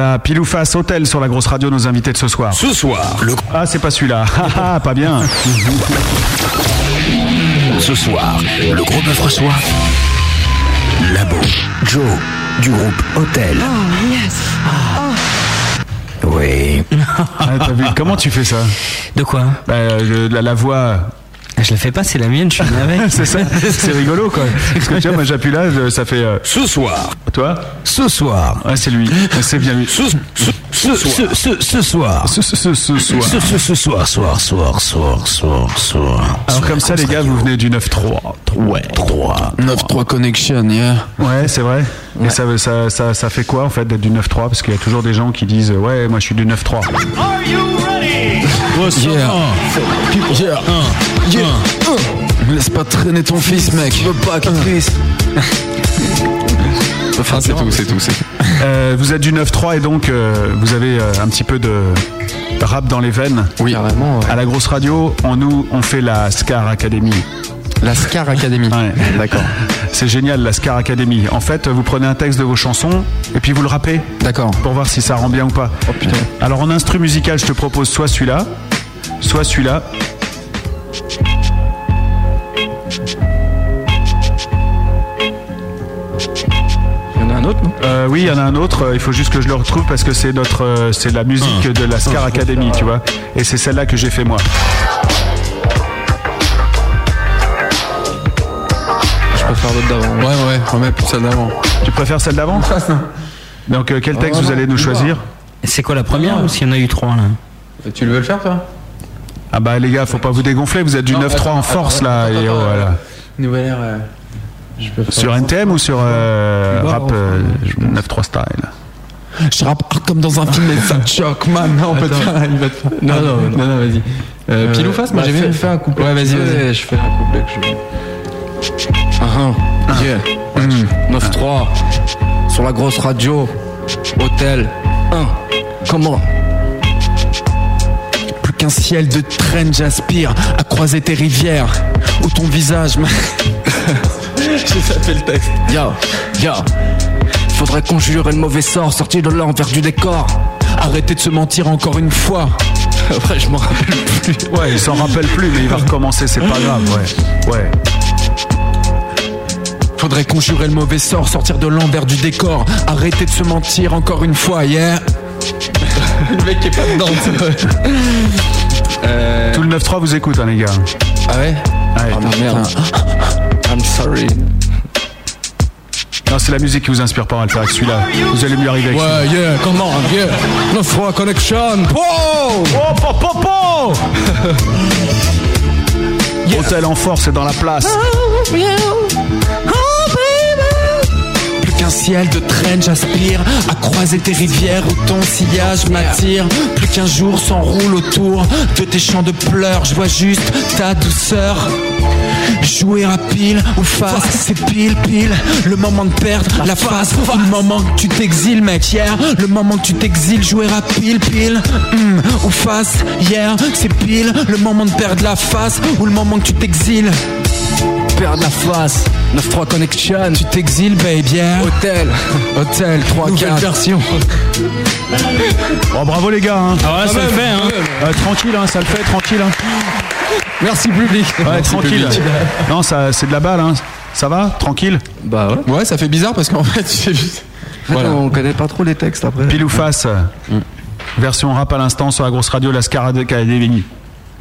C: à pile ou face hôtel sur la grosse radio nos invités de ce soir.
F: Ce soir,
C: le... Ah, c'est pas celui-là. Ah, ah, pas bien.
F: Ce soir, le gros bœuf reçoit Labo, Joe, du groupe Hôtel.
O: Oh, yes.
F: Oui.
C: Ah, t'as vu, comment tu fais ça
B: De quoi Ah,
C: bah, euh, la, la voix.
B: Je la fais pas, c'est la mienne, je suis navré.
C: c'est ça, c'est rigolo quoi. Parce que tu vois, moi j'appuie là, je- ça fait. euh,
F: ce soir,
C: Toi
F: ce soir,
C: Ah, c'est lui. C'est bien lui.
F: ce, ce, ce, ce, ce, ce soir,
C: ce, ce, ce, ce soir.
F: ce, ce, ce soir, soir, soir, soir, soir, soir.
C: Alors comme ça, les gars, vous venez du 9-3.
F: Ouais, 3.
L: 9-3 Connection, yeah.
C: Ouais, c'est vrai. Et ça, ça, ça, ça fait quoi en fait d'être du 9-3 Parce qu'il y a toujours des gens qui disent euh, Ouais, moi je suis du 9-3.
L: Yeah. Yeah. Yeah. Me laisse pas traîner ton fils, mec. Je veux pas qu'il crisse.
D: Ah,
L: Enfin, c'est tout, c'est tout, c'est tout.
C: Euh, vous êtes du 9-3 et donc euh, vous avez euh, un petit peu de rap dans les veines.
L: Oui,
D: carrément.
C: À la grosse radio, on nous on fait la Scar Academy.
L: La Scar Academy.
C: Ah.
L: D'accord.
C: C'est génial la Scar Academy. En fait, vous prenez un texte de vos chansons et puis vous le rappez.
L: D'accord.
C: Pour voir si ça rend bien ou pas.
L: Oh,
C: Alors en instru musical, je te propose soit celui-là, soit celui-là.
D: Il y en a un autre, non
C: Euh, oui, il y en a un autre. euh, Il faut juste que je le retrouve parce que c'est notre, euh, c'est la musique
L: Ah.
C: de la Scar Academy, tu vois. Et c'est celle-là que j'ai fait moi.
D: Je préfère l'autre d'avant.
L: Ouais, ouais, remets pour celle d'avant.
C: Tu préfères celle d'avant Donc euh, quel texte
L: Ah,
C: vous
L: non,
C: allez nous
L: je sais
C: choisir
B: C'est quoi la première ou s'il y en a eu trois là
L: Tu le veux le faire, toi
C: Ah bah les gars, faut pas vous dégonfler. Vous êtes du
L: Non,
C: 9-3 en
L: attends,
C: force
L: attends,
C: là.
L: attends,
C: et
L: attends,
C: oh,
L: attends.
C: voilà.
L: Nouvelle ère. euh, Je peux faire
C: Sur
L: ça.
C: NTM ou sur euh,
L: Bah,
C: rap euh, 9-3 style
L: Je rappe hard comme dans un film et ça te choque, man. Non, on peut te faire- il va te faire- Non, non, non, non, vas-y. Euh, pile ou face, moi
D: bah,
L: j'ai
D: fais-
L: bien.
D: fais un couplet
L: Ouais,
D: que tu
L: vas-y,
D: veux
L: vas-y.
D: et Je fais un couplet que je veux. Ah, ah, yeah. 9-3. Sur la grosse radio. Hôtel. 1. Comment
L: Plus qu'un ciel de traîne, j'aspire à croiser tes rivières ou ton visage. man. J'ai tapé le texte.
D: Yo, yo. Faudrait conjurer le mauvais sort, sorti de l'envers du décor.
L: Arrêtez de se mentir encore une fois.
D: Après, je m'en rappelle plus.
C: Ouais, il s'en rappelle plus, mais il va recommencer, c'est pas grave, ouais. Ouais.
L: Faudrait conjurer le mauvais sort, sortir de l'envers du décor. Arrêtez de se mentir encore une fois, yeah. le mec est pas dedans.
D: Euh,
C: Tout le 9-3 vous écoute, hein, les gars.
D: ah ouais
C: Ouais.
D: Ah merde. I'm sorry.
C: Non, c'est la musique qui vous inspire pas, Alpha, avec celui-là. Vous allez mieux arriver avec celui-là.
L: Ouais, yeah, comment, yeah. No froid connection. Oh
C: Oh, po, po, po Hôtel en force est dans la place.
L: Plus qu'un ciel de traîne, j'aspire à croiser tes rivières où ton sillage m'attire. Plus qu'un jour s'enroule autour de tes champs de pleurs, je vois juste ta douceur. Jouer à pile ou face, c'est pile pile Le moment de perdre la face Le moment que tu t'exiles mec hier Le moment que tu t'exiles Jouer à pile pile Hum, Ou face hier C'est pile Le moment de perdre la face Ou le moment que tu t'exiles
D: Perdre la face. 9-3 Connection.
L: Tu t'exiles baby yeah.
D: Hôtel.
L: Hôtel 3
D: Nouvelle
L: 4
D: version.
C: Oh, bravo les gars. hein.
B: Ah ouais, ça le fait hein
C: Euh, tranquille, hein, ça le fait, tranquille. hein.
L: Merci public.
C: Ouais, tranquille. Non, ça, c'est de la balle. Hein. Ça va Tranquille
D: Bah ouais.
L: Ouais, ça fait bizarre parce qu'en fait, j'ai juste. Voilà.
D: On connaît pas trop les textes après.
C: Pile ou face Version rap à l'instant sur la grosse radio, la Scar Academy.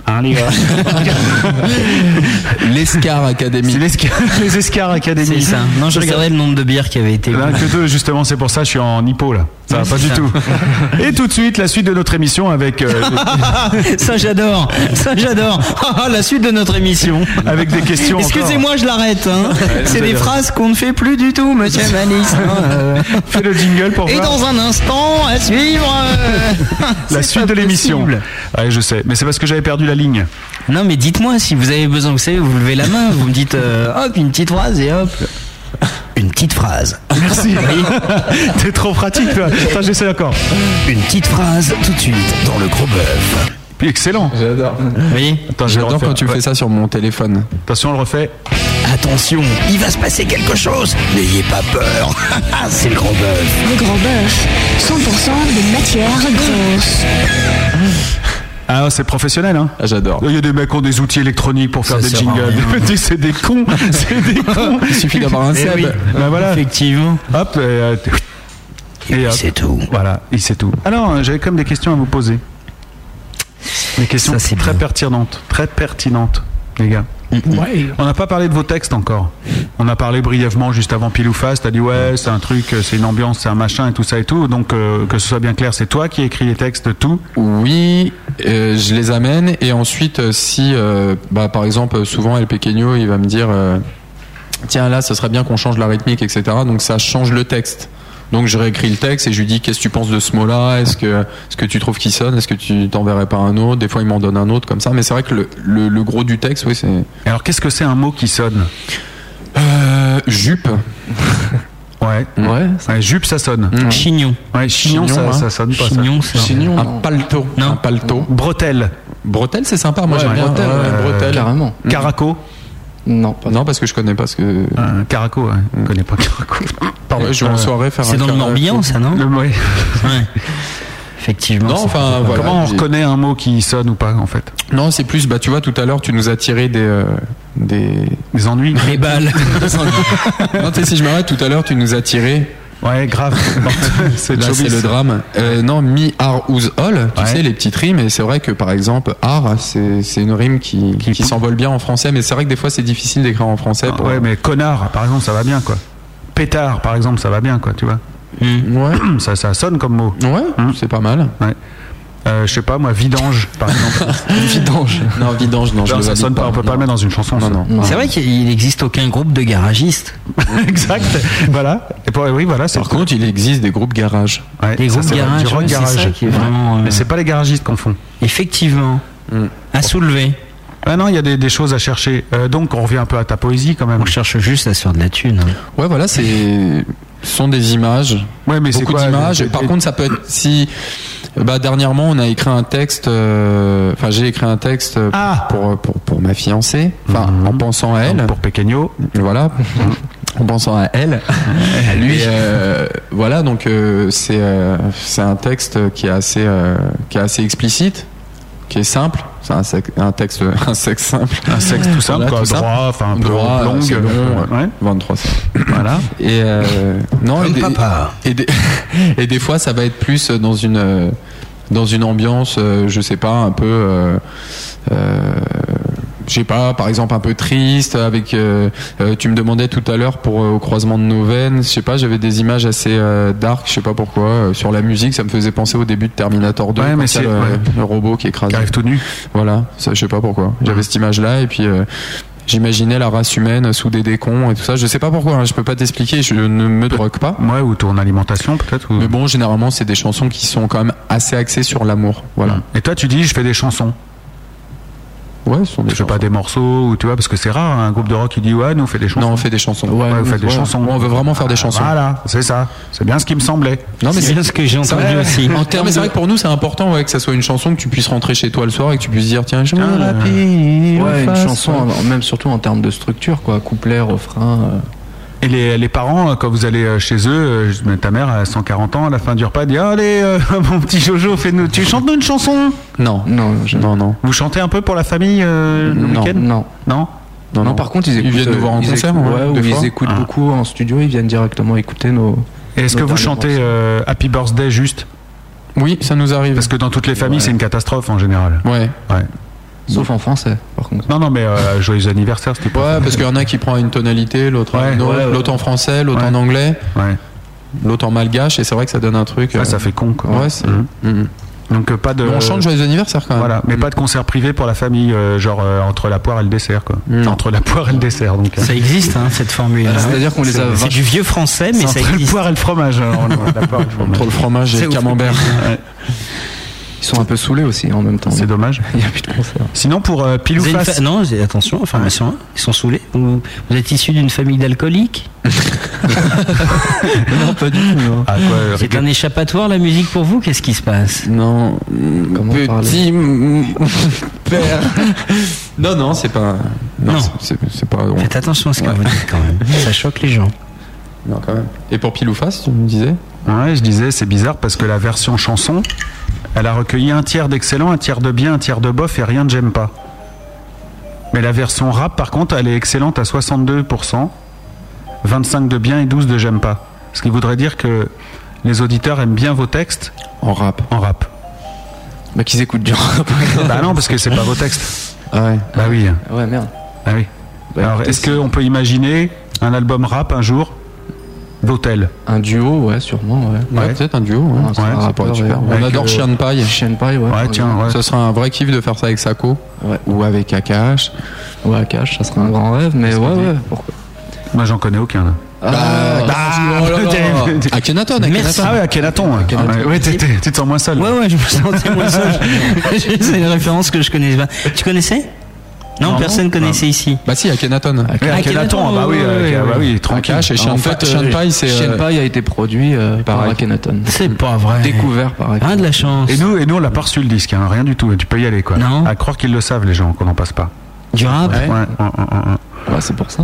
C: Hein, les gars
L: L'Escar
C: C'est
L: Academy.
C: l'Escar- les Escar
B: Ah, C'est
C: Academy.
B: ça. Non, je
C: C'est ça. Ah.
B: regardais le nombre de bières qui avait été.
C: Rien que deux, justement, c'est pour ça que je suis en hippo là. Ça va
B: Ouais,
C: pas
B: c'est
C: du
B: ça.
C: tout. Et tout de suite, la suite de notre émission avec, euh,
B: Ça j'adore, ça j'adore. Ah, ah, la suite de notre émission.
C: avec des questions. encore.
B: Excusez-moi, je l'arrête. hein. C'est des
C: avez-
B: phrases qu'on ne fait plus du tout, monsieur Malice. hein, euh.
C: Fais le jingle pour
B: Et
C: voir.
B: dans un instant, à suivre. euh,
C: La
B: c'est
C: suite
B: pas
C: de l'émission.
B: possible.
C: Ouais, je sais, mais c'est parce que j'avais perdu la ligne.
B: Non, mais dites-moi si vous avez besoin, vous savez, vous levez la main, vous me dites euh, hop, une petite phrase et hop. Une petite phrase.
C: Merci. T'es trop pratique, toi. Putain, j'essaie encore.
B: Une petite phrase tout de suite.
F: dans le gros bœuf.
C: Puis excellent. J'adore.
D: Oui. J'adore quand tu me fais ça sur mon téléphone.
C: Attention, on le refait.
F: Attention, il va se passer quelque chose. N'ayez pas peur. C'est le grand bœuf.
M: Le grand bœuf, 100% de matière grosse.
C: Ah, c'est professionnel, hein
D: J'adore.
C: Il y a des mecs qui ont des outils électroniques pour faire
D: Ça
C: des
D: sert à
C: jingles.
D: rien.
C: Je me dis, c'est des cons, c'est des cons.
D: Il suffit d'avoir un
C: Eh
D: sub.
C: oui. Bah voilà.
B: Effectivement.
C: Hop. Et, euh, et hop.
F: C'est tout.
C: Voilà, il sait tout. Alors, euh, j'avais quand même des questions à vous poser. Des questions très pertinentes, très pertinentes, les gars. On n'a pas parlé de vos textes encore. On a parlé brièvement juste avant pile ou face. T'as dit ouais,
D: Mm.
C: c'est un truc, euh, c'est une ambiance, c'est un machin et tout ça et tout. Donc euh, que ce soit bien clair, c'est toi qui écris les textes, tout.
D: Oui, euh, je les amène et ensuite euh, si, euh, bah, par exemple, euh, souvent El Pequeño, il va me dire, euh, tiens là, ça serait bien qu'on change la rythmique, etc. Donc ça change le texte. Donc je réécris le texte et je lui dis qu'est-ce que tu penses de ce mot-là Est-ce que est-ce que tu trouves qu'il sonne Est-ce que tu t'enverrais pas un autre Des fois il m'en donne un autre comme ça. Mais c'est vrai que le, le- le gros du texte, oui, c'est.
C: Alors qu'est-ce que c'est un mot qui sonne
D: euh, Jupe.
C: Ouais.
D: Ouais.
C: Jupe, ça sonne.
B: Mm. Chignon.
C: Ouais, chignon, ça,
D: Mm. hein.
C: ça sonne pas.
D: Chignon,
C: ça.
D: c'est un- un paletot. Un paletot.
C: Bretelle.
D: Bretelle, c'est sympa. Moi,
C: Ouais,
D: j'aime bien.
C: bretelle,
D: Ouais,
C: ouais.
D: bretelle.
C: Carrément.
D: Mm.
C: Caraco. Euh,
D: Non, non, parce que je connais pas ce que.
C: Ah. caraco, ouais. je connais pas Caraco. Euh,
D: Ouais, je vais en soirée faire
B: C'est
D: un
B: dans le
D: carré-
B: Morbihan, ça, non
C: Oui.
B: Effectivement.
D: Non,
B: ça
D: enfin,
B: fait pas-
D: Ah, voilà.
B: Comment on reconnaît
C: un mot qui sonne ou pas, en fait
D: Non, c'est plus, bah, tu vois, tout à l'heure, tu nous as tiré des. euh, des...
C: des ennuis.
B: Des balles.
D: non, tu sais, si je m'arrête, tout à l'heure, tu nous as tiré.
C: Ouais, grave. c'est
D: Là, c'est
C: showbiz.
D: le drame. Euh, non, mi ar ouz ol, tu
C: Ouais.
D: sais, les petites rimes, et c'est vrai que par exemple, ar, c'est c'est une rime qui, qui s'envole bien en français, mais c'est vrai que des fois, c'est difficile d'écrire en français. pour-
C: Ah, Ouais, mais connard, par exemple, ça va bien, quoi. Pétard, par exemple, ça va bien, quoi, tu vois. Mm, ça, ça sonne comme mot.
D: Ouais, c'est pas mal.
C: Ouais. Euh, je sais pas, moi, vidange, par exemple.
D: vidange. Non, vidange, non, je le
C: ça
D: valide
C: sonne pas,
D: pas,
C: on peut pas
D: non.
C: le mettre dans une chanson. ça.
B: C'est vrai qu'il n'existe aucun groupe de garagistes.
C: exact. Voilà. Et pour- oui, voilà.
D: Par contre, il existe des groupes garages.
C: Ouais,
B: Des
C: ça,
B: groupes
C: c'est vrai,
B: garages,
C: du rock
B: ouais, c'est ça
C: garage.
B: qui est vraiment, euh,
C: Mais c'est pas les garagistes qu'on font.
B: Effectivement.
C: Mm.
B: À soulever.
C: Ah non, il y a des, des choses à chercher. Euh, donc, on revient un peu à ta poésie quand même. On
B: cherche juste à se faire de la thune. hein.
D: Ouais, voilà, c'est ce sont des images.
C: Ouais, mais c'est
D: beaucoup
C: quoi, euh,
D: d'images.
C: les- les-
D: Par contre, ça peut être si. Bah, dernièrement, on a écrit un texte. euh, Enfin, j'ai écrit un texte pour, pour pour ma fiancée. Enfin, en pensant à elle.
C: Ah. Mhm. Pour Pequeño.
D: Voilà. En pensant à elle, à lui. voilà, donc euh, c'est euh, c'est un texte qui est assez euh, qui est assez explicite, qui est simple. C'est un, sec- un texte un sexe simple,
C: Un sexe tout simple, quoi, droit, enfin, un peu
D: droit,
C: longue,
D: assez long,
C: ouais.
D: 23 ça.
C: Voilà.
D: Et euh, non, et
C: Comme
D: des,
C: papa.
D: Et, des, et des fois, ça va être plus dans une euh, dans une ambiance, euh, je sais pas, un peu. euh, euh, je sais pas, par exemple un peu triste avec. euh, euh, tu me demandais tout à l'heure pour euh, au croisement de nos veines. Je sais pas, j'avais des images assez euh, dark. Je sais pas pourquoi. euh, sur la musique, ça me faisait penser au début de Terminator 2.
C: Ouais,
D: quand
C: mais c'est-
D: t'as le,
C: ouais.
D: le robot qui écrase. Qui
C: arrive tout nu.
D: Voilà, ça, je sais pas pourquoi. J'avais cette image-là et puis. euh, J'imaginais la race humaine sous des décons et tout ça. Je sais pas pourquoi, hein, je peux pas t'expliquer, je ne me drogue pas.
C: Ouais, ou ton alimentation peut-être.
D: Mais bon, généralement, c'est des chansons qui sont quand même assez axées sur l'amour. Voilà.
C: Et toi, tu dis, je fais des chansons.
D: Ouais, ce sont
C: des Je fais pas des morceaux, ou tu vois, parce que c'est rare, un groupe de rock qui dit, ouais, nous on fait des chansons.
D: Non, on fait des chansons.
C: Ouais, on fait des
D: ouais.
C: chansons. Ah, bah,
D: Ouais, on veut vraiment faire des chansons.
C: Voilà, c'est ça. C'est bien ce qui me semblait.
D: Non, mais c'est vrai.
C: En
D: En termes, mais c'est vrai que pour nous, c'est important ouais, que ça soit une chanson que tu puisses rentrer chez toi le soir et que tu puisses dire tiens, je me
C: Euh,
D: rappelle.
H: Ouais, une
D: face,
H: chanson,
D: ouais.
H: en- même surtout en termes de structure, quoi. Couplet, refrain. euh.
C: Et les, les parents, euh, quand vous allez euh, chez eux, euh, je- mais ta mère à 140 ans, à la fin du repas, dit Allez, euh, mon petit Jojo, fais-nous, tu chantes nous une chanson
D: Non, non, non, non.
C: Vous chantez un peu pour la famille euh, le
H: Non,
C: week-end
H: non.
C: Non
H: Non, par contre, ils écoutent. euh,
D: viennent nous voir en
H: ils
D: concert,
H: écoutent-
D: ouais, Ah.
H: ouais,
D: des
H: ou
D: fois.
H: ils écoutent beaucoup en studio, ils viennent directement écouter nos.
C: Et est-ce
H: nos
C: que vous
H: derniers
C: chantez
H: morceaux.
C: euh, Happy Birthday juste
D: Oui, ça nous arrive.
C: Parce que dans toutes les familles,
H: Ouais.
C: c'est une catastrophe en général.
D: Ouais.
C: Ouais.
H: Sauf en français, par contre.
C: Non, non, mais euh, joyeux anniversaire, c'était pas.
D: Ouais, parce qu'il y en a qui prend une tonalité, l'autre
C: Ouais.
D: une autre,
C: Ouais, ouais.
D: l'autre en français, l'autre en anglais,
C: Ouais.
D: l'autre en malgache, et c'est vrai que ça donne un truc.
C: Ouais,
D: euh,
C: Ah, ça fait con, quoi.
D: Ouais, c'est-
C: Mhm.
D: Mhm.
C: Donc, euh, pas de.
D: Mais on chante Mmh. joyeux anniversaire quand même.
C: Voilà, mais pas de concert privé pour la famille, euh, genre euh, entre la poire et le dessert, quoi.
D: Mmh.
C: Enfin, Entre la poire et le dessert, donc.
B: Ça existe, hein, cette formule.
C: Ah, c'est-à-dire qu'on les
B: C'est-
C: a
B: C'est
C: vingt-
B: du vieux français, mais
C: C'est
B: ça
C: entre le
B: existe.
C: poire et le fromage. alors, la poire et le fromage.
D: Entre le fromage et
C: C'est
D: le
C: ouf.
D: camembert.
C: Ouais.
H: Ils sont un peu saoulés aussi en même temps.
C: C'est dommage.
H: Il n'y a plus de concert.
C: Sinon, pour euh, pile ou
B: Vous avez une
C: face.
B: fa- Non, j'ai- attention, information, hein, ils sont saoulés. Vous, vous êtes issu d'une famille d'alcooliques non, pas du tout.
C: Ah,
B: C'est un échappatoire la musique pour vous Qu'est-ce qui se passe
D: Non. Petit m- père. Non, non, c'est pas. Non, c'est c'est pas.
B: Faites attention à ce que
D: Ouais.
B: vous dites quand même. Ça choque les gens.
D: Non, quand même. Et pour pile ou face, tu me disais
C: Ouais, je disais, c'est bizarre parce que la version chanson, elle a recueilli un tiers d'excellent, un tiers de bien, un tiers de bof et rien de j'aime pas. Mais la version rap, par contre, elle est excellente à 62%, 25 de bien et 12 de j'aime pas. Ce qui voudrait dire que les auditeurs aiment bien vos textes.
D: En rap.
C: En rap.
D: Bah qu'ils écoutent du rap.
C: bah non, parce que c'est pas vos textes.
D: ouais.
C: Bah oui.
H: Ouais, merde.
C: Ah oui.
B: Bah,
C: Alors, est-ce qu'on peut imaginer un album rap un jour d'hôtel
H: Un duo, ouais, sûrement, ouais.
D: Ouais, peut-être un duo. ouais.
H: c'est un
D: ça
H: rappeur,
D: pourrait être super.
H: ouais.
D: On
H: Avec,
D: adore
H: euh,
D: Chien Paille.
H: Chien Paille, ouais.
D: Ouais,
H: tiens, ouais.
D: Ce serait un vrai kiff de faire ça avec Sako. Ou avec Akash.
H: Ou Akash, ça serait un grand rêve, mais ouais, ouais, pourquoi
C: Moi, j'en connais aucun, là.
H: Ah,
C: oh là là.
D: Ah, Akhenaton, Akhenaton.
C: Merci. Ah ouais, Akhenaton. ouais. Ouais, ouais, t'es- t'es- tu te sens moins seul.
B: Ouais, ouais, je me sentais moins seul. c'est une référence que je connais pas. Tu connaissais non,
D: Non,
B: personne
D: non.
B: connaissait ici.
D: Bah si, Akhenaton.
C: Ouais, Akhenaton, ah bah oui, euh, bah oui, tranquille.
D: Akash et Chien
H: En fait,
D: Chien
H: euh,
D: Paille, c'est.
H: Chien
D: euh,
H: Paille a été produit euh, par Akhenaton.
B: C'est pas vrai.
H: Découvert par Akhenaton.
B: Ah, de la chance.
C: Et nous, et nous on l'a pas reçu le disque, hein, rien du tout. Tu peux y aller, quoi. À croire qu'ils le savent, les gens, qu'on n'en passe pas.
B: Du rap
C: Ouais,
H: c'est pour ça.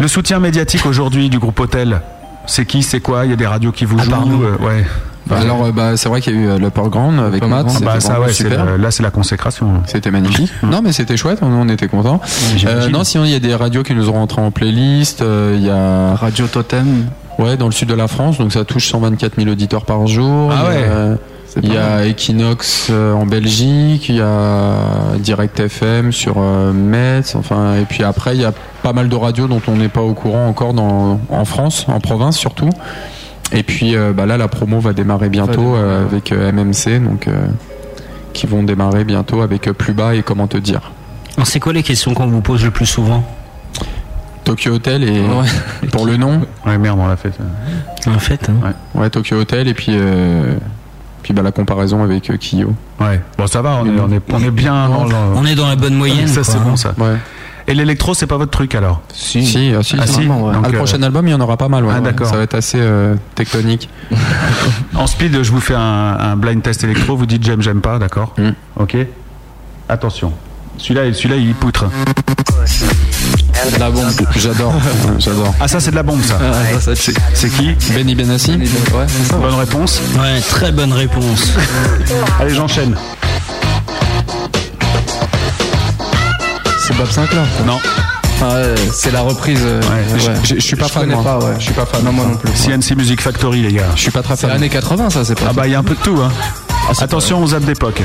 C: Le soutien médiatique aujourd'hui du groupe Hôtel, c'est qui, c'est quoi Il y a des radios qui vous jouent euh, Ouais.
D: bah, alors, euh, bah, c'est vrai qu'il y a eu euh, l'Upper Ground avec Matt.
C: Ah
D: c'était
C: bah, ça,
D: vraiment
C: ouais, c'est
D: super.
C: le- là, c'est la consécration.
D: C'était magnifique. non, mais c'était chouette. On, on était contents. Euh, non, sinon, il y a des radios qui nous ont rentré en playlist. euh, Il y a.
H: Radio Totem.
D: Ouais, dans le sud de la France. Donc, ça touche 124 000 auditeurs par jour.
C: Ah
D: Il y a,
C: ouais.
D: euh, Il y a Equinox euh, en Belgique, il y a Direct FM sur euh, Metz, enfin, et puis après, il y a pas mal de radios dont on n'est pas au courant encore dans, en France, en province surtout. Et puis euh, bah là, la promo va démarrer bientôt euh, avec euh, MMC, donc euh, qui vont démarrer bientôt avec euh, Plus bas et Comment te dire.
B: Alors, C'est quoi les questions qu'on vous pose le plus souvent
D: Tokyo Hotel et pour le nom.
C: Ouais, merde, on l'a fait.
B: En fait, hein.
D: Ouais. Tokyo Hotel et puis euh, puis bah, la comparaison avec euh, Kyo.
C: Ouais. Bon, ça va, on est, on est, on est bien. dans le-
B: On est dans la bonne moyenne.
C: Ça,
B: quoi,
C: c'est
B: hein.
C: bon, ça.
D: Ouais.
C: Et l'électro, c'est pas votre truc alors
D: Si, si, ah, si,
C: Ah, si
D: vraiment, ouais.
C: Donc,
D: Ah, le
C: euh,
D: prochain album, il y en aura pas mal. ouais,
C: Ah,
D: ouais.
C: d'accord.
D: Ça va être assez euh, tectonique.
C: En speed, je vous fais un, un blind test électro, vous dites j'aime, j'aime pas, d'accord Ok Attention. Celui-là, celui-là, il poutre.
D: La bombe, j'adore, j'adore.
C: Ah, ça, c'est de la bombe, ça. C'est qui
D: Benny Benassi.
C: Bonne réponse.
B: Ouais, très bonne réponse.
C: Allez, j'enchaîne.
H: C'est Bob Sinclair. ça.
C: Non.
H: Ah, euh, c'est la reprise. euh, ouais.
D: Je je suis pas fan,
H: connais
D: moi.
H: pas, ouais.
D: Je suis pas fan.
H: Non, moi non plus.
C: CNC Music Factory, les gars.
D: Je suis pas très
H: C'est
D: fan.
H: l'année 80, ça, c'est pas.
C: Ah bah, il y a un peu de tout, hein. Attention, on zappe d'époque.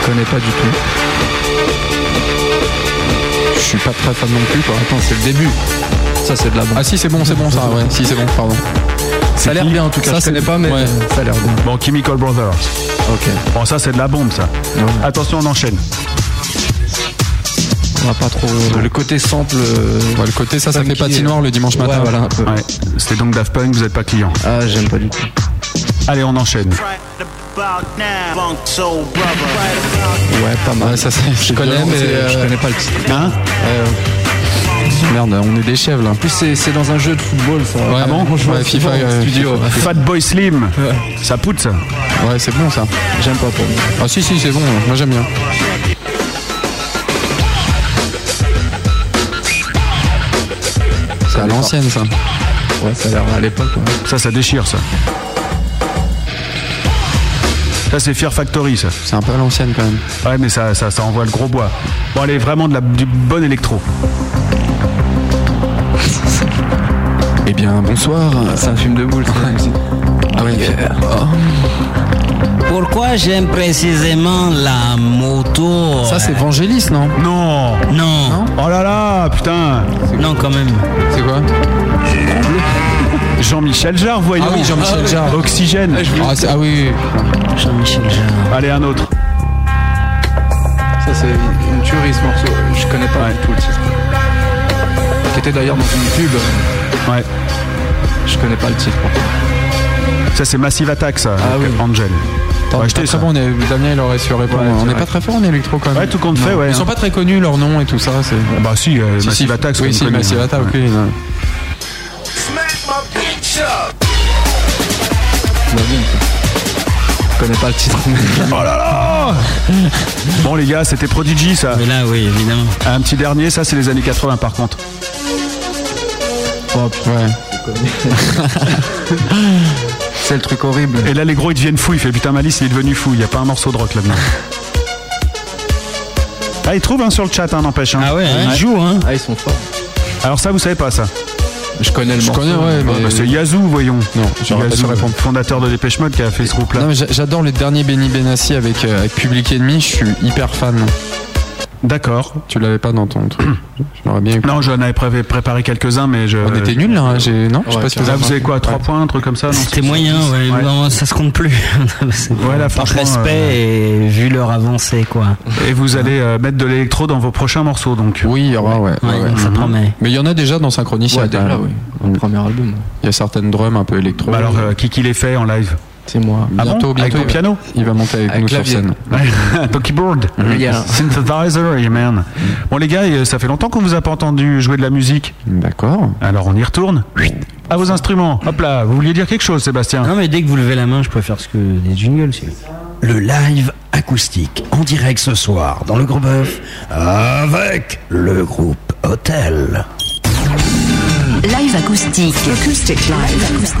H: Je connais pas du tout.
D: Je suis pas très fan non plus, quoi.
H: Attends, c'est le début. Ça, c'est de la bombe.
D: Ah si, c'est bon, c'est bon, ça. Ouais, si, c'est bon, pardon.
H: Ça a l'air bien en tout cas.
D: Ça,
H: je connais pas, mais
D: ouais.
H: euh, ça a l'air bien.
C: Bon, Chemical Brothers.
H: Ok.
C: Bon, ça, c'est de la bombe, ça. Attention, on enchaîne.
H: On va pas trop. Le côté sample. euh,
D: Ouais, le côté, ça, ça
H: Funky,
D: fait patinoire le dimanche
H: ouais,
D: matin.
H: voilà, un peu.
C: Ouais. C'était donc Daft Punk, vous n'êtes pas client.
H: Ah, j'aime pas du tout.
C: Allez, on enchaîne.
H: Ouais, pas mal.
D: Ouais, ça, c'est- je connais,
H: violent,
D: mais
H: c'est-
D: euh,
H: je connais pas le titre.
C: Hein
D: euh, Merde, on est des chèvres là.
H: En plus, c'est- c'est dans un jeu de football, ça.
D: Ouais,
H: bon
D: ouais,
H: joue à
D: FIFA,
H: football,
D: euh,
H: studio.
D: FIFA.
C: Fat Boy Slim. Ça poutre, ça.
D: Ouais, c'est bon ça.
H: J'aime pas trop.
D: Ah si, si, c'est bon. Moi, j'aime bien. C'est à l'ancienne ça.
H: Ouais, ça a l'air à l'époque. ouais.
C: Ça, ça déchire, ça. Ça, c'est Fear Factory, ça.
D: C'est un peu à l'ancienne quand même.
C: Ouais, mais ça, ça, ça envoie le gros bois. Bon, allez, vraiment de la, du bon électro.
D: Eh bien, bonsoir.
H: C'est un film de boule, ça. aussi.
D: Ah ouais.
B: Pourquoi j'aime précisément la moto
D: Ça, c'est Vangelis, non
C: Non
B: Non,
C: Oh là là, putain
B: non quand même.
D: C'est quoi
C: Jean-Michel Jarre, voyons
D: Ah oui, Jean-Michel Jarre.
C: Oxygène
D: Ah, c'est- ah oui, oui, oui.
B: Jean-Michel Jarre.
C: Allez, un autre.
H: Ça, c'est une tuerie ce morceau. Je connais pas
C: Ouais.
H: du tout le titre. Qui était d'ailleurs dans une pub.
C: Ouais.
H: Je connais pas le titre. par contre.
C: Ça, c'est Massive Attack, ça.
H: Ah
C: avec
H: oui.
C: Angel.
D: T'as acheté ça on est, Damien il aurait su répondre. on n'est pas très fort en électro quand même.
C: Ouais, tout compte fait,
D: Non.
C: ouais. hein.
D: Ils sont pas très connus leur nom et tout ça. c'est-
C: Bah si, euh,
D: Si, si.
C: Massive Attack, c'est
D: Oui,
C: quand
D: si,
C: même connu, hein.
D: Massive
C: ouais.
D: Attack, ok.
C: Je connais pas le titre. oh là là Bon les gars, c'était Prodigy ça. Mais
B: là oui, évidemment.
C: Un petit dernier, ça c'est les années 80 par contre. c'est le truc horrible. Et là les gros ils deviennent fous, il fait putain Malice il est devenu fou, il n'y a pas un morceau de rock là-dedans. Ah ils trouvent hein, sur le chat, hein, n'empêche. Ah
B: ouais, ils jouent hein.
C: Ah ils sont forts. Alors ça vous savez pas ça je connais
D: le Je morceau, connais, ouais, mais-
C: c'est Yazoo, voyons. Non,
D: je saurais pas te répondre.
C: fondateur de Dépêche Mode qui a fait ce groupe-là.
D: Non, mais j'a- j'adore les derniers Benny Benassi avec, euh, avec Public Enemy, je suis hyper fan.
C: D'accord.
D: Tu l'avais pas dans ton truc. J'aimerais bien.
C: Non, j'en avais pré- préparé quelques-uns, mais je.
D: On était nuls là, hein, j'ai- non Je sais pas si
C: Là,
D: avez
C: vous avez quoi 3
D: Ouais.
C: points, un truc comme ça non
B: C'était moyen, ouais. Non, ça se compte plus.
C: Ouais, là,
B: Par
C: franchement, euh,
B: respect et vu leur avancée, quoi.
C: Et vous allez euh, mettre de l'électro dans vos prochains morceaux, donc.
D: Oui, il y aura, ouais.
B: Ouais,
C: Mm-hmm.
B: ça promet.
D: Mais il y en a déjà dans Synchronicia.
C: Ouais, déjà,
D: quand même.
C: oui.
D: Mm. Il y a certaines drums un peu électro.
C: Bah alors, euh, qui qui les fait en live
D: C'est moi.
C: Ah bon
D: Bientôt, bientôt.
C: Avec ton
D: il va-
C: piano
D: Il va monter avec,
C: Avec
D: nous
C: clavier.
D: sur scène.
C: Ouais. Ton keyboard,
D: Mm. Yeah.
C: Mm-hmm. synthesizer, yeah, man. Bon les gars, euh, ça fait longtemps qu'on vous a pas entendu jouer de la musique.
D: D'accord.
C: Alors on y retourne. À vos instruments. Hop là, vous vouliez dire quelque chose, Sébastien
B: Non, mais dès que vous levez la main, je peux faire ce que des jingles. Si.
F: Le live acoustique en direct ce soir dans le Gros Bœuf avec le groupe Hôtel.
E: Live acoustique. Acoustic live. acoustique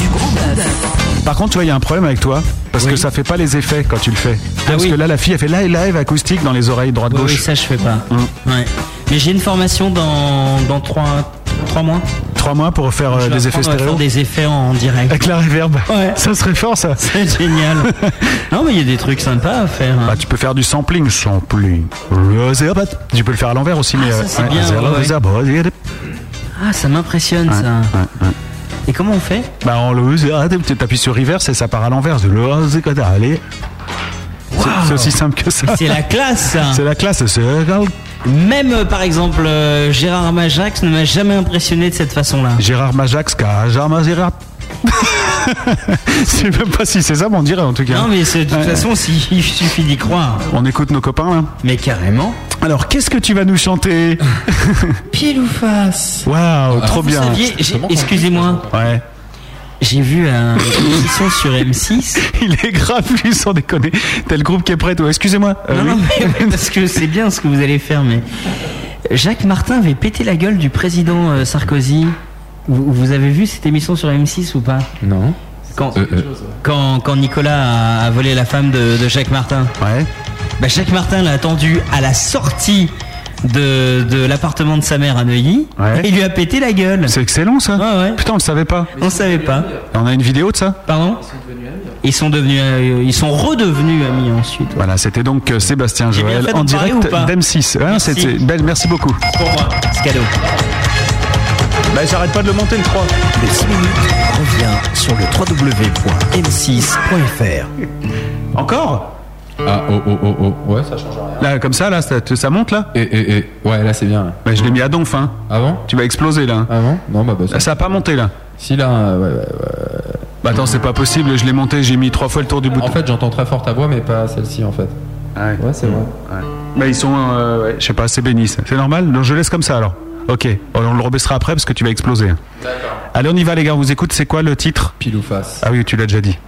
E: du Grand Bœuf.
C: Par contre, tu vois, il y a un problème avec toi parce que ça fait pas les effets quand tu le fais. parce que là, la fille, elle fait live, live acoustique dans les oreilles droite
B: Ah Oui,
C: gauche.
B: oui, ça je fais pas.
F: Mm.
B: Ouais. Mais j'ai une formation dans, dans 3, mois.
C: 3 mois pour faire euh,
B: Je vais
C: des effets
B: apprendre à
C: stéréo.
B: faire des effets en direct.
C: Avec la reverb.
B: Ouais.
C: Ça serait fort ça.
B: C'est génial. non mais il y a des trucs sympas à faire. hein.
C: Bah, tu peux faire du sampling, sampling. Tu peux le faire à l'envers aussi, mais.
B: Ah, ça,
C: euh,
B: c'est
C: ouais,
B: bien, ouais,
C: ouais.
B: Ah ça m'impressionne ça. Et comment on fait
C: Bah, on le tu appuies sur reverse et ça part à l'envers. Allez. C'est- C'est aussi simple que ça.
B: Mais c'est la classe, ça.
C: C'est la classe. c'est-
B: Même euh, par exemple euh, Gérard Majax ne m'a jamais impressionné de cette façon-là.
C: Gérard Majax, Gérard Majax. Je sais même pas si c'est ça, mais on dirait en tout cas.
B: Non mais c'est- de toute
C: Ouais.
B: façon si- il suffit d'y croire.
C: On écoute nos copains là
B: Mais carrément.
C: Alors, qu'est-ce que tu vas nous chanter
J: Pile ou face
C: Waouh,
B: Ah,
C: trop
B: vous
C: bien.
B: saviez, j'ai- Excusez-moi.
C: Ouais.
B: J'ai vu un une émission sur M6.
C: Il est grave, lui, sans déconner. T'as le groupe qui est prêt, toi. Excusez-moi. Euh,
B: non, non,
C: oui.
B: mais oui, parce que c'est bien ce que vous allez faire, mais Jacques Martin avait pété la gueule du président euh, Sarkozy. Vous, vous avez vu cette émission sur M6 ou pas
D: Non.
B: Quand, quand, quand Nicolas a, a volé la femme de, de Jacques Martin.
C: Ouais.
B: Bah, Jacques Martin l'a attendu à la sortie de, de l'appartement de sa mère à Neuilly.
C: Ouais.
B: Et il lui a pété la gueule. Ah
C: C'est excellent, ça.
B: Ouais, ouais.
C: Putain, on le savait pas.
B: On savait pas.
C: On a une vidéo de ça
B: Pardon Ils sont devenus euh, ils sont redevenus amis ensuite.
C: Voilà, c'était donc euh, Sébastien
B: J'ai bien
C: Joël
B: fait d'en
C: en
B: parler
C: direct
B: ou pas
C: d'M6. Hein,
B: Merci.
C: c'était belle, merci beaucoup.
B: Pour moi, c'est cadeau.
C: Bah, j'arrête pas de le monter le 3.
F: Les 6 minutes revient sur le www.m6.fr.
C: Encore
D: Ah, oh, oh, oh, oh. Ouais, ça change rien.
C: Là, comme ça, là, ça, ça monte là
D: Et, et, et. Ouais, là c'est bien.
C: Bah, je l'ai mis à donf, hein.
D: Avant
C: Tu vas exploser là.
D: Avant Non, bah, bah ça.
C: Là, ça a pas monté là.
D: Si là, euh, ouais, ouais, ouais.
C: Bah, attends, c'est pas possible, je l'ai monté, j'ai mis trois fois le tour du bouton.
D: En fait, j'entends très fort ta voix, mais pas celle-ci en fait.
C: Ah ouais.
D: Ouais, c'est vrai.
C: Bah, ils sont, euh, ouais, je sais pas, c'est béni ça. C'est normal Donc, je laisse comme ça alors. Ok, on le rebaissera après parce que tu vas exploser. D'accord. Allez, on y va les gars, on vous écoute, c'est quoi le titre
D: Pile ou face.
C: Ah oui, tu l'as déjà dit.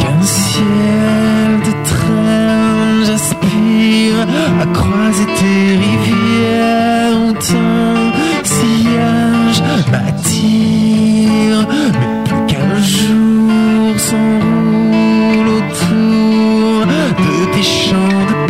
I: qu'un ciel de train, j'aspire à croiser tes rivières où ton sillage m'attire, mais plus qu'un jour s'enroule autour de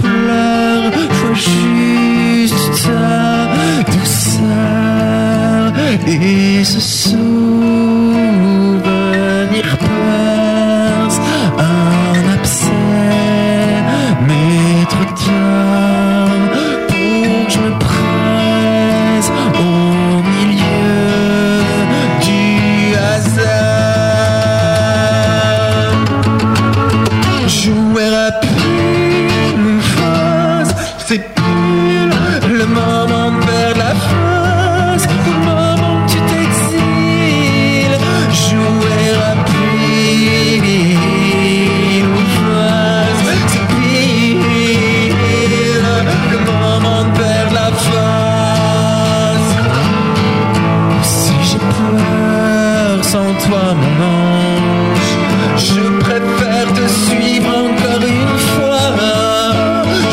I: sans toi, mon ange. Je préfère te suivre encore une fois.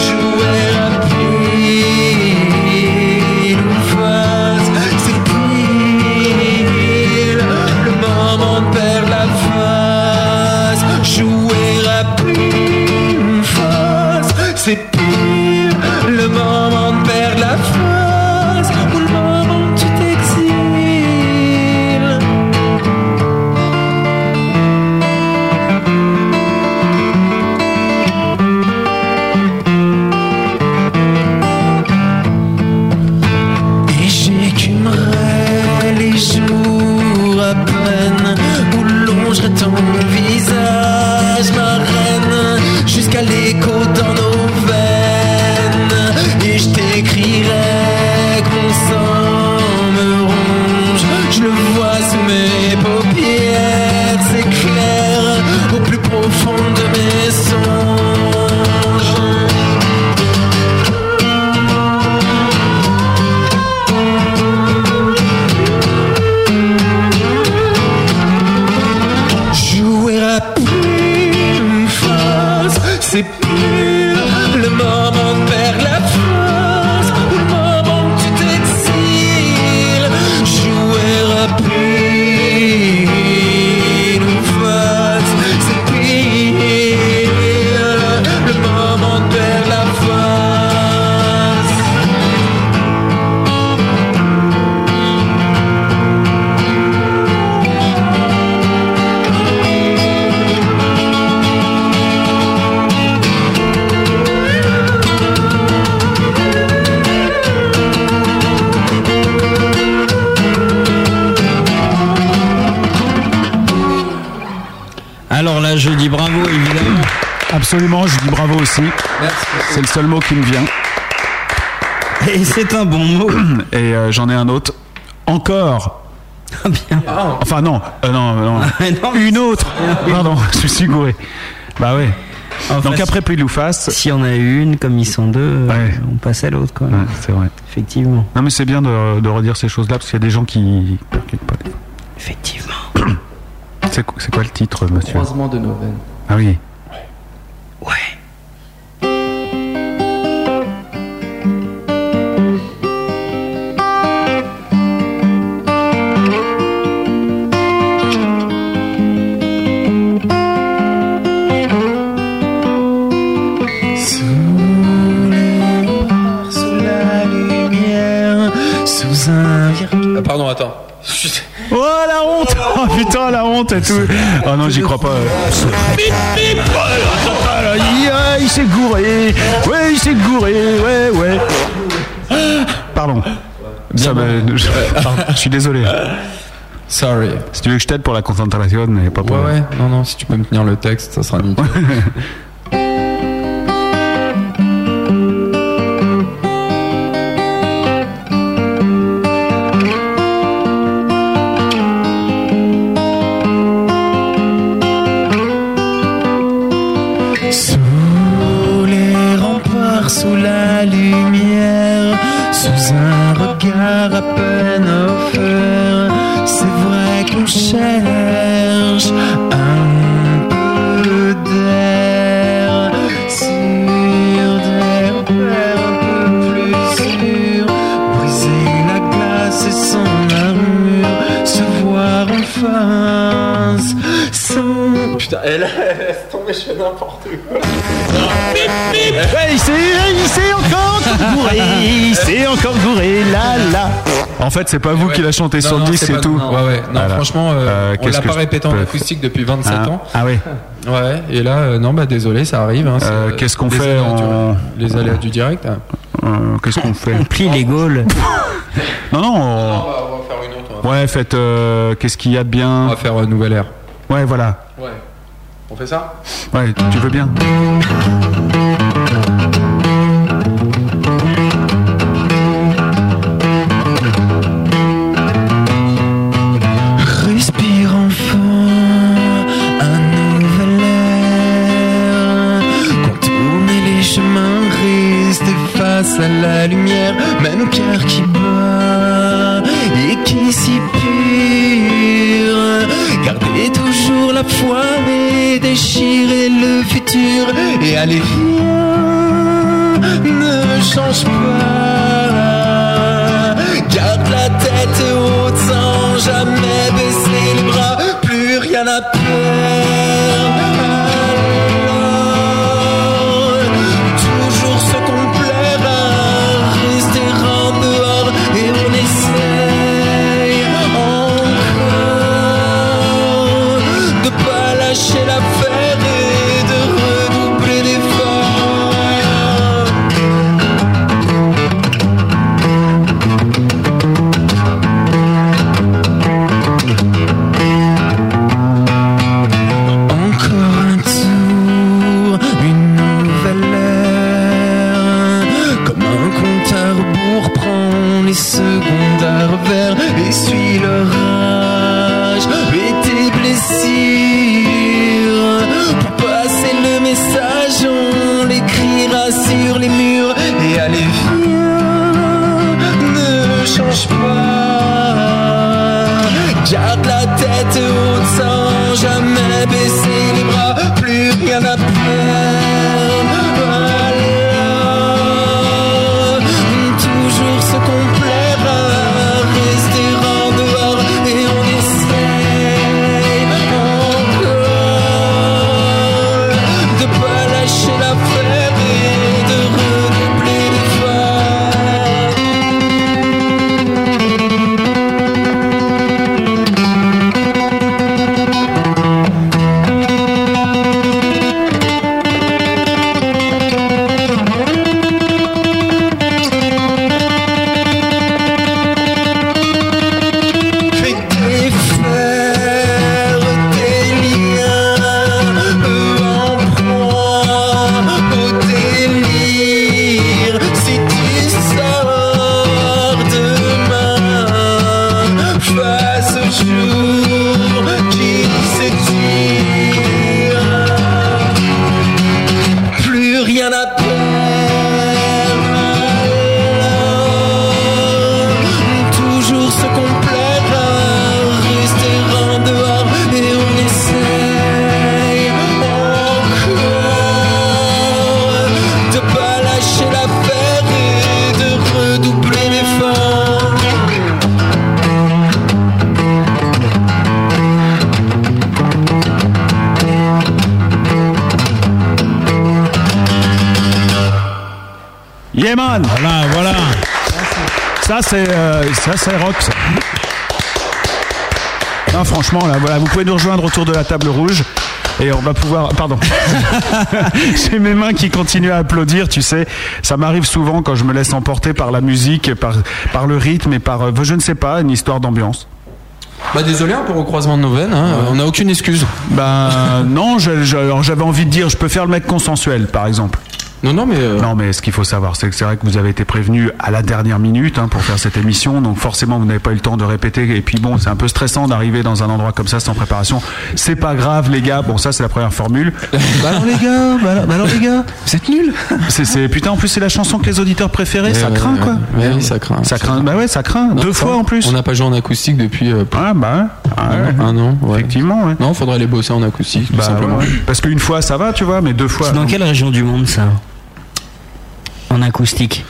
I: Jouer à pile ou face, c'est pile le moment de perdre la face. Jouer à pile ou face, c'est pile le moment de perdre la face. Ou le moment où tu t'exiles. Et j'écumerai les jours à peine où longerai ton visage, ma reine, jusqu'à l'écho dans nos veines. Et je t'écrirai qu'on s'en me ronge, je le vois sous mes paupières, c'est clair, au plus profond de mes songes. Jouer à plume face, c'est pur le moment de perdre la face, ou le moment où tu t'exiles. Jouer à plume face, c'est pur le moment de perdre la face.
B: Alors là, je dis bravo, évidemment.
C: Absolument, je dis bravo aussi. C'est le seul mot qui me vient.
B: Et c'est un bon mot.
C: Et euh, j'en ai un autre. Encore. Enfin non, euh, non, non. Une autre. Pardon, je me suis gouré. Bah ouais. Donc après Pile ou Face.
B: S'il y en a une, comme ils sont deux, euh, on passe à l'autre. quoi.
C: c'est vrai.
B: Effectivement.
C: Non mais c'est bien de, de redire ces choses-là parce qu'il y a des gens qui.
B: Effectivement.
C: C'est quoi c'est quoi le titre, monsieur
H: Croisement de nos veines.
C: Ah oui.
I: Sous la lumière, sous un
D: Ah, Pardon, attends.
C: Oh la honte Oh putain la honte et tout Oh non j'y crois pas
I: Bip, bip. Oh
C: Ah là, il ah, il s'est gouré Ouais il s'est gouré Ouais ouais Pardon Ça, bah, je, pardon, je suis désolé
D: Sorry
C: Si tu veux que je t'aide pour la concentration mais pas pour
D: Ouais, ouais, non, non, si tu peux me tenir le texte, ça sera nickel.
I: Sous les remparts, sous la lumière, sous un regard à peine offert, c'est vrai qu'on cherche un peu d'air sur des repères un peu plus sûrs, briser la glace et son armure, se voir en face sans.
D: Putain, elle laisse tomber, je fais n'importe quoi.
C: Ouais, il s'est, il s'est encore gouré, il s'est encore gouré, là là. En fait, c'est pas vous qui l'a chanté
D: Non,
C: sur le
D: non,
C: disque, c'est
D: c'est pas-
C: tout.
D: non, ouais, ouais. Non, franchement, euh, on
C: qu'est-ce
D: l'a
C: que
D: pas
C: je
D: répété en
C: peux-
D: acoustique depuis 27
C: Ah,
D: ans.
C: Ah oui.
D: Ouais, et là, euh, non, bah désolé, ça arrive. hein, c'est,
C: Euh,
D: euh,
C: qu'est-ce qu'on
D: les
C: fait
D: aléas du-
C: en-
D: Les aléas du direct. hein.
C: Euh, Qu'est-ce qu'on fait On
B: plie les Gaules.
C: non, non. on-
D: hein.
C: Ouais, faites. euh, Qu'est-ce qu'il y a de bien On
D: va faire une nouvelle ère.
C: Ouais, voilà.
D: Ouais. On fait ça
C: Ouais, tu veux bien
I: Respire enfin un nouvel air. Contourner les chemins, rester face à la lumière. Mène au cœur qui bat et qui s'y pure. foin et déchirer le futur. Et allez, rien ne change pas. Garde la tête haute sans jamais baisser les bras. Plus rien à perdre. Toujours ce qu'on plaira, rester en dehors et on essaye encore de pas lâcher l'affaire et de redoubler d'efforts. Encore un tour, une nouvelle heure. Comme un compte à rebours, prends les secondes à revers, essuie leur rage et tes blessures. Pour passer le message, on l'écrira sur les murs et allez, viens, ne change pas. Garde la tête haute sans jamais baisser les bras, plus rien à perdre. Alors, toujours ce qu'on plaira, rester en dehors et on essaye encore de pas lâcher l'affaire et de redoubler d'efforts. Fais défaire tes liens, peu en proie au délire. Si tu sors demain, face au jour qui s'étire, plus rien à toujours ce qu'on plaira, rester en dehors et on essaye encore de pas lâcher l'affaire et de redoubler l'effort.
C: Yeah man Voilà, voilà. Ça c'est euh, ça c'est rock. ça. Non, franchement là, voilà, vous pouvez nous rejoindre autour de la table rouge. Et on va pouvoir. Pardon. J'ai mes mains qui continuent à applaudir, tu sais. Ça m'arrive souvent quand je me laisse emporter par la musique, par, par le rythme et par, euh, je ne sais pas, une histoire d'ambiance.
D: Bah désolé hein, pour le croisement de nos veines, hein, on n'a aucune excuse.
C: Bah non, je- je- alors, j'avais envie de dire, je peux faire le mec consensuel, par exemple.
D: Non, non, mais. euh,
C: Non, mais ce qu'il faut savoir, c'est que c'est vrai que vous avez été prévenu à la dernière minute hein, pour faire cette émission, donc forcément vous n'avez pas eu le temps de répéter. Et puis bon, c'est un peu stressant d'arriver dans un endroit comme ça sans préparation. C'est pas grave, les gars. Bon, ça c'est la première formule.
I: Bah alors les gars, bah alors, bah alors les gars,
C: vous êtes nuls. C'est, c'est- putain, en plus c'est la chanson que les auditeurs préféraient. ça
D: Ouais,
C: craint
D: ouais,
C: quoi.
D: ouais. Ouais, ça craint.
C: Ça craint. Bah ouais, ça craint.
D: Non,
C: Deux
D: ça,
C: fois en plus.
D: On n'a pas joué en acoustique depuis. euh,
C: Ah bah.
D: un, an, un an, ouais.
C: Effectivement, ouais.
D: Non, faudrait les bosser en acoustique, tout
C: Bah,
D: simplement.
C: ouais. Parce qu'une fois ça va, tu vois, mais deux fois. euh,
B: C'est dans quelle région du monde ça En acoustique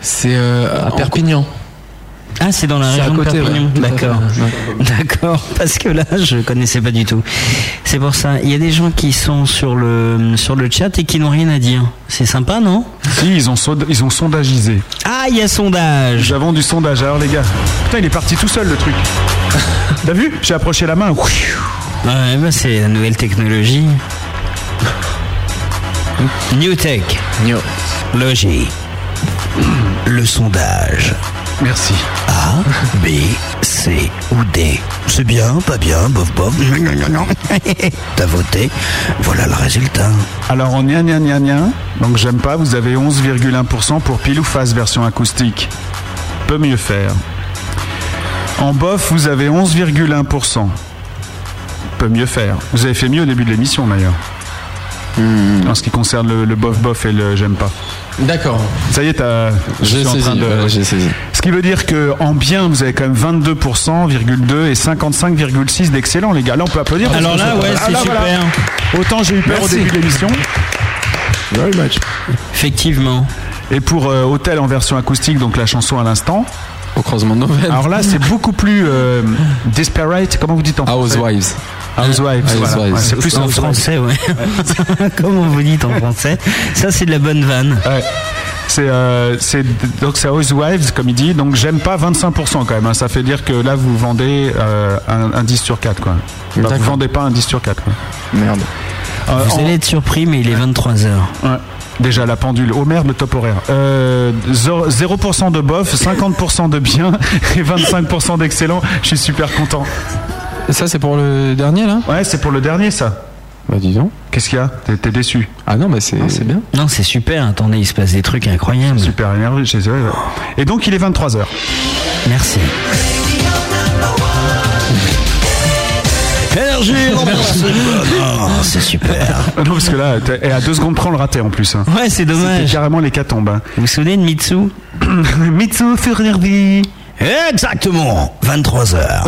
D: C'est euh, à
B: Perpignan. Ah, c'est dans la
H: C'est à
B: région
H: côté,
B: de Perpignan.
H: ouais. Tout à
B: D'accord. D'accord. Parce que là, je connaissais pas du tout. C'est pour ça. Il y a des gens qui sont sur le, sur le chat et qui n'ont rien à dire. C'est sympa, non
C: Si, ils ont, sonda- ils ont sondagisé.
B: Ah, il y a sondage.
C: Nous avons du sondage. Alors les gars, putain, il est parti tout seul le truc. T'as vu J'ai approché la main.
B: Ouais, bah, c'est la nouvelle technologie. New Tech. New. Logie.
F: Le sondage.
C: Merci.
F: A, B, C ou D. C'est bien, pas bien, bof bof. gna, gna, gna. T'as voté, voilà le résultat.
C: Alors en gna gna gna gna, donc j'aime pas, vous avez 11,1% pour pile ou face version acoustique. Peut mieux faire. En bof, vous avez 11,1%. Peut mieux faire. Vous avez fait mieux au début de l'émission d'ailleurs.
D: Hmm.
C: En ce qui concerne le, le bof bof et le j'aime pas.
D: D'accord.
C: Ça y est, t'as. je
D: J'ai
C: suis en
D: saisi,
C: train de-
D: ouais, j'ai saisi.
C: Ce qui veut dire que en bien, vous avez quand même 22%, 2 et 55,6 d'excellent, les gars. Là, on peut applaudir. parce
B: Alors
C: que
B: là,
C: je-
B: ouais,
C: Ah,
B: c'est
C: là, voilà.
B: super.
C: Autant j'ai eu peur
B: Merci.
C: au début de l'émission.
B: Very much. Effectivement.
C: Et pour euh, Hôtel en version acoustique, donc la chanson à l'instant.
D: Au croisement de nos veines.
C: Alors là, c'est beaucoup plus euh, disparate. Comment vous dites en français
D: Housewives.
C: ah, Housewives. voilà. Ouais, c'est plus en
B: français,
C: français.
B: ouais. Comme on vous dit en français. Ça, c'est de la bonne vanne.
C: C'est euh, c'est- donc c'est Housewives comme il dit. Donc j'aime pas 25% quand même. hein. Ça fait dire que là vous vendez euh, un, un 10 sur 4 quoi. Bah, vous vendez pas un 10 sur Euh, 4.
H: Merde.
B: vous allez être surpris, mais il est 23h.
C: Déjà la pendule. Oh merde, le top horaire. Euh, zo- 0% de bof, 50% de bien et 25% d'excellent. Je suis super content.
D: Et ça, c'est pour le dernier là
C: Ouais, c'est pour le dernier ça.
D: Bah dis donc.
C: Qu'est-ce qu'il y a T'es- T'es déçu
D: Ah non, bah c'est.
C: c'est bien.
B: Non, c'est super. Attendez, il se passe des trucs incroyables.
C: Super énervé, je sais. ouais. Et donc il est 23h.
B: Merci. Énergie, Oh, c'est super.
C: Non, parce que là, t'es- et à deux secondes près, on le ratait en plus. hein.
B: Ouais, c'est dommage.
C: C'était carrément l'hécatombe. hein.
B: Vous vous souvenez de Mitsu
C: Mitsu Furnerby
B: Exactement 23h.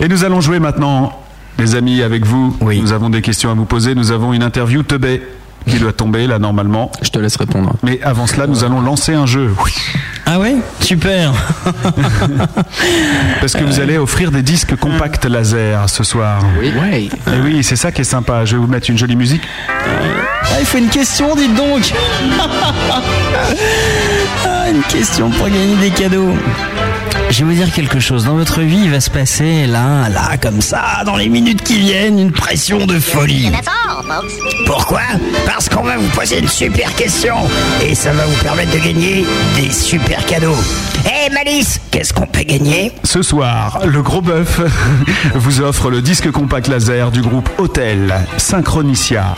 C: Et nous allons jouer maintenant, les amis, avec vous. Nous avons des questions à vous poser. Nous avons une interview teubé qui doit tomber là normalement.
D: Je te laisse répondre.
C: Mais avant cela, nous allons lancer un jeu.
B: Ah ouais Super.
C: Parce que
B: Euh.
C: vous allez offrir des disques compacts laser ce soir.
H: Oui.
C: Et oui, c'est ça qui est sympa. Je vais vous mettre une jolie musique.
B: Ah, il fait une question, dites donc Ah, Une question pour gagner des cadeaux. Je vais vous dire quelque chose. Dans votre vie, il va se passer là, là, comme ça, dans les minutes qui viennent, une pression de folie.
P: Pourquoi Parce qu'on va vous poser une super question et ça va vous permettre de gagner des super cadeaux. Hé
B: Eh,
P: Malice, qu'est-ce qu'on peut gagner
C: Ce soir, le gros bœuf vous offre le disque compact laser du groupe Hôtel Synchronicia.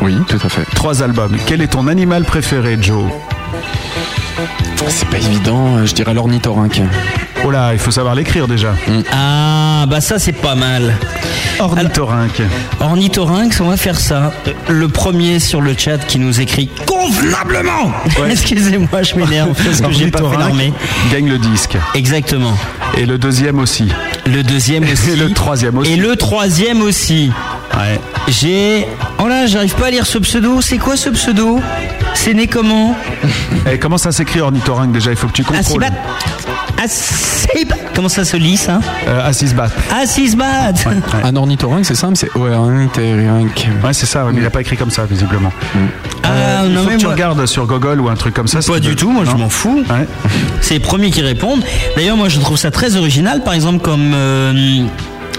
D: Oui, tout à fait.
C: Trois albums. Quel est ton animal préféré, Joe
D: Bah, C'est pas évident, euh, je dirais l'ornithorynque.
C: Oh là, il faut savoir l'écrire déjà.
B: Ah, bah ça, c'est pas mal.
C: Ornithorynque.
B: Ornithorynx, on va faire ça. Euh, Le premier sur le chat qui nous écrit convenablement Excusez-moi, je m'énerve parce que j'ai pas fait
C: Ornithorynque
B: l'armée.
C: Gagne le disque.
B: Exactement.
C: Et le deuxième aussi.
B: Le deuxième aussi.
C: Et le troisième aussi.
B: Et le troisième aussi.
C: Ouais.
B: J'ai. Oh là, j'arrive pas à lire ce pseudo. C'est quoi ce pseudo C'est né comment
C: Et Eh, comment ça s'écrit ornithorynque déjà Il faut que tu contrôles.
B: Asibat. Asib. Comment ça se hein? lit ça
C: Euh, Asisbat.
B: Asisbat.
D: Un ornithorynque, c'est simple, c'est ornithorynque.
C: Ouais, c'est ça, ouais, mais il n'a pas écrit comme ça, visiblement.
B: Ah,
C: Euh, il
B: non,
C: faut
B: mais
C: que tu
B: moi-
C: regardes sur Google ou un truc comme ça.
B: Pas du tout, moi je m'en fous.
C: Ouais.
B: C'est les premiers qui répondent. D'ailleurs, moi je trouve ça très original. Par exemple, comme. euh,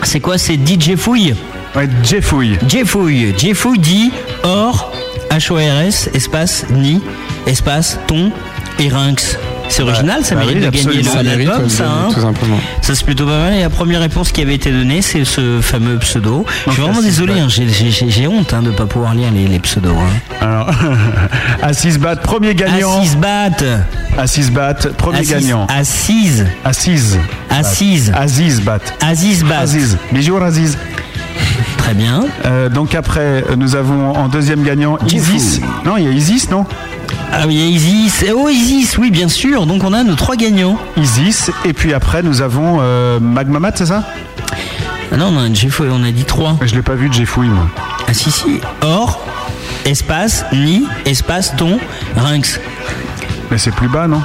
B: c'est quoi C'est DJ Fouille
C: Ouais, Jeffouille.
B: Jeffouille. Jeffouille dit or, H-O-R-S, espace, ni, espace, ton, et rinx. C'est original, ça
D: Bah
B: mérite
D: oui,
B: de gagner
D: absolument. Ça
B: le-
D: mérite,
B: l'album,
D: ouais,
B: ça. hein.
D: Tout simplement.
B: Ça c'est plutôt pas mal. Et la première réponse qui avait été donnée, c'est ce fameux pseudo. Je suis vraiment désolé, hein, j'ai- j'ai j'ai- j'ai honte hein, de ne pas pouvoir lire les, les pseudos. Hein.
C: Alors, Asisbat, premier gagnant.
B: Asisbat.
C: Asisbat, premier
B: Assis-
C: gagnant.
B: Assise.
C: Assise.
B: Assise.
C: Azizbat.
B: Azizbat.
C: Aziz. Bonjour Aziz.
B: Très bien.
C: Euh, donc après, euh, nous avons en deuxième gagnant Isis. Non, il y a Isis, non
B: Ah oui, il y a Isis. Oh, Isis, oui, bien sûr. Donc on a nos trois gagnants.
C: Isis. Et puis après, nous avons euh, Magmamat, c'est ça
B: Ah non, on a, Jeffouille, on a dit trois.
C: Je l'ai pas vu, Jeffouille, moi.
B: Ah si, si. Or, espace, ni, espace, ton, rinx.
C: Mais c'est plus bas, non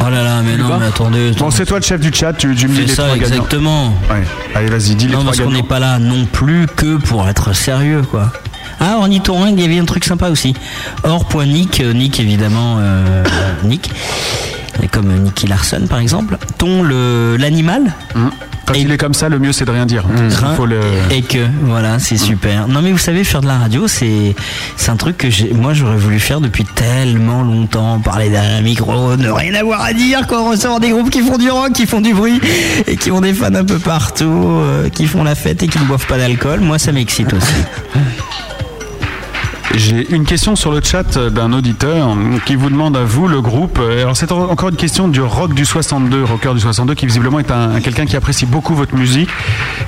B: Oh là là, mais non, mais attendez.
C: Bon, c'est toi le chef du chat, tu, tu me dis
B: C'est
C: les
B: ça,
C: trois gagnants.
B: exactement.
C: Ouais. Allez, vas-y, dis les
B: Non,
C: trois
B: parce qu'on
C: gagnants.
B: n'est pas là non plus que pour être sérieux, quoi. Ah, ornithorynque, il y avait un truc sympa aussi. Or, point Nick, euh, Nick évidemment, euh, Nick, Et comme euh, Nicky Larson par exemple. Ton, le- l'animal,
C: Hum. Quand il est comme ça, le mieux c'est de rien dire. Il
B: Hein,
C: faut le...
B: et que voilà c'est super non mais vous savez faire de la radio c'est c'est un truc que j'ai- moi j'aurais voulu faire depuis tellement longtemps parler d'un micro ne rien avoir à dire qu'on ressort des groupes qui font du rock qui font du bruit et qui ont des fans un peu partout euh, qui font la fête et qui ne boivent pas d'alcool moi ça m'excite aussi
C: J'ai une question sur le chat euh, d'un auditeur qui vous demande à vous le groupe. Euh, Alors c'est en- encore une question du rock du 62, rocker du 62, qui visiblement est un, quelqu'un qui apprécie beaucoup votre musique,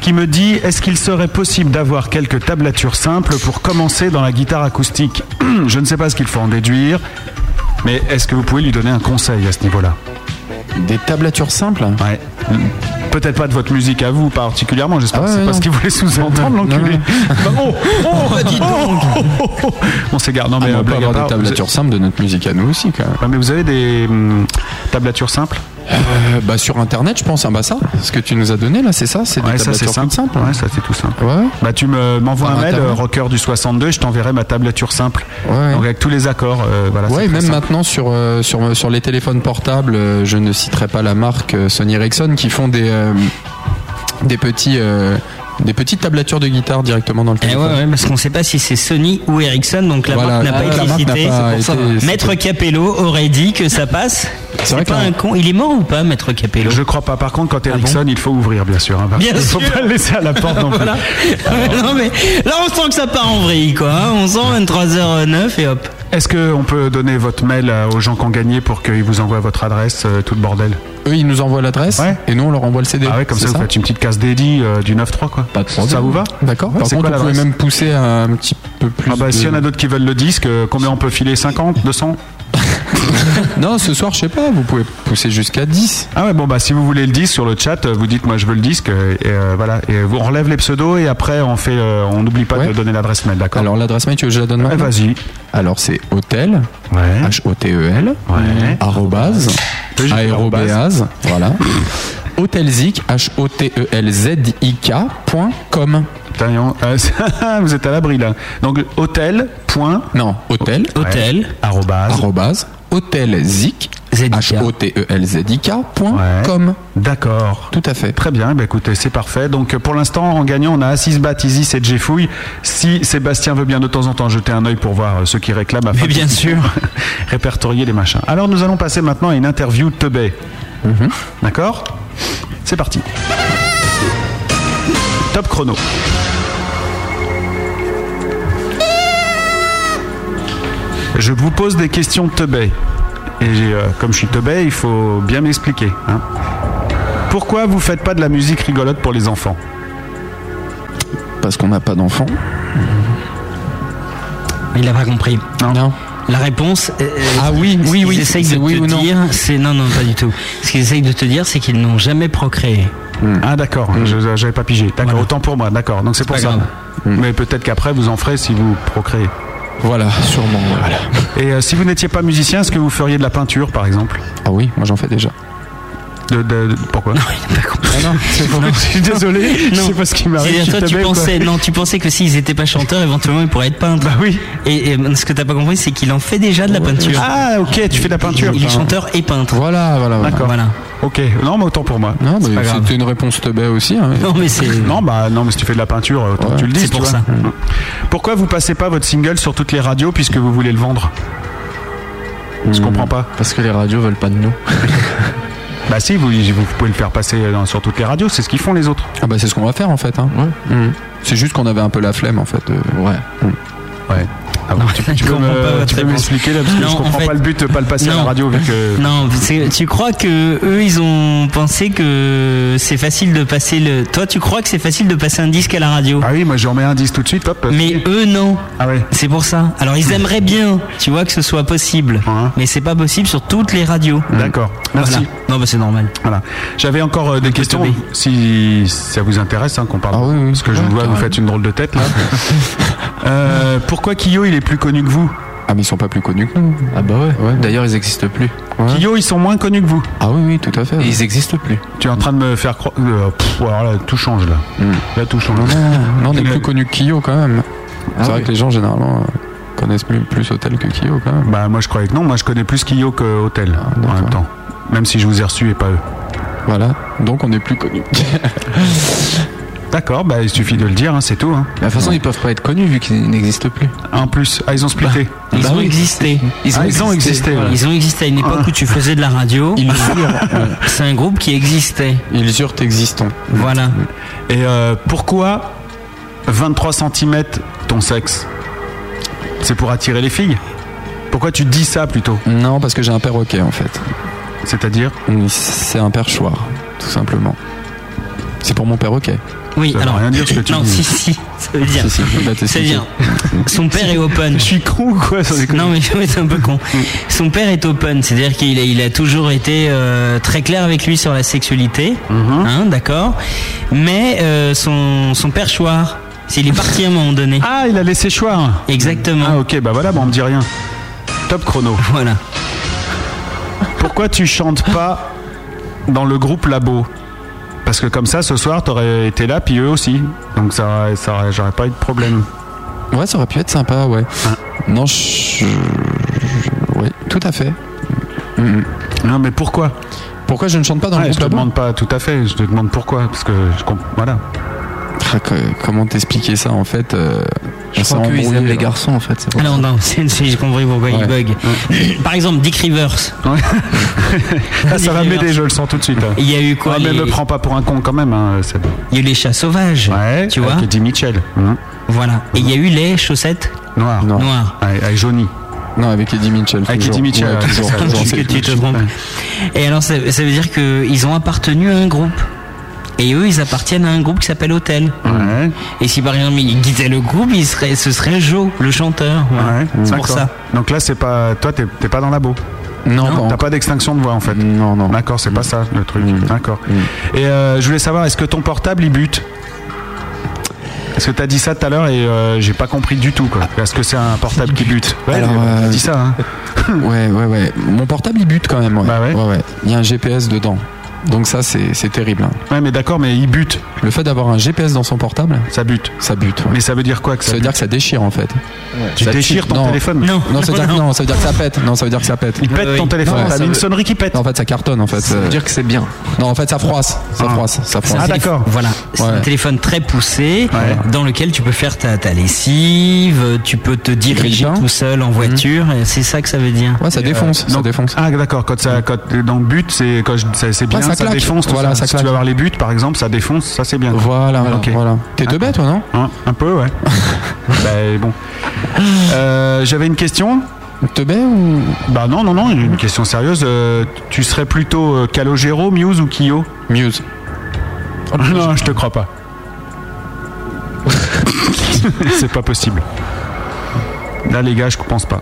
C: qui me dit est-ce qu'il serait possible d'avoir quelques tablatures simples pour commencer dans la guitare acoustique Je ne sais pas ce qu'il faut en déduire. Mais est-ce que vous pouvez lui donner un conseil à ce niveau-là
D: Des tablatures simples Ah,
C: Ouais. Peut-être pas de votre musique à vous particulièrement, j'espère
D: Ah
C: que
D: ouais,
C: c'est pas
D: non.
C: ce qu'il voulait sous-entendre,
D: Non, non,
C: l'enculé.
D: non.
C: Bah, oh, oh, bah, dis donc. On s'égare. Non, mais
D: Ah, mais on
C: euh,
D: peut
C: blague
D: avoir
C: à part,
D: des tablatures
C: vous-
D: simples de notre musique à nous aussi, quand même.
C: Ouais, mais vous avez des hum, tablatures simples
D: bah, Sur Internet, je pense. Ah, bah ça, ce que tu nous as donné, là, c'est ça C'est des
C: Ouais, ça
D: tablatures
C: c'est simple.
D: toutes simples
C: Ouais, ça c'est tout simple.
D: Ouais.
C: Bah tu me m'envoies
D: Par
C: un mail
D: Internet.
C: euh, rocker du 62, je t'enverrai ma tablature simple. Donc avec tous les accords, euh, voilà.
D: Ouais,
C: c'est
D: et
C: très
D: même
C: simple.
D: maintenant sur, euh, sur, sur les téléphones portables, euh, je ne citerai pas la marque euh, Sony Ericsson qui font des, euh, des, petits, euh, des petites tablatures de guitare directement dans le
B: Eh ouais,
D: téléphone.
B: ouais, parce qu'on ne sait pas si c'est Sony ou Ericsson, donc Ah, la
D: Voilà,
B: marque n'a
D: la-
B: pas
D: la
B: été
D: marque n'a
B: citée.
D: pas
B: C'est pour
D: été
B: ça. Maître Capello aurait dit que ça passe. C'est pas un con. Il est mort ou pas, Maître Capello
C: Je crois pas. Par contre,
D: Ah
C: quand t'es Ericsson, il faut ouvrir, bien sûr. hein, parce
B: Bien
C: qu'il faut
B: sûr.
C: pas le laisser à la porte non plus.
B: Voilà. non, mais là, on sent que ça part en vrille, quoi. hein. On sent 23h09 et hop.
C: Est-ce qu'on peut donner votre mail euh, aux gens qui ont gagné pour qu'ils vous envoient votre adresse, euh, tout le bordel
D: Eux, ils nous envoient l'adresse et nous, on leur envoie le CD.
C: Ah ouais, comme
D: C'est
C: ça, vous faites une petite case dédiée euh, du 9-3, quoi. Ça vous va
D: D'accord. Par
C: C'est
D: contre,
C: quoi
D: vous pouvez
C: l'adresse
D: même pousser à un petit peu Bah, plus.
C: Ah bah,
D: de-
C: s'il y en a d'autres qui veulent le disque, euh, combien on peut filer 50 200
D: Non, ce soir, je sais pas, vous pouvez pousser jusqu'à 10.
C: Ah ouais, bon, bah, si vous voulez le disque sur le chat, euh, vous dites, moi, je veux le disque, euh, et euh, voilà. Et vous- on relève les pseudos, et après, on fait, euh, on n'oublie pas de donner l'adresse mail, d'accord Eh,
D: Alors, l'adresse mail, tu veux que je la donne maintenant
C: Vas-y.
D: Alors, c'est hôtel,
C: Hein
D: Ah, H-O-T-E-L, E arrobase,
C: Oui, j'ai fait
D: aérobase, voilà, hôtelzik, E H-O-T-E-L-Z-I-K, point com.
C: Putain, on- euh, vous êtes à l'abri, là. Donc, hôtel. Point.
D: Non, hôtel.
B: Hôtel.
C: Arrobase.
D: Arrobase, hôtelzik, E H-O-T-E-L-Z-I-K, point
C: Ouais.
D: com.
C: D'accord.
D: Tout à fait.
C: Très bien, bah écoutez, c'est parfait. Donc euh, pour l'instant, en gagnant, on a Assis Bat, Isis et Jeffouille. Si Sébastien veut bien de temps en temps jeter un œil pour voir euh, ceux qui réclament, afin
B: Mais bien
C: de-
B: sûr.
C: répertorier les machins. Alors nous allons passer maintenant à une interview de Teubé.
B: Mhm.
C: D'accord C'est parti. Top chrono. Je vous pose des questions Teubé. Et euh, comme je suis Teubé, il faut bien m'expliquer. hein. Pourquoi vous faites pas de la musique rigolote pour les enfants
D: Parce qu'on n'a pas d'enfants.
B: Il n'a pas compris.
D: Non.
B: La réponse. euh,
D: Ah oui,
B: ce
D: oui,
B: qu'ils
D: oui,
B: essayent de
D: c'est oui
B: te
D: ou non.
B: dire, c'est non, non, pas du tout. Ce qu'ils essayent de te dire, c'est qu'ils n'ont jamais procréé. Hmm.
C: Ah d'accord, je- j'avais pas pigé. D'accord, autant pour moi, d'accord. Donc c'est pour
B: pas
C: ça.
B: grave. Hmm.
C: Mais peut-être qu'après vous en ferez si vous procréez.
D: Voilà, sûrement. Voilà.
C: Et euh, si vous n'étiez pas musicien, est-ce que vous feriez de la peinture par exemple
D: Ah oui, moi j'en fais déjà.
C: de, de- de- pourquoi Ah Non,
B: il n'a pas compris.
C: Je suis désolé, je
B: Non.
C: sais pas ce qui m'arrive.
B: C'est-à-dire,
C: je suis
B: toi, tu
C: teubé ou quoi
B: pensais, non, tu pensais que s'ils n'étaient pas chanteurs, éventuellement, ils pourraient être peintres. Bah
C: oui.
B: Et, et ce que t'as pas compris, c'est qu'il en fait déjà de la peinture.
C: Ah ok, tu fais de la peinture.
B: Il est chanteur et peintre.
D: Voilà, voilà. voilà.
C: D'accord.
B: Voilà.
C: Ok, non mais autant pour moi.
D: Non,
C: C'est pas
D: mais
C: grave.
D: c'était une réponse teubée aussi. hein.
B: Non, mais c'est.
C: Non, bah non, mais si tu fais de la peinture, autant que tu le dis.
B: c'est
C: tu
B: pour
C: vois.
B: ça.
C: Pourquoi vous passez pas votre single sur toutes les radios puisque vous voulez le vendre
B: Hmm.
C: Je comprends pas.
H: Parce que les radios veulent pas de nous.
C: Bah si, vous, vous pouvez le faire passer dans- sur toutes les radios, c'est ce qu'ils font les autres.
D: Ah bah c'est ce qu'on va faire en fait. hein. Mhm. C'est juste qu'on avait un peu la flemme en fait. Ouais.
C: Ouais. Ah bon, tu, tu
B: je
C: peux
B: comprends pas
C: me-
B: votre
C: tu peux
B: réponse.
C: m'expliquer là parce que
B: Non,
C: je comprends
B: en fait-
C: pas le but de pas le passer à la
B: Non.
C: radio vu que.
B: Non, c'est- tu crois que eux ils ont pensé que c'est facile de passer le. Toi tu crois que c'est facile de passer un disque à la radio
C: Ah oui, moi j'en mets un 10 tout de suite, hop.
B: Mais eux non.
C: Ah ouais.
B: C'est pour ça. Alors ils aimeraient bien, tu vois, que ce soit possible, mais c'est pas possible sur toutes les radios.
C: D'accord. Merci.
B: Voilà. Non, bah c'est normal.
C: Voilà. J'avais encore euh, des questions
B: teubé.
C: si ça vous intéresse hein, qu'on parle.
B: Ah
C: Parce que je vois vous faites une drôle de tête là. Euh, pourquoi Kyo il est plus connu que vous
D: Ah mais ils sont pas plus connus que nous.
H: Ah bah ouais. D'ailleurs, ils existent plus.
B: Hein
C: Kyo ils sont moins connus que vous.
D: Ah oui, oui, tout à fait.
H: Et ils existent plus.
C: Tu es en train de me faire croire. euh, pff, alors là, tout change là.
B: Hmm.
C: Là, tout
B: Ah
C: change.
D: Ah, Non, on est
C: Il a-
D: plus connus que Kyo quand même.
C: Ah
D: c'est vrai
C: oui.
D: que les gens généralement euh, connaissent plus, plus Hotel que Kyo quand même.
C: Bah moi je croyais que non, moi je connais plus Kyo que Hotel
B: Ah,
C: en même temps. Même si je vous ai reçu et pas eux.
D: Voilà. Donc on est plus connus.
C: D'accord, bah il suffit de le dire, hein, c'est tout. hein.
H: De toute façon, ils peuvent pas être connus vu qu'ils n'existent plus.
C: En plus, ah ils ont splitté.
B: Ils
D: bah
B: ont Bah, existé.
H: Ils ont
C: Ah, ils ont existé,
H: existé,
C: voilà.
B: Ils ont existé à une époque où tu faisais de la radio.
D: hein.
B: C'est un groupe qui existait.
D: Ils eurent existants.
B: Voilà.
C: Et euh, pourquoi 23 cm ton sexe C'est pour attirer les filles Pourquoi tu dis ça plutôt
D: Non, parce que j'ai un perroquet en fait.
C: C'est-à-dire
D: Oui, C'est un perchoir, tout simplement. C'est pour mon perroquet.
B: Oui,
D: Ça veut
B: alors.
D: rien dire, ce que tu
B: non,
D: dis.
B: si, si, ça veut dire.
D: Si, si, bah, t'es
B: c'est
D: expliqué.
B: bien. Son père est open. Je suis con ou quoi Non, mais ouais, c'est un peu con.
C: Mm.
B: Son père est open, c'est-à-dire qu'il a, il a toujours été euh, très clair avec lui sur la sexualité.
C: Mm-hmm.
B: hein, D'accord Mais euh, son, son père choir, il est parti à un moment donné.
C: Ah, il a laissé choir.
B: Exactement.
C: Ah, ok, bah voilà, bon, on me dit rien. Top chrono.
B: Voilà.
C: Pourquoi tu chantes pas dans le groupe Labo Parce que comme ça, ce soir, t'aurais été là, puis eux aussi. Donc ça, aurait- ça aurait- j'aurais pas eu de problème.
D: Ouais, ça aurait pu être sympa, ouais. Non, je. Oui, tout à fait.
C: Non, mais pourquoi
D: Pourquoi je ne chante pas dans
B: Ah,
C: Ouais,
D: le
C: Je te
D: groupe
C: demande pas tout à fait, je te demande pourquoi. Parce que je comprends. Voilà.
D: Comment t'expliquer ça en fait euh,
B: Je
D: on s'est
B: crois qu'eux, ils
D: embrouillé,
B: aiment les
D: là.
B: garçons, en fait. Ah non, non, c'est- c'est- j'ai compris pourquoi il
D: Ouais.
B: bug. Par exemple, Dick Rivers.
C: Ah, ça va m'aider, je le sens tout de suite.
B: Il y a eu quoi
C: Ah, mais
B: les-
C: me prends pas pour un con quand même, hein, Seb.
B: Il y a eu les chats sauvages.
C: Ouais,
B: tu vois.
C: Avec Eddie Mitchell. hein,
B: Voilà. Et il y a eu les chaussettes
C: noires.
B: Noires.
C: Avec, Johnny.
D: Non, avec Eddie Mitchell.
C: Avec
D: toujours.
C: Eddie Mitchell,
D: Ouais,
C: ouais,
D: toujours,
C: c'est ça.
D: toujours,
C: Parce
D: c'est
C: Ah, que
B: que tu te
D: Mitchell.
B: trompes. Et alors, ça, ça veut dire qu'ils ont appartenu à un groupe. Et eux, ils appartiennent à un groupe qui s'appelle Hôtel. Et si par exemple ils guidaient le groupe, il serait, ce serait Joe, le chanteur. Voilà.
C: Ouais,
B: C'est
C: d'accord.
B: Mm. pour ça.
C: Donc là, c'est pas. Toi, t'es t'es pas dans la beau.
D: Non,
C: t'as pas d'extinction de Bah voix en fait.
D: Non, non.
C: D'accord,
B: Mm.
C: c'est pas ça le truc. D'accord. Et euh, je voulais savoir, est-ce que ton portable il bute Parce que t'as dit ça tout à l'heure et euh, j'ai pas compris du tout quoi. Est-ce que c'est un portable qui bute Ouais,
D: Alors,
C: t'as
D: euh,
C: dit ça. Hein.
D: ouais, ouais, ouais. Mon portable, il bute quand même. Ouais.
C: Bah
D: ouais. ouais. Il y a un GPS dedans. Donc ça, c'est c'est terrible. hein.
C: Ouais, mais d'accord, mais il bute.
D: Le fait d'avoir un GPS dans son portable,
C: ça bute.
D: Ça bute.
C: Mais ça veut dire quoi que ça
D: Ça veut
C: bute
D: dire que ça déchire en fait.
C: Tu
D: Ça
C: déchires
D: tire-
C: ton
D: non.
C: téléphone
D: Non, ça veut dire que non, ça veut dire que ça pète. Non, ça veut dire que ça pète.
C: Il pète ton téléphone.
D: Non,
C: T'as
D: ça
C: mis une
D: veut-
C: sonnerie qui pète.
D: Non, en fait, ça cartonne en fait. Ça veut dire que c'est bien. Non, en fait, ça froisse. Ça
C: Ah.
D: froisse. Ça
B: C'est
D: froisse.
B: un téléphone- Voilà, c'est un
D: Ouais.
B: téléphone très poussé dans lequel tu peux faire ta, ta lessive, tu peux te diriger tout seul
C: Mhm.
B: en voiture. et C'est ça que ça veut dire.
D: Ouais, ça défonce.
C: Donc- Ah d'accord, quand ça, quand dans le but, c'est quand je- c'est c'est bien,
D: Ouais, ça
C: ça,
D: claque.
C: défonce. tout
D: Voilà,
C: ça.
D: ça
C: si
D: claque.
C: tu vas voir les buts, par exemple, ça défonce, ça c'est bien.
D: Voilà,
C: Ok.
D: voilà. T'es deux bêtes, toi, non
C: un, un peu, ouais. bah, bon. Euh, J'avais une question.
D: Te ou
C: Bah non, non, non, une question sérieuse. Euh, tu serais plutôt euh, Calogero, Muse ou Kyo
D: Muse. Oh,
C: non, je te crois pas. c'est pas possible. Là, les gars, je pense pas.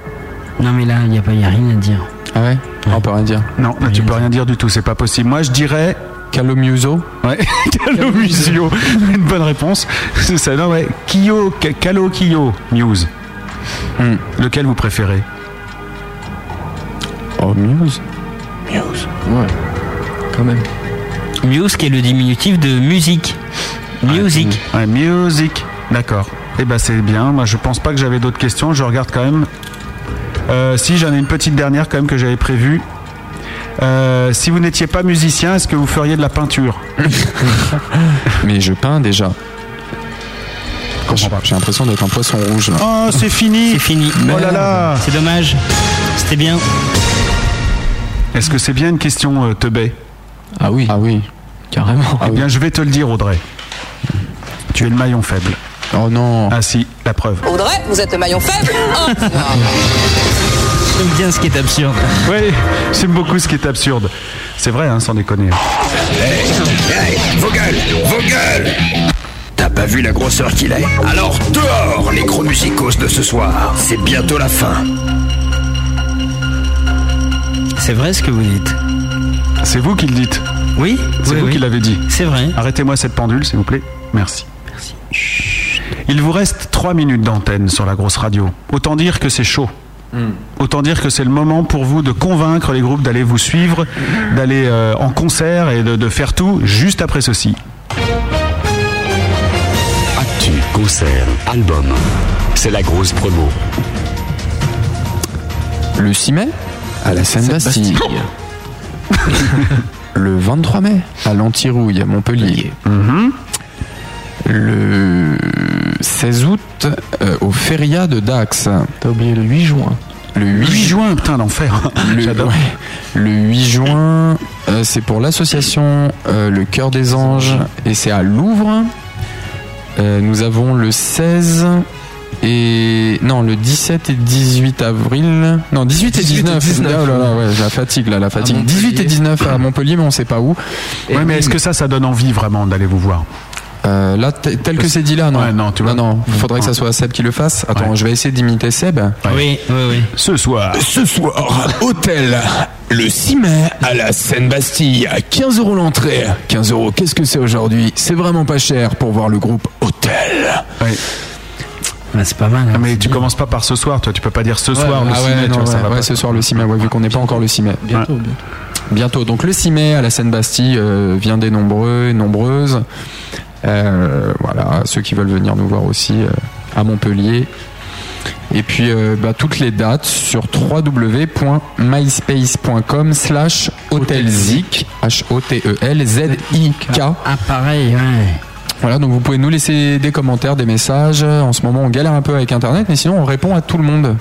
B: Non, mais là, il n'y a, pas- y a rien à dire.
D: Ah ouais, On peut rien dire.
C: Non, là, tu peux rien dire du tout, c'est pas possible. Moi, je dirais.
D: Calomuso
C: Ouais, Calomuso. Une bonne réponse. C'est ça, non, ouais. Kyo, Ca- Calo Kyo, Muse. Hmm. Lequel vous préférez
D: Oh, Muse
B: Muse.
D: Ouais. Quand même.
B: Muse qui est le diminutif de musique.
C: Ah,
B: Music.
C: Ouais, music. D'accord. Eh ben, c'est bien. Moi, je pense pas que j'avais d'autres questions. Je regarde quand même. Euh, si, j'en ai une petite dernière quand même que j'avais prévue. Euh, si vous n'étiez pas musicien, est-ce que vous feriez de la peinture
D: Mais je peins déjà. J'ai j'ai l'impression d'être un poisson rouge. là.
C: Oh, c'est fini
B: C'est fini.
C: Oh là là
B: Ah, C'est dommage. C'était bien.
C: Est-ce que c'est bien une question, euh, Teubé
D: Ah oui. Ah oui. Ah Carrément.
C: Eh bien, je vais te le dire, Audrey. Tu es le maillon faible.
D: Oh non.
C: Ah si, la preuve.
Q: Audrey, vous êtes le maillon faible.
B: J'aime bien ce qui est absurde.
C: Oui, j'aime beaucoup ce qui est absurde. C'est vrai, hein, sans déconner.
F: Vos gueules Vos gueules T'as pas vu la grosseur qu'il est Alors dehors les gros musicos de ce soir C'est bientôt la fin
B: C'est vrai ce que vous dites.
C: C'est vous qui le dites
B: Oui
C: C'est
B: oui,
C: vous
B: oui.
C: qui l'avez dit
B: C'est vrai.
C: Arrêtez-moi cette pendule, s'il vous plaît. Merci. Merci. Il vous reste 3 minutes d'antenne sur la grosse radio. Autant dire que c'est chaud. Autant dire que c'est le moment pour vous de convaincre les groupes d'aller vous suivre, d'aller euh, en concert et de, de faire tout juste après ceci.
K: Actu, concert, album. C'est la grosse promo.
D: Le 6 mai à la Seine-Bastille. le 23 mai à l'Antirouille à Montpellier. Mm-hmm. Le 16 août euh, au Feria de Dax. T'as oublié le 8 juin. Le 8,
C: 8 juin, putain, l'enfer.
D: Le, ouais. Le 8 juin, euh, c'est pour l'association euh, Le Cœur des Anges et c'est à Louvre. Euh, nous avons le 16 et non le 17 et 18 avril non 18
C: 18
D: et
C: et
D: 19,
C: 19,
D: oh là là ouais la fatigue là la fatigue 18 et 19 à Montpellier mais on sait pas où
C: Ouais, mais est-ce que ça, ça donne envie vraiment d'aller vous voir
D: Euh, là, t- tel que c'est dit là, non
C: non, tu vois. Mm.
D: Non, non, faudrait que ça soit Seb qui le fasse. Attends, je vais essayer d'imiter Seb.
C: Ah
B: Oui, oui, oui.
C: Ce soir.
Q: Ce soir, hôtel, le 6 mai, à la Seine-Bastille, à 15 euros l'entrée. 15 euros, qu'est-ce que c'est aujourd'hui C'est vraiment pas cher pour voir le groupe Hôtel.
B: Ah, c'est pas mal. hein.
C: mais tu commences pas par ce soir, toi. Tu peux pas dire ce
D: Ouais,
C: soir le
D: ah
C: 6
D: ouais,
C: mai. tu
D: non,
C: vois, ça
D: ouais,
C: va
D: ouais,
C: pas.
D: ce soir le 6 mai, ouais, vu qu'on n'est pas encore le 6 mai.
C: Bientôt,
D: Ouais. Bientôt. Donc le 6 mai à la Seine-Bastille, euh, vient des nombreux et nombreuses. Euh, voilà, ceux qui veulent venir nous voir aussi euh, à Montpellier. Et puis euh, bah, toutes les dates sur www.myspace.com slash hotelzik E H-O-T-E-L-Z-I-K
B: Ah, pareil, ouais.
D: Voilà, donc vous pouvez nous laisser des commentaires, des messages. En ce moment, on galère un peu avec Internet, mais sinon, on répond à tout le monde.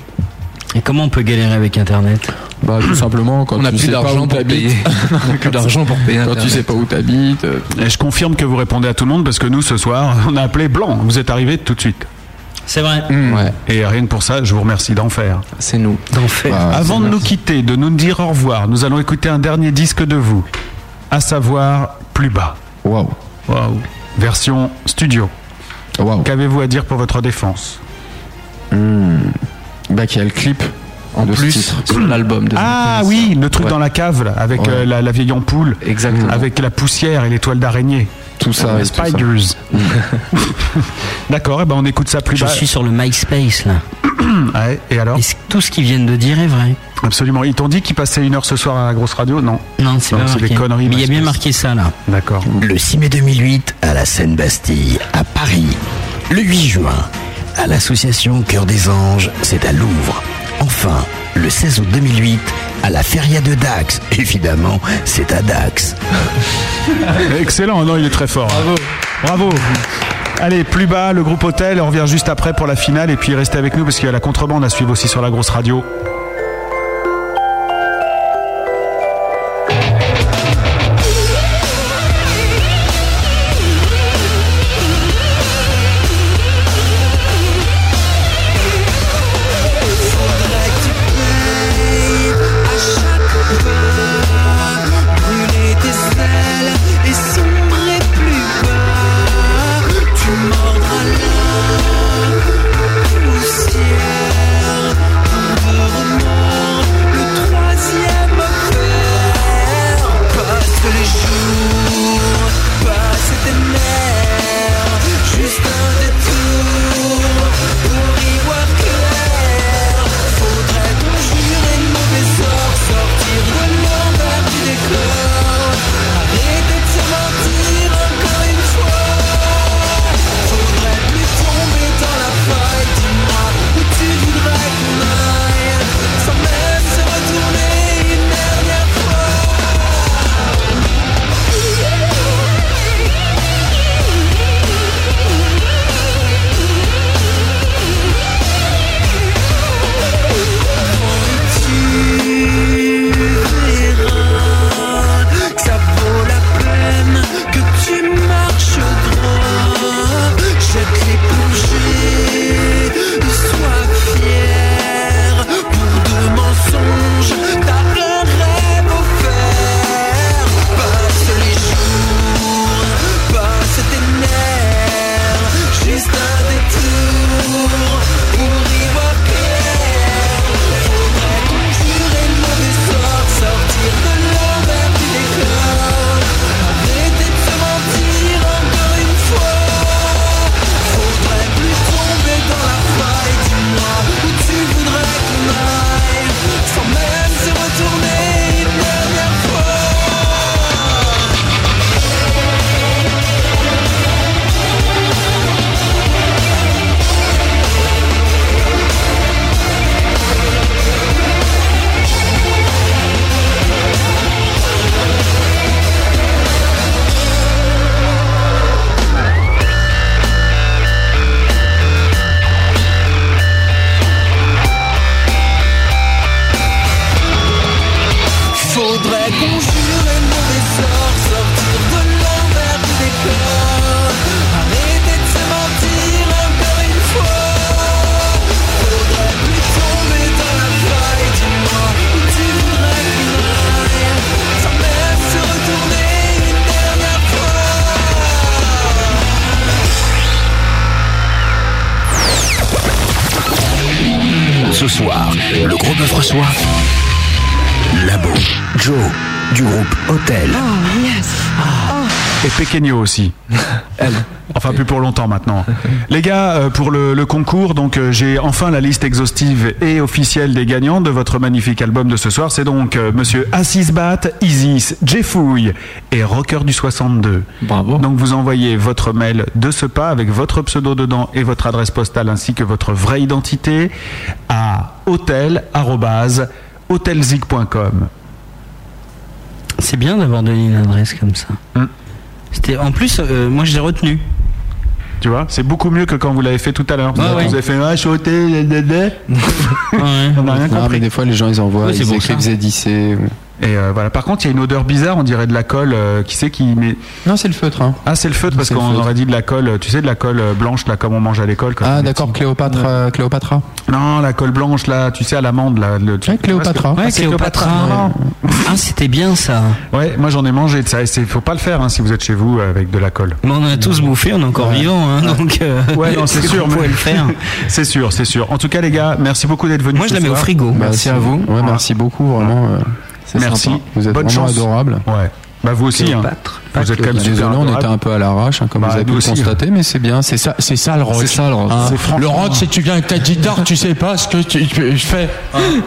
B: Et comment on peut galérer avec Internet
D: Bah, tout simplement, quand
H: On a
D: tu
H: plus
D: sais pas
H: d'argent
D: où
H: pour
D: t'habites.
H: payer. On a plus d'argent pour payer
D: Quand tu
H: Internet.
D: sais pas où t'habites. euh,
C: Et je confirme que vous répondez à tout le monde parce que nous, ce soir, on a appelé blanc. Vous êtes arrivé tout de suite.
B: C'est vrai.
D: euh,
C: Et rien que pour ça, je vous remercie d'en faire.
D: Ah,
H: C'est nous.
B: D'en faire.
D: bah,
C: Avant de nous quitter, de nous dire au revoir, nous allons écouter un dernier disque de vous, à savoir Plus bas.
D: Waouh.
C: Waouh. Version studio. Qu'avez-vous à dire pour votre défense
D: Bah, qu'il y a le clip
H: en plus sur l'album de
C: Ah oui, le truc dans la cave là, avec
H: Ouais.
C: euh, la, la vieille ampoule, avec la poussière et l'étoile d'araignée.
D: Tout ça,
C: Les
D: et tout ça.
C: spiders. D'accord, eh ben on écoute ça plus
B: Je
C: bas.
B: suis sur le MySpace là.
C: Ouais, et alors
B: Tout ce qu'ils viennent de dire est vrai.
C: Absolument. Ils t'ont dit qu'ils passaient une heure ce soir à la grosse radio Non.
B: Non, c'est pas marqué.
C: des conneries.
B: Mais il y a bien
C: MySpace.
B: marqué ça là.
C: D'accord.
F: Le 6 mai 2008, à la Seine-Bastille, à Paris. Le 8 juin, à l'association Cœur des Anges, c'est à Louvre. Enfin, le 16 août 2008, à la Feria de Dax. Évidemment, c'est à Dax.
C: Excellent, non, il est très fort. Bravo. Bravo. Allez, plus bas, le groupe Hôtel, on revient juste après pour la finale et puis restez avec nous parce qu'il y a la contrebande à suivre aussi sur la grosse radio.
I: À chaque pas, brûler tes ailes et sombrer plus bas. Tu mordras là, poussière, un peu remords.
F: Ce soir, le gros bœuf reçoit Labo, Joe, du groupe Hôtel.
C: Et Pequeño aussi. Elle. Enfin, plus pour longtemps maintenant. Les gars, euh, pour le, le concours, donc euh, j'ai enfin la liste exhaustive et officielle des gagnants de votre magnifique album de ce soir. C'est donc euh, Monsieur Assisbat, Isis, Jeffouille et Rocker du 62. Bravo. Donc vous envoyez votre mail de ce pas avec votre pseudo dedans et votre adresse postale ainsi que votre vraie identité à hôtel@hotelzig.com.
B: C'est bien d'avoir donné une adresse comme ça.
C: Hmm.
B: C'était en plus, euh, moi je l'ai retenu.
C: Tu vois, c'est beaucoup mieux que quand vous l'avez fait tout à l'heure. Vous,
B: Ouais,
C: avez-
B: ouais.
C: vous avez fait un hôtel, on n'a rien
D: Non,
C: compris.
D: mais des fois, les gens, ils envoient,
C: Ouais, c'est
D: ils
C: pour
D: écrivent
C: ça.
D: Zédicé.
C: Et euh, voilà. Par contre, il y a une odeur bizarre, on dirait de la colle. euh, qui c'est qui met
D: Non, c'est le feutre. hein.
C: Ah, c'est le feutre parce
D: C'est le
C: qu'on
D: feutre.
C: aurait dit de la colle. euh, Tu sais, de la colle euh, blanche là, comme on mange à l'école. quand on
D: Ah,
C: est
D: d'accord,
C: petit.
D: Cléopâtre, euh, Cléopatra.
C: Non, la colle blanche là, tu sais, à l'amande là. Le, tu-
D: Cléopatra.
C: Ah,
D: Ouais,
C: c'est
D: Cléopatra,
C: Cléopatra,
B: Ah, c'était bien ça.
C: Ouais, moi j'en ai mangé de ça. Il faut pas le faire hein, si vous êtes chez vous euh, avec de la colle.
B: Mais on a tous bouffé, on est encore vivant, hein, donc. euh,
C: Ouais, non, c'est
B: qu'on
C: sûr.
B: pouvait
C: mais-
B: le faire.
C: c'est sûr, c'est sûr. En tout cas, les gars, merci beaucoup d'être venus.
B: Moi, je
C: ce
B: la mets au
C: soir.
B: frigo.
D: Merci à vous. Bah, Ouais, merci beaucoup, vraiment. euh, c'est
C: Merci.
D: sympa. Vous êtes
C: Bonne
D: vraiment
C: chance.
D: adorable.
C: Ouais. Bah vous aussi. hein.
D: Cléopâtre.
C: Vous êtes quand même super
D: Désolé, on
C: adorable.
D: était un peu à l'arrache, hein, comme
C: Bah,
D: vous avez pu
C: nous
D: le
C: aussi,
D: constater, mais c'est bien. C'est ça, c'est ça le rock.
H: C'est ça, le rock.
D: Hein.
H: C'est franchement-
D: Le rock, si tu viens avec ta guitare, tu sais pas ce que tu, tu- je fais.
C: Hein.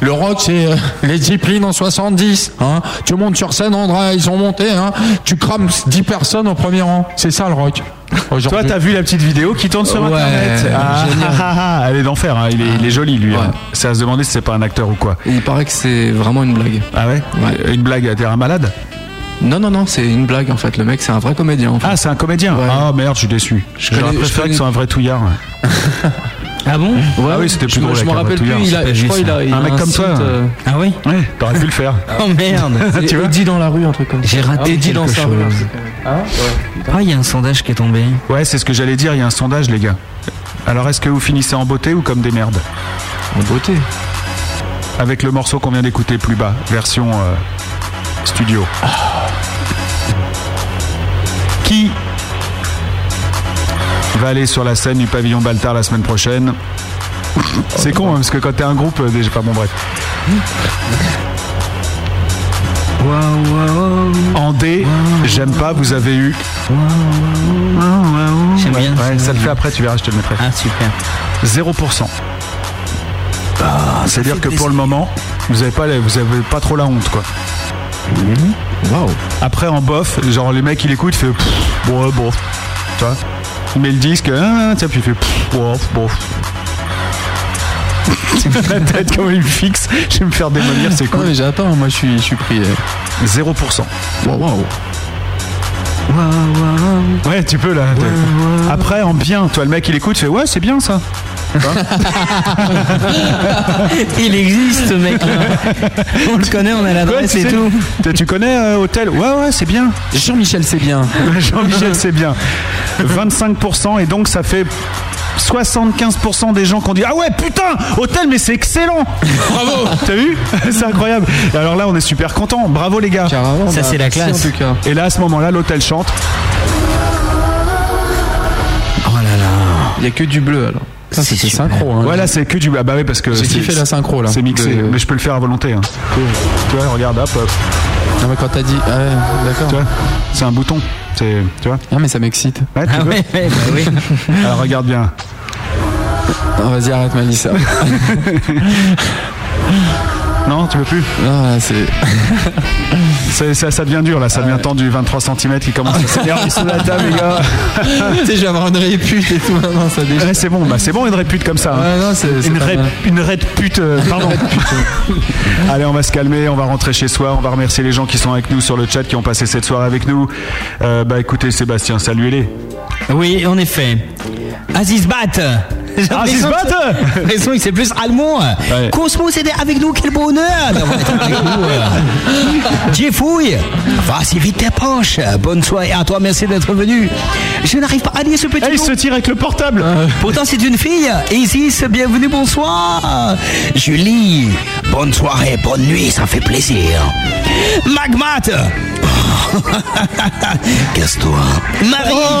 D: Le rock, c'est euh, les disciplines en 70. Hein. Tu montes sur scène, André, ils ont monté. Hein. Tu crames 10 personnes au premier rang. C'est ça le rock.
C: Toi,
D: Aujourd'hui.
C: t'as vu la petite vidéo qui tourne sur
D: Ouais,
C: internet Ah,
D: génial.
C: ah, ah, Elle est d'enfer, hein. il, est, il est joli lui. hein. C'est à se demander si c'est pas un acteur ou quoi.
H: Il paraît que c'est vraiment une blague.
C: Ah ouais, Une blague, t'es un malade
H: Non, non, non, c'est une blague en fait. Le mec, c'est un vrai comédien. en fait.
C: Ah, c'est un comédien Ah merde, je suis déçu. J'aurais
H: connais- je
C: préféré
H: connais-
C: que ce soit un vrai touillard.
B: Ah bon Bah,
C: ah oui, c'était plus
H: je me-
C: drôle.
H: je
C: avec
H: m'en
C: un vrai
H: rappelle
C: touillard,
H: plus, il a-
C: c'est
H: je
C: pas
H: crois il a- il a
C: Un mec
H: un
C: comme
H: site,
C: toi. hein.
H: euh,
B: Ah oui
C: Ouais, t'aurais pu le faire.
B: Oh merde
H: tu vois dit dans la rue, un truc comme ça.
B: J'ai raté
H: Eddie dans
B: quelque
H: sa rue.
B: chose.
H: Ah,
B: Ah, il y a un sondage qui est tombé.
C: Ouais, c'est ce que j'allais dire, il y a un sondage, les gars. Alors, est-ce que vous finissez en beauté ou comme des merdes
H: En beauté.
C: Avec le morceau qu'on vient d'écouter plus bas, version euh, studio. Qui va aller sur la scène du pavillon Baltard la semaine prochaine C'est con, hein, parce que quand t'es un groupe, euh, déjà pas bon, bref. En D, j'aime pas, vous avez eu.
B: J'aime bien.
C: Ouais, ça le fait après, tu verras, je te le mettrai.
B: Ah, super.
C: 0%. Bah, C'est-à-dire que pour le moment, vous avez pas, la- vous avez pas trop la honte, quoi. Après, en bof, genre les mecs, il écoute, il fait pff, ouais, bon, tu vois. Il met le disque, ah, tiens, puis il fait pff, ouais, bon. La tête, comment il me fixe, je vais me faire démolir, c'est cool.
D: Ouais, mais j'attends, moi je suis, je suis pris. euh.
C: 0%.
D: Wow, wow.
C: Ouais, tu peux là. Après, en bien, toi, le mec, il écoute, il fait ouais, c'est bien ça. Tu vois
B: Il existe, ce mec. là. On le connaît, on a l'adresse
C: Ouais,
B: et
C: tu sais,
B: tout.
C: t'as- Tu connais euh, Hôtel Ouais, ouais, c'est bien.
D: Jean-Michel, c'est bien.
C: Jean-Michel, c'est bien. 25%, et donc ça fait 75% des gens qui ont dit Ah ouais, putain, Hôtel, mais c'est excellent
D: Bravo
C: T'as vu C'est incroyable. Et Alors là, on est super contents. Bravo, les gars.
B: Ça, bah, c'est la merci, classe. en tout cas.
C: Et là, à ce moment-là, l'Hôtel chante.
H: Il y a que du bleu alors.
D: Ça, c'était synchro. Hein.
C: Ouais, là, c'est que du. Ah bah oui, parce que.
D: J'ai
C: c'est-
D: kiffé la synchro, là.
C: C'est mixé,
D: De-
C: mais je peux le faire à volonté. hein. Tu vois, regarde, hop, hop.
D: Non, mais quand t'as dit. Ah, ouais,
C: Tu
D: d'accord.
C: vois, c'est un bouton. C'est. Tu vois
D: Non, mais ça m'excite.
C: Ouais, tu
B: Ah
C: veux
B: ouais, ouais, bah oui.
C: Alors, regarde bien.
D: Non, vas-y, arrête, Malissa.
C: Non, tu veux plus
D: non, là, c'est.
C: C'est- ça, ça devient dur là, ça devient tendu. 23 cm qui commence à s'énerver sous la table, les gars.
D: tu sais, je vais avoir une répute et tout. Non, ça déjà.
C: Ouais, c'est bon, bah, c'est bon une répute comme ça. hein.
D: Ouais, non, c'est. c'est
C: Une,
D: pas
C: ré-
D: mal.
C: une raide pute, euh, pardon. Allez, on va se calmer, on va rentrer chez soi, on va remercier les gens qui sont avec nous sur le chat, qui ont passé cette soirée avec nous. Euh, bah écoutez, Sébastien, saluez-les.
B: Oui, en effet. Aziz Bat J'ai l'impression
C: Bat
B: que- j'ai l'impression que c'est plus allemand.
C: Ouais.
B: Cosmos était avec nous, quel bonheur d'avoir été avec nous. euh. Jeffouille, vas-y vite tes poches. Bonne soirée à toi, merci d'être venu. Je n'arrive pas à lire ce petit
C: Eh, il
B: mot.
C: se tire avec le portable
B: Pourtant, c'est une fille. Isis, bienvenue, bonsoir.
F: Julie, bonne soirée, bonne nuit, ça fait plaisir.
B: Magmat,
F: Casse-toi.
B: Marie,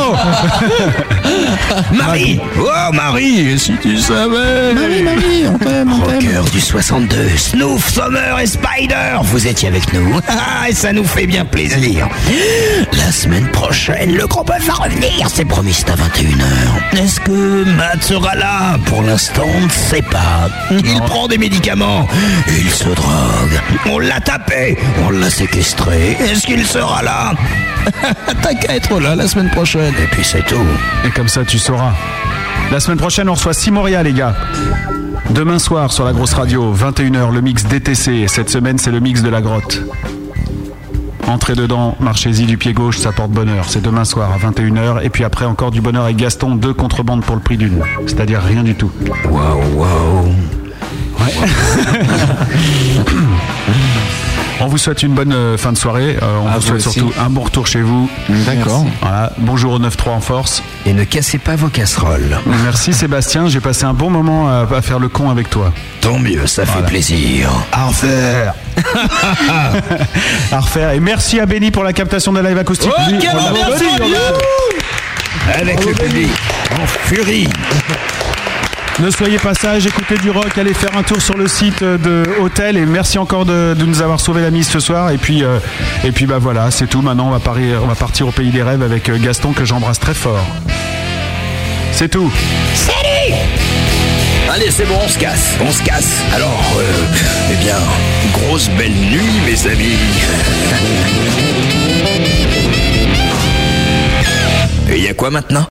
R: Marie
B: Oh Marie, et si tu savais
R: Marie, Marie, on t'aime, on t'aime.
B: Rocker du 62, Snoof, Summer et Spider, vous étiez avec nous. et ça nous fait bien plaisir. La semaine prochaine, le groupe va revenir, c'est promis, c'est à 21h. Est-ce que Matt sera là Pour l'instant, on ne sait pas. Il prend des médicaments, il se drogue. On l'a tapé, on l'a séquestré. Est-ce qu'il sera là T'as qu'à être là la semaine prochaine. Et puis c'est tout.
C: Et comme ça, tu sauras. La semaine prochaine, on reçoit Simoria, les gars. Demain soir, sur la grosse radio, 21h, le mix DTC. Et cette semaine, c'est le mix de la grotte. Entrez dedans, marchez-y du pied gauche, ça porte bonheur. C'est demain soir à 21h. Et puis après, encore du bonheur avec Gaston, deux contrebandes pour le prix d'une. C'est-à-dire rien du tout.
B: Waouh, waouh.
C: On vous souhaite une bonne euh, fin de soirée. Euh, on vous souhaite
B: aussi.
C: surtout un bon retour chez vous.
B: D'accord.
C: Voilà. Bonjour au 9-3 en force.
B: Et ne cassez pas vos casseroles.
C: Merci Sébastien, j'ai passé un bon moment à, à faire le con avec toi.
B: Tant mieux, ça fait plaisir. À refaire.
C: à refaire. Et merci à Benny pour la captation de la live acoustique. Lui, on l'a reconnu, on l'a reconnu.
B: Avec le public, en furie.
C: Ne soyez pas sage, écoutez du rock, allez faire un tour sur le site de Hôtel et merci encore de, de nous avoir sauvé la mise ce soir. Et puis, euh, et puis bah voilà, c'est tout. Maintenant, on va, pari- on va partir au pays des rêves avec euh, Gaston que j'embrasse très fort. C'est tout.
B: Salut Allez, c'est bon, on se casse, on se casse. Alors, euh, eh bien, grosse belle nuit, mes amis. Et il y a quoi maintenant